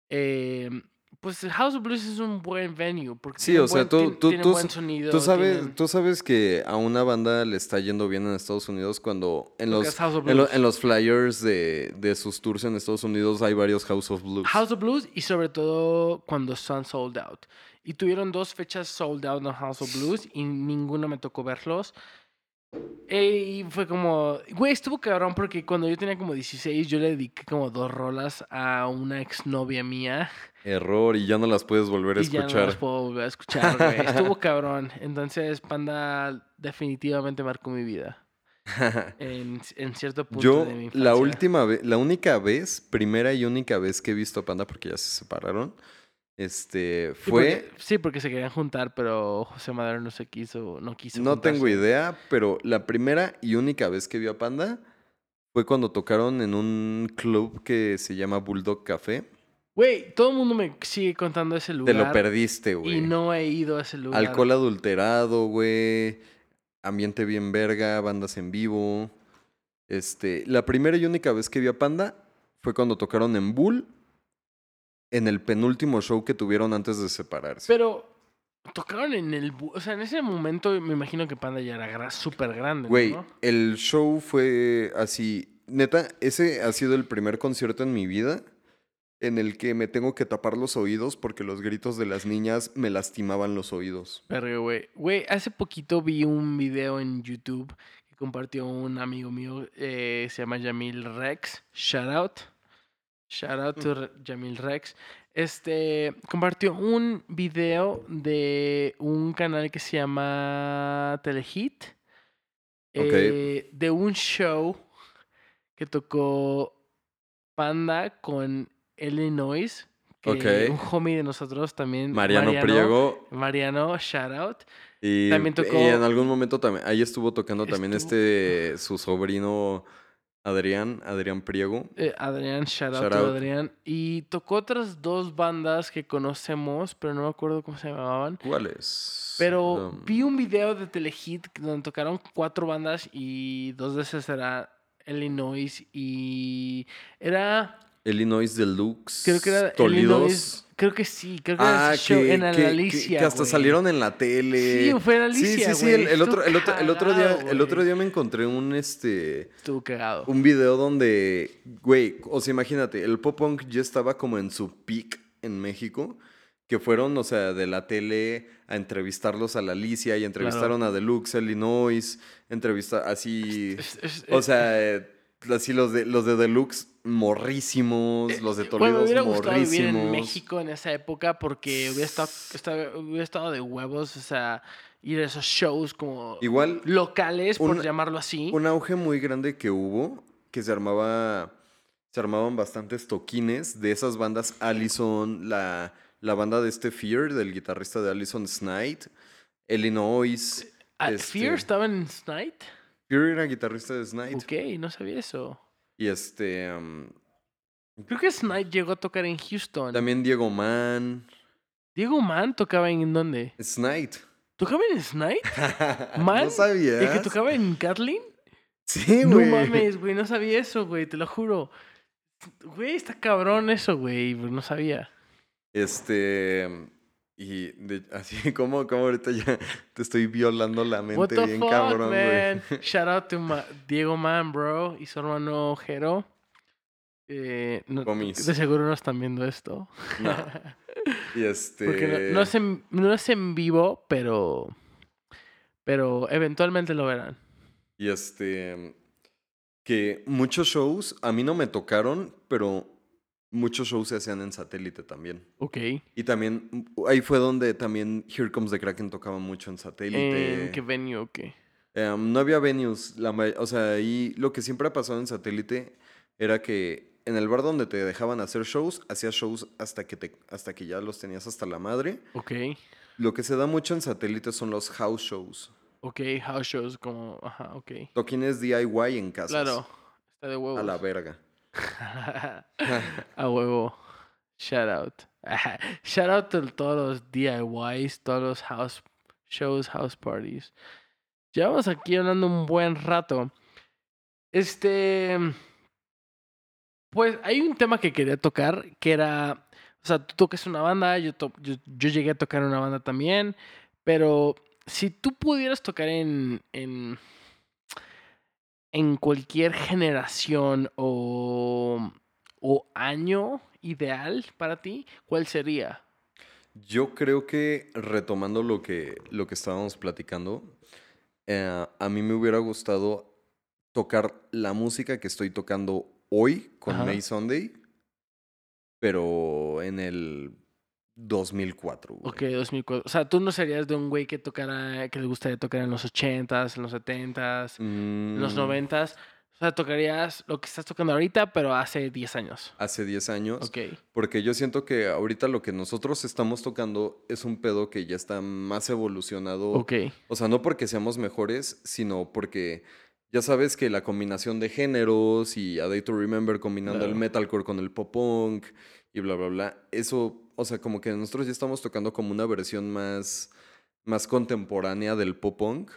Speaker 2: eh, pues House of Blues es un buen venue. Porque
Speaker 1: Sí,
Speaker 2: tiene
Speaker 1: o sea,
Speaker 2: buen-
Speaker 1: tú-
Speaker 2: tien-
Speaker 1: tú-
Speaker 2: tiene
Speaker 1: tú-
Speaker 2: buen sonido,
Speaker 1: Tú sabes,
Speaker 2: tienen-
Speaker 1: tú sabes que a una banda le está yendo bien en Estados Unidos cuando en
Speaker 2: Tocas
Speaker 1: los,
Speaker 2: House of
Speaker 1: en, lo-
Speaker 2: Blues.
Speaker 1: en los flyers de, de sus tours en Estados Unidos hay varios House of Blues.
Speaker 2: House of Blues y sobre todo cuando son sold out. Y tuvieron dos fechas sold out en House of Blues y ninguno me tocó verlos. Eh, Y fue como, güey, estuvo cabrón porque cuando yo tenía como 16 yo le dediqué como dos rolas a una exnovia mía
Speaker 1: Error y ya no las puedes volver a
Speaker 2: y ya no las
Speaker 1: escuchar.
Speaker 2: puedo volver a escuchar, güey. Estuvo cabrón. Entonces Panda definitivamente marcó mi vida en, en cierto punto
Speaker 1: Yo,
Speaker 2: de mi infancia.
Speaker 1: la última vez, la única vez, primera y única vez que he visto a Panda, porque ya se separaron, este,
Speaker 2: Sí,
Speaker 1: fue,
Speaker 2: porque- sí, porque se querían juntar, pero José Madero no se quiso, no quiso
Speaker 1: no
Speaker 2: juntarse.
Speaker 1: tengo idea, pero la primera y única vez que vi a Panda fue cuando tocaron en un club que se llama Bulldog Café.
Speaker 2: Güey, todo el mundo me sigue contando ese lugar.
Speaker 1: Te lo perdiste,
Speaker 2: Y
Speaker 1: güey.
Speaker 2: no he ido a ese lugar.
Speaker 1: Alcohol adulterado, güey. Ambiente bien verga, bandas en vivo. Este, la primera y única vez que vi a Panda fue cuando tocaron en Bull en el penúltimo show que tuvieron antes de separarse.
Speaker 2: Pero tocaron en el... bu- O sea, en ese momento me imagino que Panda ya era gra- súper grande,
Speaker 1: Güey,
Speaker 2: ¿no?
Speaker 1: el show fue así. Neta, ese ha sido el primer concierto en mi vida en el que me tengo que tapar los oídos porque los gritos de las niñas me lastimaban los oídos.
Speaker 2: Pero, güey. Güey, hace poquito vi un video en YouTube que compartió un amigo mío. eh, se llama Yamil Rex. Shout out. Shout out
Speaker 1: Mm.
Speaker 2: to Re- Yamil Rex. Este, compartió un video de un canal que se llama Telehit.
Speaker 1: Ok.
Speaker 2: eh, de un show que tocó Panda con Illinois. Que
Speaker 1: Ok.
Speaker 2: Un homie de nosotros también.
Speaker 1: Mariano, Priego
Speaker 2: Mariano, shout out.
Speaker 1: Y,
Speaker 2: También
Speaker 1: y
Speaker 2: tocó-
Speaker 1: en algún momento también, ahí estuvo tocando también
Speaker 2: Estuvo-
Speaker 1: este su sobrino Adrián, Adrián Priego.
Speaker 2: Eh, Adrián, shout out,
Speaker 1: Shout
Speaker 2: to
Speaker 1: out.
Speaker 2: Adrián. Y tocó otras dos bandas que conocemos, pero no me acuerdo cómo se llamaban.
Speaker 1: ¿Cuál es?
Speaker 2: Pero
Speaker 1: Um,
Speaker 2: vi un video de Telehit donde tocaron cuatro bandas y dos de esas era Illinois y era
Speaker 1: Illinois Deluxe.
Speaker 2: creo que era
Speaker 1: Toledo.
Speaker 2: Illinois, creo que sí, creo que era ese show en Alicia.
Speaker 1: Ah, que- que hasta
Speaker 2: güey.
Speaker 1: salieron en la tele.
Speaker 2: Sí, fue en Alicia.
Speaker 1: Sí, sí, sí,
Speaker 2: güey.
Speaker 1: el, el
Speaker 2: Estuvo
Speaker 1: otro, el, otro, el otro día,
Speaker 2: cagado,
Speaker 1: el otro
Speaker 2: güey.
Speaker 1: día me encontré un este
Speaker 2: estuvo cagado.
Speaker 1: un video donde, güey, o sea, imagínate, el pop punk ya estaba como en su peak en México, que fueron, o sea, de la tele a entrevistarlos a la Alicia y entrevistaron a Deluxe, a Illinois, entrevista así,
Speaker 2: Este,
Speaker 1: eh,
Speaker 2: Es- es-
Speaker 1: o sea, eh, así los de los de Deluxe morrísimos, los de Toledo
Speaker 2: Eh, Bueno, me hubiera gustado
Speaker 1: morrísimos.
Speaker 2: vivir en México en esa época porque hubiera estado, esta- hubiera estado de huevos, o sea, ir a esos shows como
Speaker 1: Igual,
Speaker 2: locales, por
Speaker 1: un-
Speaker 2: llamarlo así.
Speaker 1: un auge muy grande que hubo, que se armaba, se armaban bastantes toquines de esas bandas Allison, la, la banda de este Fear, del guitarrista de Allison Snide, Illinois.
Speaker 2: Ah,
Speaker 1: este,
Speaker 2: ¿Fear estaba en Snide?
Speaker 1: Fear era guitarrista de Snide.
Speaker 2: Ok, no sabía eso.
Speaker 1: Y este, um,
Speaker 2: Creo que Snide llegó a tocar en Houston.
Speaker 1: también Diego Mann,
Speaker 2: Diego Mann tocaba en dónde?
Speaker 1: Snide.
Speaker 2: ¿Tocaba en Snide?
Speaker 1: ¿No
Speaker 2: ¿Mann?
Speaker 1: sabías?
Speaker 2: ¿El que tocaba en Catlin?
Speaker 1: Sí,
Speaker 2: No
Speaker 1: güey.
Speaker 2: mames, güey, no sabía eso, güey, te lo juro. Güey, está cabrón eso, güey, no sabía.
Speaker 1: Este. Y de- así como, como ahorita ya te estoy violando la
Speaker 2: What
Speaker 1: mente
Speaker 2: the
Speaker 1: bien
Speaker 2: fuck,
Speaker 1: cabrón, güey.
Speaker 2: man. Shout out to ma- Diego Man, bro, y su hermano Jero. Eh, no-
Speaker 1: Homies.
Speaker 2: de seguro no están viendo esto.
Speaker 1: No. Y este.
Speaker 2: Porque no, no es en, no es en vivo, pero. Pero eventualmente lo verán.
Speaker 1: Y este. Que muchos shows, a mí no me tocaron, pero muchos shows se hacían en satélite también.
Speaker 2: Ok.
Speaker 1: Y también, mm, ahí fue donde también Here Comes the Kraken tocaba mucho en satélite.
Speaker 2: ¿En qué venue o qué?
Speaker 1: Em, no había venues. la ma- o sea, ahí lo que siempre ha pasado en satélite era que en el bar donde te dejaban hacer shows, hacías shows hasta que, te, hasta que ya los tenías hasta la madre.
Speaker 2: Ok.
Speaker 1: Lo que se da mucho en satélite son los house shows.
Speaker 2: Ok, house shows como. Ajá, ok.
Speaker 1: Toquines DIY en casa.
Speaker 2: Claro. Está de huevos.
Speaker 1: A la verga.
Speaker 2: A huevo. Shout out. Shout out a todos los DIYs, todos los house shows, house parties. Llevamos aquí hablando un buen rato. Este. Pues hay un tema que quería tocar que era. O sea, tú tocas una banda, yo, to- yo, yo llegué a tocar en una banda también. Pero si tú pudieras tocar en. en en cualquier generación o, o año ideal para ti, ¿cuál sería?
Speaker 1: Yo creo que retomando lo que, lo que estábamos platicando, eh, a mí me hubiera gustado tocar la música que estoy tocando hoy con
Speaker 2: Ajá.
Speaker 1: May Sunday, pero en el 2004. güey.
Speaker 2: Ok, 2004. O sea, tú no serías de un güey que tocara, que le gustaría tocar en los 80s, en los 70s, en los
Speaker 1: Mm,
Speaker 2: 90s. O sea, tocarías lo que estás tocando ahorita, pero hace 10 años.
Speaker 1: Hace 10 años.
Speaker 2: Ok.
Speaker 1: Porque yo siento que ahorita lo que nosotros estamos tocando es un pedo que ya está más evolucionado.
Speaker 2: Ok.
Speaker 1: O sea, no porque seamos mejores, sino porque ya sabes que la combinación de géneros y A Day to Remember combinando el
Speaker 2: Claro.
Speaker 1: metalcore con el pop punk y bla, bla, bla, eso, o sea, como que nosotros ya estamos tocando como una versión más, más contemporánea del pop punk.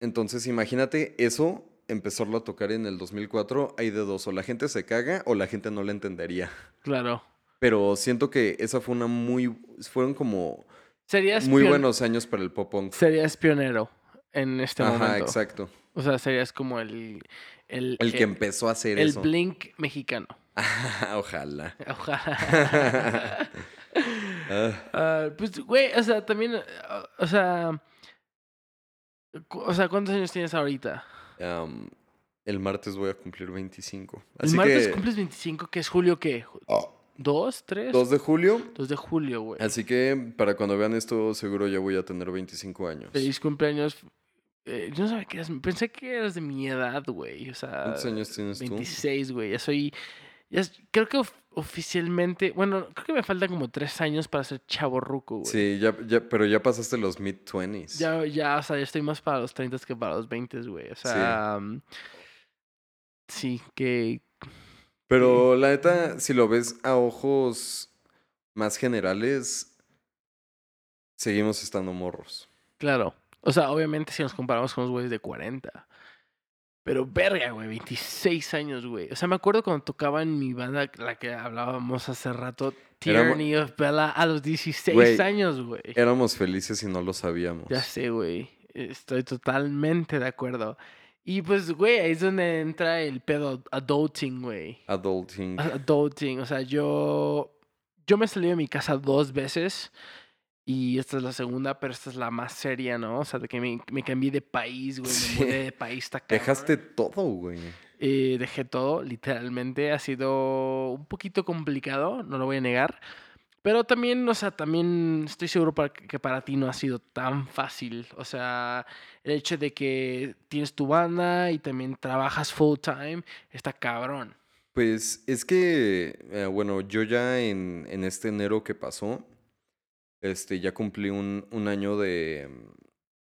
Speaker 1: Entonces, imagínate eso, empezarlo a tocar en el 2004, hay de dos, o la gente se caga o la gente no le entendería.
Speaker 2: Claro.
Speaker 1: Pero siento que esa fue una muy, fueron como
Speaker 2: Serías,
Speaker 1: muy
Speaker 2: pion-
Speaker 1: buenos años para el pop punk.
Speaker 2: serías pionero en este
Speaker 1: Ajá,
Speaker 2: momento.
Speaker 1: exacto.
Speaker 2: O sea, serías como el. El,
Speaker 1: El que
Speaker 2: el-
Speaker 1: empezó a hacer
Speaker 2: Eh, el
Speaker 1: eso. Ah,
Speaker 2: Blink mexicano.
Speaker 1: Ojalá.
Speaker 2: Ojalá.
Speaker 1: Ah,
Speaker 2: Ah, pues, güey, o sea, también, ah, o sea, cu- o sea, ¿cuántos años tienes ahorita?
Speaker 1: um, el martes voy a cumplir 25.
Speaker 2: El
Speaker 1: Así
Speaker 2: martes
Speaker 1: que
Speaker 2: cumples 25, que es julio, ¿qué? Ju-
Speaker 1: oh,
Speaker 2: ¿Dos? ¿Tres?
Speaker 1: 2 de julio.
Speaker 2: 2 de julio, güey.
Speaker 1: Así que para cuando vean esto, seguro ya voy a tener 25 años.
Speaker 2: Feliz cumpleaños. Eh, yo no sabía que eras, pensé que eras de mi edad, güey, o sea,
Speaker 1: ¿Cuántos años tienes tú?
Speaker 2: 26, güey, ya soy, ya s- creo que of- oficialmente, bueno, creo que me faltan como tres años para ser chavo ruco, güey.
Speaker 1: Sí, ya, ya- pero ya pasaste los mid-20s.
Speaker 2: Ya, ya, o sea, yo estoy más para los 30 que para los 20, güey. O sea, mm, sí, que...
Speaker 1: Pero la neta, si lo ves a ojos más generales, seguimos estando morros.
Speaker 2: Claro. O sea, obviamente si nos comparamos con los güeyes de 40. Pero verga, güey, 26 años, güey. O sea, me acuerdo cuando tocaba en mi banda, la que hablábamos hace rato,
Speaker 1: Éramos-
Speaker 2: Tyranny of Bella, a los 16
Speaker 1: Güey, eh,
Speaker 2: años, güey.
Speaker 1: Éramos felices y no lo sabíamos.
Speaker 2: Ya sé, güey. Estoy totalmente de acuerdo. Y pues, güey, ahí es donde entra el pedo adulting, güey. Mm.
Speaker 1: Adulting.
Speaker 2: Ah, Adulting, o sea, yo, yo me salí de mi casa dos veces y esta es la segunda, pero esta es la más seria, ¿no? O sea, de que me, me cambié de país, güey, me
Speaker 1: Sí.
Speaker 2: mudé de país, está cabrón.
Speaker 1: Dejaste todo, güey.
Speaker 2: Eh, dejé todo, literalmente. Ha sido un poquito complicado, no lo voy a negar. Pero también, o sea, también estoy seguro para que que para ti no ha sido tan fácil. O sea, el hecho de que tienes tu banda y también trabajas full time, está cabrón.
Speaker 1: Pues es que, eh, bueno, yo ya en, en este enero que pasó, este, ya cumplí un, un año de,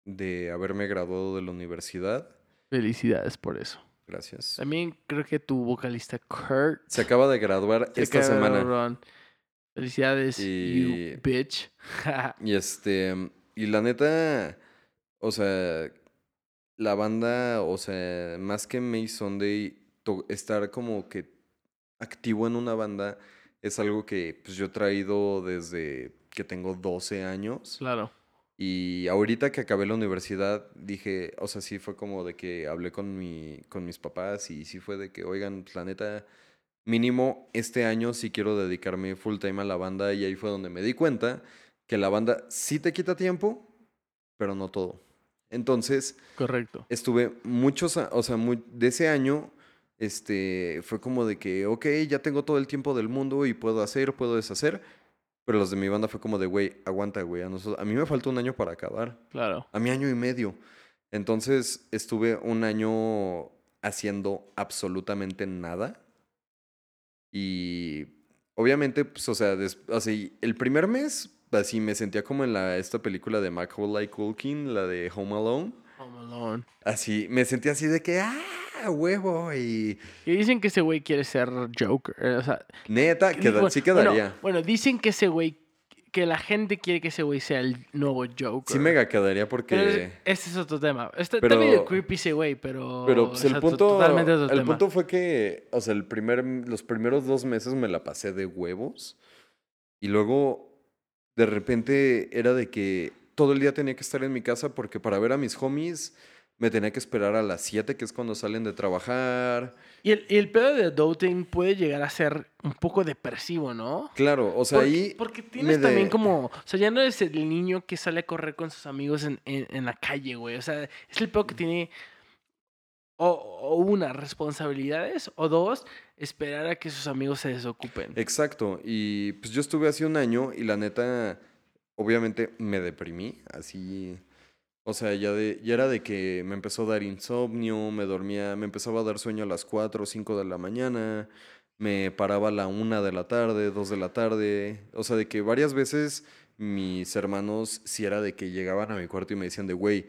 Speaker 1: de haberme graduado de la universidad.
Speaker 2: Felicidades por eso.
Speaker 1: Gracias.
Speaker 2: También creo que tu vocalista Kurt
Speaker 1: Se acaba de graduar
Speaker 2: se
Speaker 1: esta
Speaker 2: queda
Speaker 1: semana.
Speaker 2: cabrón. Felicidades,
Speaker 1: Y-
Speaker 2: you bitch.
Speaker 1: Y este, y la neta, o sea, la banda, o sea, más que May Sunday, to- estar como que activo en una banda es algo que pues, yo he traído desde que tengo 12 años.
Speaker 2: claro.
Speaker 1: Y ahorita que acabé la universidad, dije, o sea, sí fue como de que hablé con, mi, con mis papás y sí fue de que, oigan, pues, la neta, mínimo este año sí quiero dedicarme full time a la banda y ahí fue donde me di cuenta que la banda sí te quita tiempo, pero no todo. Entonces,
Speaker 2: Correcto.
Speaker 1: estuve muchos, a- o sea, mu- de ese año, este, fue como de que, ok, ya tengo todo el tiempo del mundo y puedo hacer, puedo deshacer. Pero los de mi banda fue como de, güey, aguanta, güey. A, nosotros, a mí me falta un año para acabar.
Speaker 2: Claro.
Speaker 1: A mi año y medio. Entonces estuve un año haciendo absolutamente nada. Y obviamente, pues, o sea, des- así, el primer mes, así me sentía como en la, esta película de Macaulay Culkin, la de Home Alone.
Speaker 2: Home Alone.
Speaker 1: Así, me sentía así de que, ah, huevo, y
Speaker 2: Y dicen que ese güey quiere ser Joker. eh, O sea,
Speaker 1: neta, queda-
Speaker 2: digo,
Speaker 1: sí
Speaker 2: bueno,
Speaker 1: quedaría.
Speaker 2: Bueno, dicen que ese güey, que la gente quiere que ese güey sea el nuevo Joker.
Speaker 1: sí mega quedaría
Speaker 2: Pero
Speaker 1: porque...
Speaker 2: es- ese es otro tema. Está, está
Speaker 1: Pero-
Speaker 2: medio creepy ese güey, pero.
Speaker 1: Pero pues,
Speaker 2: o sea,
Speaker 1: el
Speaker 2: to-
Speaker 1: punto,
Speaker 2: Totalmente otro
Speaker 1: el
Speaker 2: tema.
Speaker 1: punto fue que, o sea, el primer, los primeros dos meses me la pasé de huevos y luego de repente era de que todo el día tenía que estar en mi casa porque para ver a mis homies me tenía que esperar a las 7, que es cuando salen de trabajar.
Speaker 2: Y el, y el pedo de doting puede llegar a ser un poco depresivo, ¿no?
Speaker 1: Claro, o sea,
Speaker 2: Porque-
Speaker 1: ahí...
Speaker 2: Porque
Speaker 1: me
Speaker 2: tienes
Speaker 1: de-
Speaker 2: también como. O sea, ya no es el niño que sale a correr con sus amigos en, en- en la calle, güey. O sea, es el
Speaker 1: Mm.
Speaker 2: pedo que tiene. O, o una, responsabilidades. O dos, esperar a que sus amigos se
Speaker 1: Eh,
Speaker 2: desocupen.
Speaker 1: Exacto, y pues yo estuve hace un año y la neta, obviamente me deprimí, así, o sea, ya, de, ya era de que me empezó a dar insomnio, me dormía, me empezaba a dar sueño a las 4 o 5 de la mañana, me paraba a la 1 de la tarde, 2 de la tarde, o sea, de que varias veces mis hermanos si era de que llegaban a mi cuarto y me decían de, güey,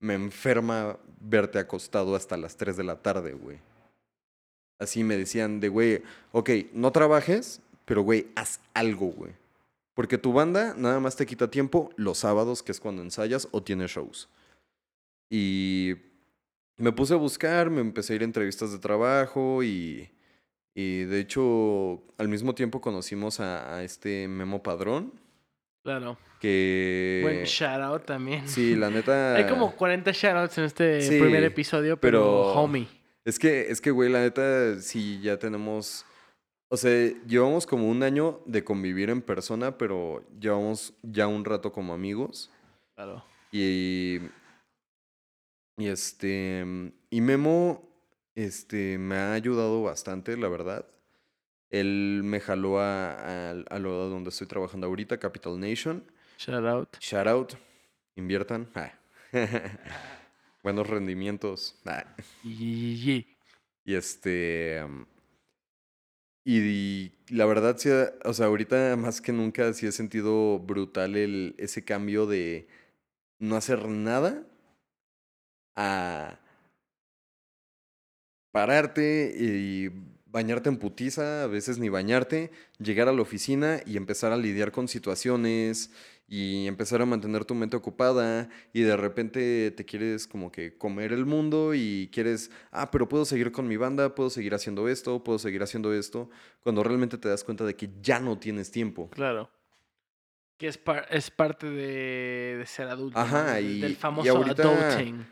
Speaker 1: me enferma verte acostado hasta las 3 de la tarde, güey. Así me decían de, güey, ok, no trabajes, pero güey, haz algo, güey. Porque tu banda nada más te quita tiempo los sábados, que es cuando ensayas o tienes shows. Y me puse a buscar, me empecé a ir a entrevistas de trabajo y, y de hecho al mismo tiempo conocimos a, a este Memo Padrón,
Speaker 2: Claro.
Speaker 1: que...
Speaker 2: Buen shout out también.
Speaker 1: eh, sí, la neta...
Speaker 2: Hay como 40 shoutouts en este
Speaker 1: Sí,
Speaker 2: primer episodio, pero,
Speaker 1: pero-
Speaker 2: homie.
Speaker 1: Es que, es que, güey, la neta, sí, ya tenemos. O sea, llevamos como un año de convivir en persona, pero llevamos ya un rato como amigos.
Speaker 2: Claro.
Speaker 1: Y. Y este. Y Memo. Este. Me ha ayudado bastante, la verdad. Él me jaló a, a, a lo donde estoy trabajando ahorita, Capital Nation.
Speaker 2: Shout out.
Speaker 1: Shout out. Inviertan. Ah. Buenos rendimientos. Ah.
Speaker 2: Y- y- y- y.
Speaker 1: Y este. um, Y, y la verdad, sí, ha- o sea, ahorita más que nunca sí he sentido brutal el, ese cambio de no hacer nada a pararte y bañarte en putiza, a veces ni bañarte, llegar a la oficina y empezar a lidiar con situaciones y empezar a mantener tu mente ocupada y de repente te quieres como que comer el mundo y quieres, ah, pero puedo seguir con mi banda, puedo seguir haciendo esto, puedo seguir haciendo esto, cuando realmente te das cuenta de que ya no tienes tiempo.
Speaker 2: Claro. Que es, par- es parte de, de ser adulto. ¿no?
Speaker 1: Ajá,
Speaker 2: De-
Speaker 1: y-
Speaker 2: Del
Speaker 1: y
Speaker 2: famoso
Speaker 1: ahorita-
Speaker 2: adulting.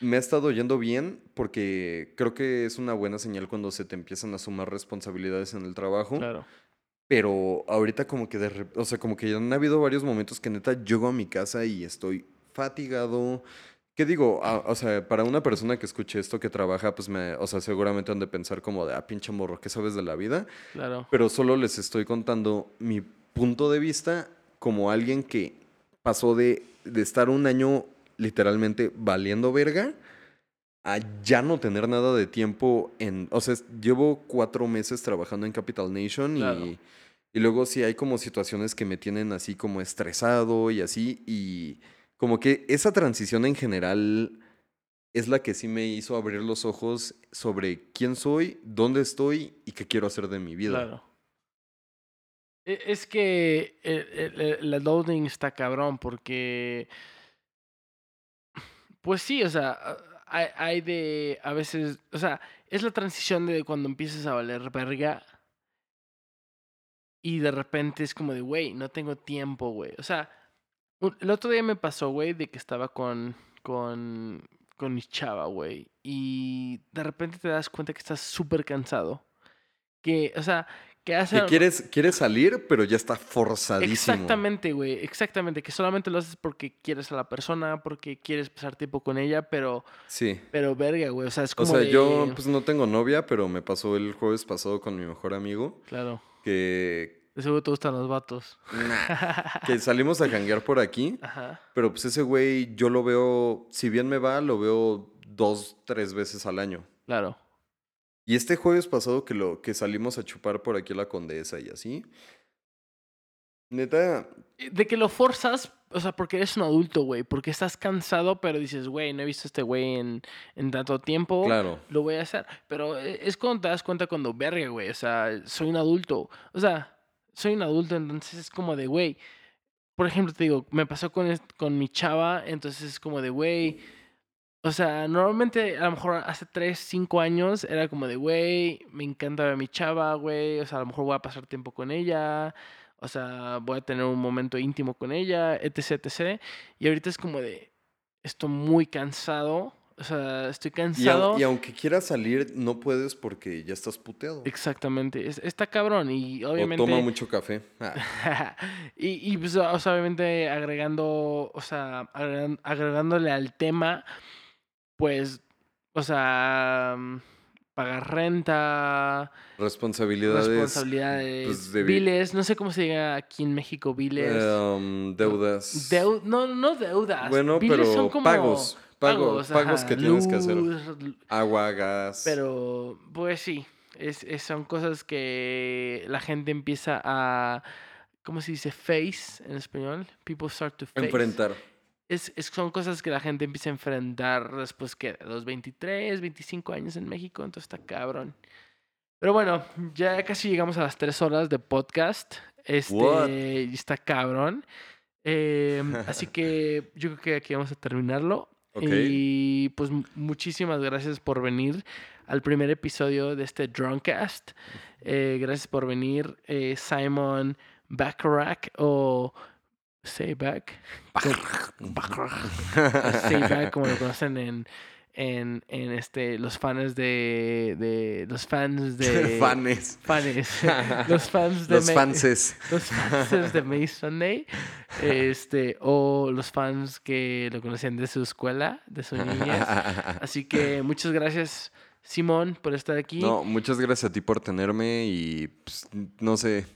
Speaker 1: Me ha estado yendo bien porque creo que es una buena señal cuando se te empiezan a sumar responsabilidades en el trabajo.
Speaker 2: Claro.
Speaker 1: Pero ahorita como que de rep- o sea, como que ya han habido varios momentos que neta llego a mi casa y estoy fatigado, ¿Qué digo? A- o sea, para una persona que escuche esto, que trabaja, pues me, o sea, seguramente han de pensar como de, ah, pinche morro, ¿qué sabes de la vida?
Speaker 2: Claro.
Speaker 1: Pero solo les estoy contando mi punto de vista como alguien que pasó de, de estar un año literalmente valiendo verga a ya no tener nada de tiempo en... O sea, es- llevo cuatro meses trabajando en Capital Nation
Speaker 2: Claro.
Speaker 1: y, y luego sí hay como situaciones que me tienen así como estresado y así y como que esa transición en general es la que sí me hizo abrir los ojos sobre quién soy, dónde estoy y qué quiero hacer de mi vida.
Speaker 2: Claro. E- Es que e, el, el- el loading está cabrón porque... Pues sí, o sea, a- hay, hay de... A veces, o sea, es la transición de cuando empiezas a valer verga y de repente es como de, güey, no tengo tiempo, güey. O sea, un- el otro día me pasó, güey, de que estaba con, con, con mi chava, güey. Y de repente te das cuenta que estás súper cansado. Que, o sea, que hace...
Speaker 1: Que quieres, quieres salir, pero ya está forzadísimo.
Speaker 2: Exactamente, güey, exactamente. Que solamente lo haces porque quieres a la persona, porque quieres pasar tiempo con ella, pero,
Speaker 1: Sí.
Speaker 2: pero verga, güey. O sea, es
Speaker 1: O
Speaker 2: como
Speaker 1: sea, yo
Speaker 2: de-
Speaker 1: pues no tengo novia, pero me pasó el jueves pasado con mi mejor amigo
Speaker 2: Claro,
Speaker 1: que,
Speaker 2: de seguro te gustan los vatos.
Speaker 1: que salimos a janguear por aquí,
Speaker 2: Ajá.
Speaker 1: pero pues ese güey yo lo veo, si bien me va, lo veo dos, tres veces al año.
Speaker 2: Claro.
Speaker 1: Y este jueves pasado que, lo, que salimos a chupar por aquí a la condesa y así. Neta,
Speaker 2: Eh, De que lo forzas, o sea, porque eres un adulto, güey. Porque estás cansado, pero dices, güey, no he visto a este güey en, en tanto tiempo.
Speaker 1: claro.
Speaker 2: Lo voy a hacer. Pero eh, es cuando te das cuenta cuando, verga, güey. O sea, soy un adulto. O sea, soy un adulto, entonces es como de, güey. Por ejemplo, te digo, me pasó con, est- con mi chava, entonces es como de, güey. O sea, normalmente a lo mejor hace 3, 5 años era como de, güey, me encanta ver a mi chava, güey, o sea, a lo mejor voy a pasar tiempo con ella, o sea, voy a tener un momento íntimo con ella, etc, etc. Y ahorita es como de, estoy muy cansado, o sea, estoy
Speaker 1: Y, au-
Speaker 2: cansado.
Speaker 1: y aunque quieras salir, no puedes porque ya estás puteado.
Speaker 2: Exactamente, es- está cabrón y
Speaker 1: O
Speaker 2: obviamente...
Speaker 1: toma mucho café. Ah.
Speaker 2: y, y, pues, o sea, obviamente agregando, o sea, agregan- agregándole al tema, pues, o sea, mm, pagar renta,
Speaker 1: Responsabilidades.
Speaker 2: responsabilidades,
Speaker 1: pues, de vi-
Speaker 2: biles, no sé cómo se diga aquí en México, biles.
Speaker 1: em, deudas.
Speaker 2: Deu- no, no deudas.
Speaker 1: Bueno,
Speaker 2: biles
Speaker 1: pero
Speaker 2: son como
Speaker 1: pagos. Pagos, pagos
Speaker 2: ajá,
Speaker 1: que tienes que hacer.
Speaker 2: luz,
Speaker 1: Agua, gas.
Speaker 2: Pero, pues sí, es, es- son cosas que la gente empieza a, ¿cómo se dice? Face en español. People start to face.
Speaker 1: enfrentar.
Speaker 2: Es, es- son cosas que la gente empieza a enfrentar después que de los 23, 25 años en México, entonces está cabrón. Pero bueno, ya casi llegamos a las tres horas de podcast. Este
Speaker 1: What?
Speaker 2: y está cabrón. Eh, así que yo creo que aquí vamos a terminarlo.
Speaker 1: Ok.
Speaker 2: Y pues mu- muchísimas gracias por venir al primer episodio de este Drunkcast. Eh, gracias por venir, eh, Simon Bacharach o Sayback. Sayback, como lo conocen en, en, en este, los fans de, de. Los fans de.
Speaker 1: Fanes.
Speaker 2: Fanes. los fans de.
Speaker 1: Los
Speaker 2: Ma-
Speaker 1: fanses.
Speaker 2: los fans de May Sunday, este, o los fans que lo conocían de su escuela, de su niñez. Así que muchas gracias, Simón, por estar aquí.
Speaker 1: No, muchas gracias a ti por tenerme y pues, no sé,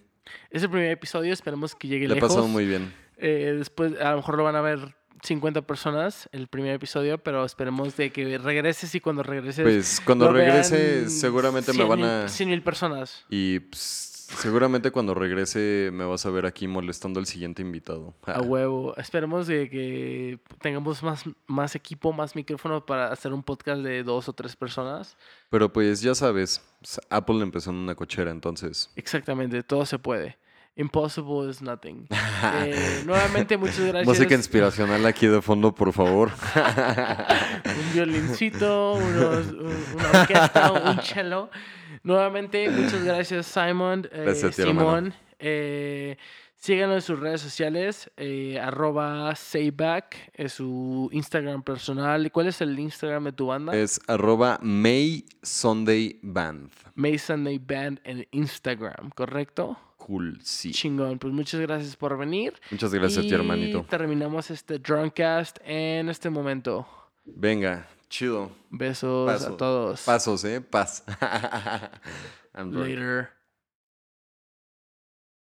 Speaker 2: Es el primer episodio, esperemos que llegue
Speaker 1: le he
Speaker 2: lejos.
Speaker 1: pasado muy bien.
Speaker 2: Eh, después, a lo mejor lo van a ver 50 personas el primer episodio, pero esperemos de que regreses y cuando regreses.
Speaker 1: Pues cuando
Speaker 2: lo
Speaker 1: regrese
Speaker 2: vean
Speaker 1: seguramente me
Speaker 2: 100,000
Speaker 1: van a...
Speaker 2: 100,000 personas.
Speaker 1: Y pues, seguramente cuando regrese me vas a ver aquí molestando al siguiente invitado. Ah,
Speaker 2: A huevo. Esperemos de que tengamos más, más equipo, más micrófono para hacer un podcast de dos o tres personas.
Speaker 1: Pero pues ya sabes, s- Apple empezó en una cochera, entonces.
Speaker 2: Exactamente, todo se puede. Impossible is nothing. Eh, nuevamente, muchas gracias.
Speaker 1: Música inspiracional aquí de fondo, por favor.
Speaker 2: un violincito, unos- un- una orquesta, un cello. Nuevamente, muchas gracias, Simon. eh,
Speaker 1: Gracias a ti, hermano.
Speaker 2: Simón. Eh, síganos en sus redes sociales, eh, arroba Sayback, es su Instagram personal. ¿Cuál es el Instagram de tu banda?
Speaker 1: Es arroba May Sunday Band.
Speaker 2: May Sunday Band en Instagram, ¿correcto?
Speaker 1: Cool, sí.
Speaker 2: Chingón, pues muchas gracias por venir.
Speaker 1: Muchas gracias, a ti,
Speaker 2: Y
Speaker 1: hermanito.
Speaker 2: Terminamos este Drunkcast en este momento.
Speaker 1: Venga, chido.
Speaker 2: Besos
Speaker 1: Paso.
Speaker 2: a todos.
Speaker 1: Pasos, ¿eh? Paz. I'm drunk.
Speaker 2: Later.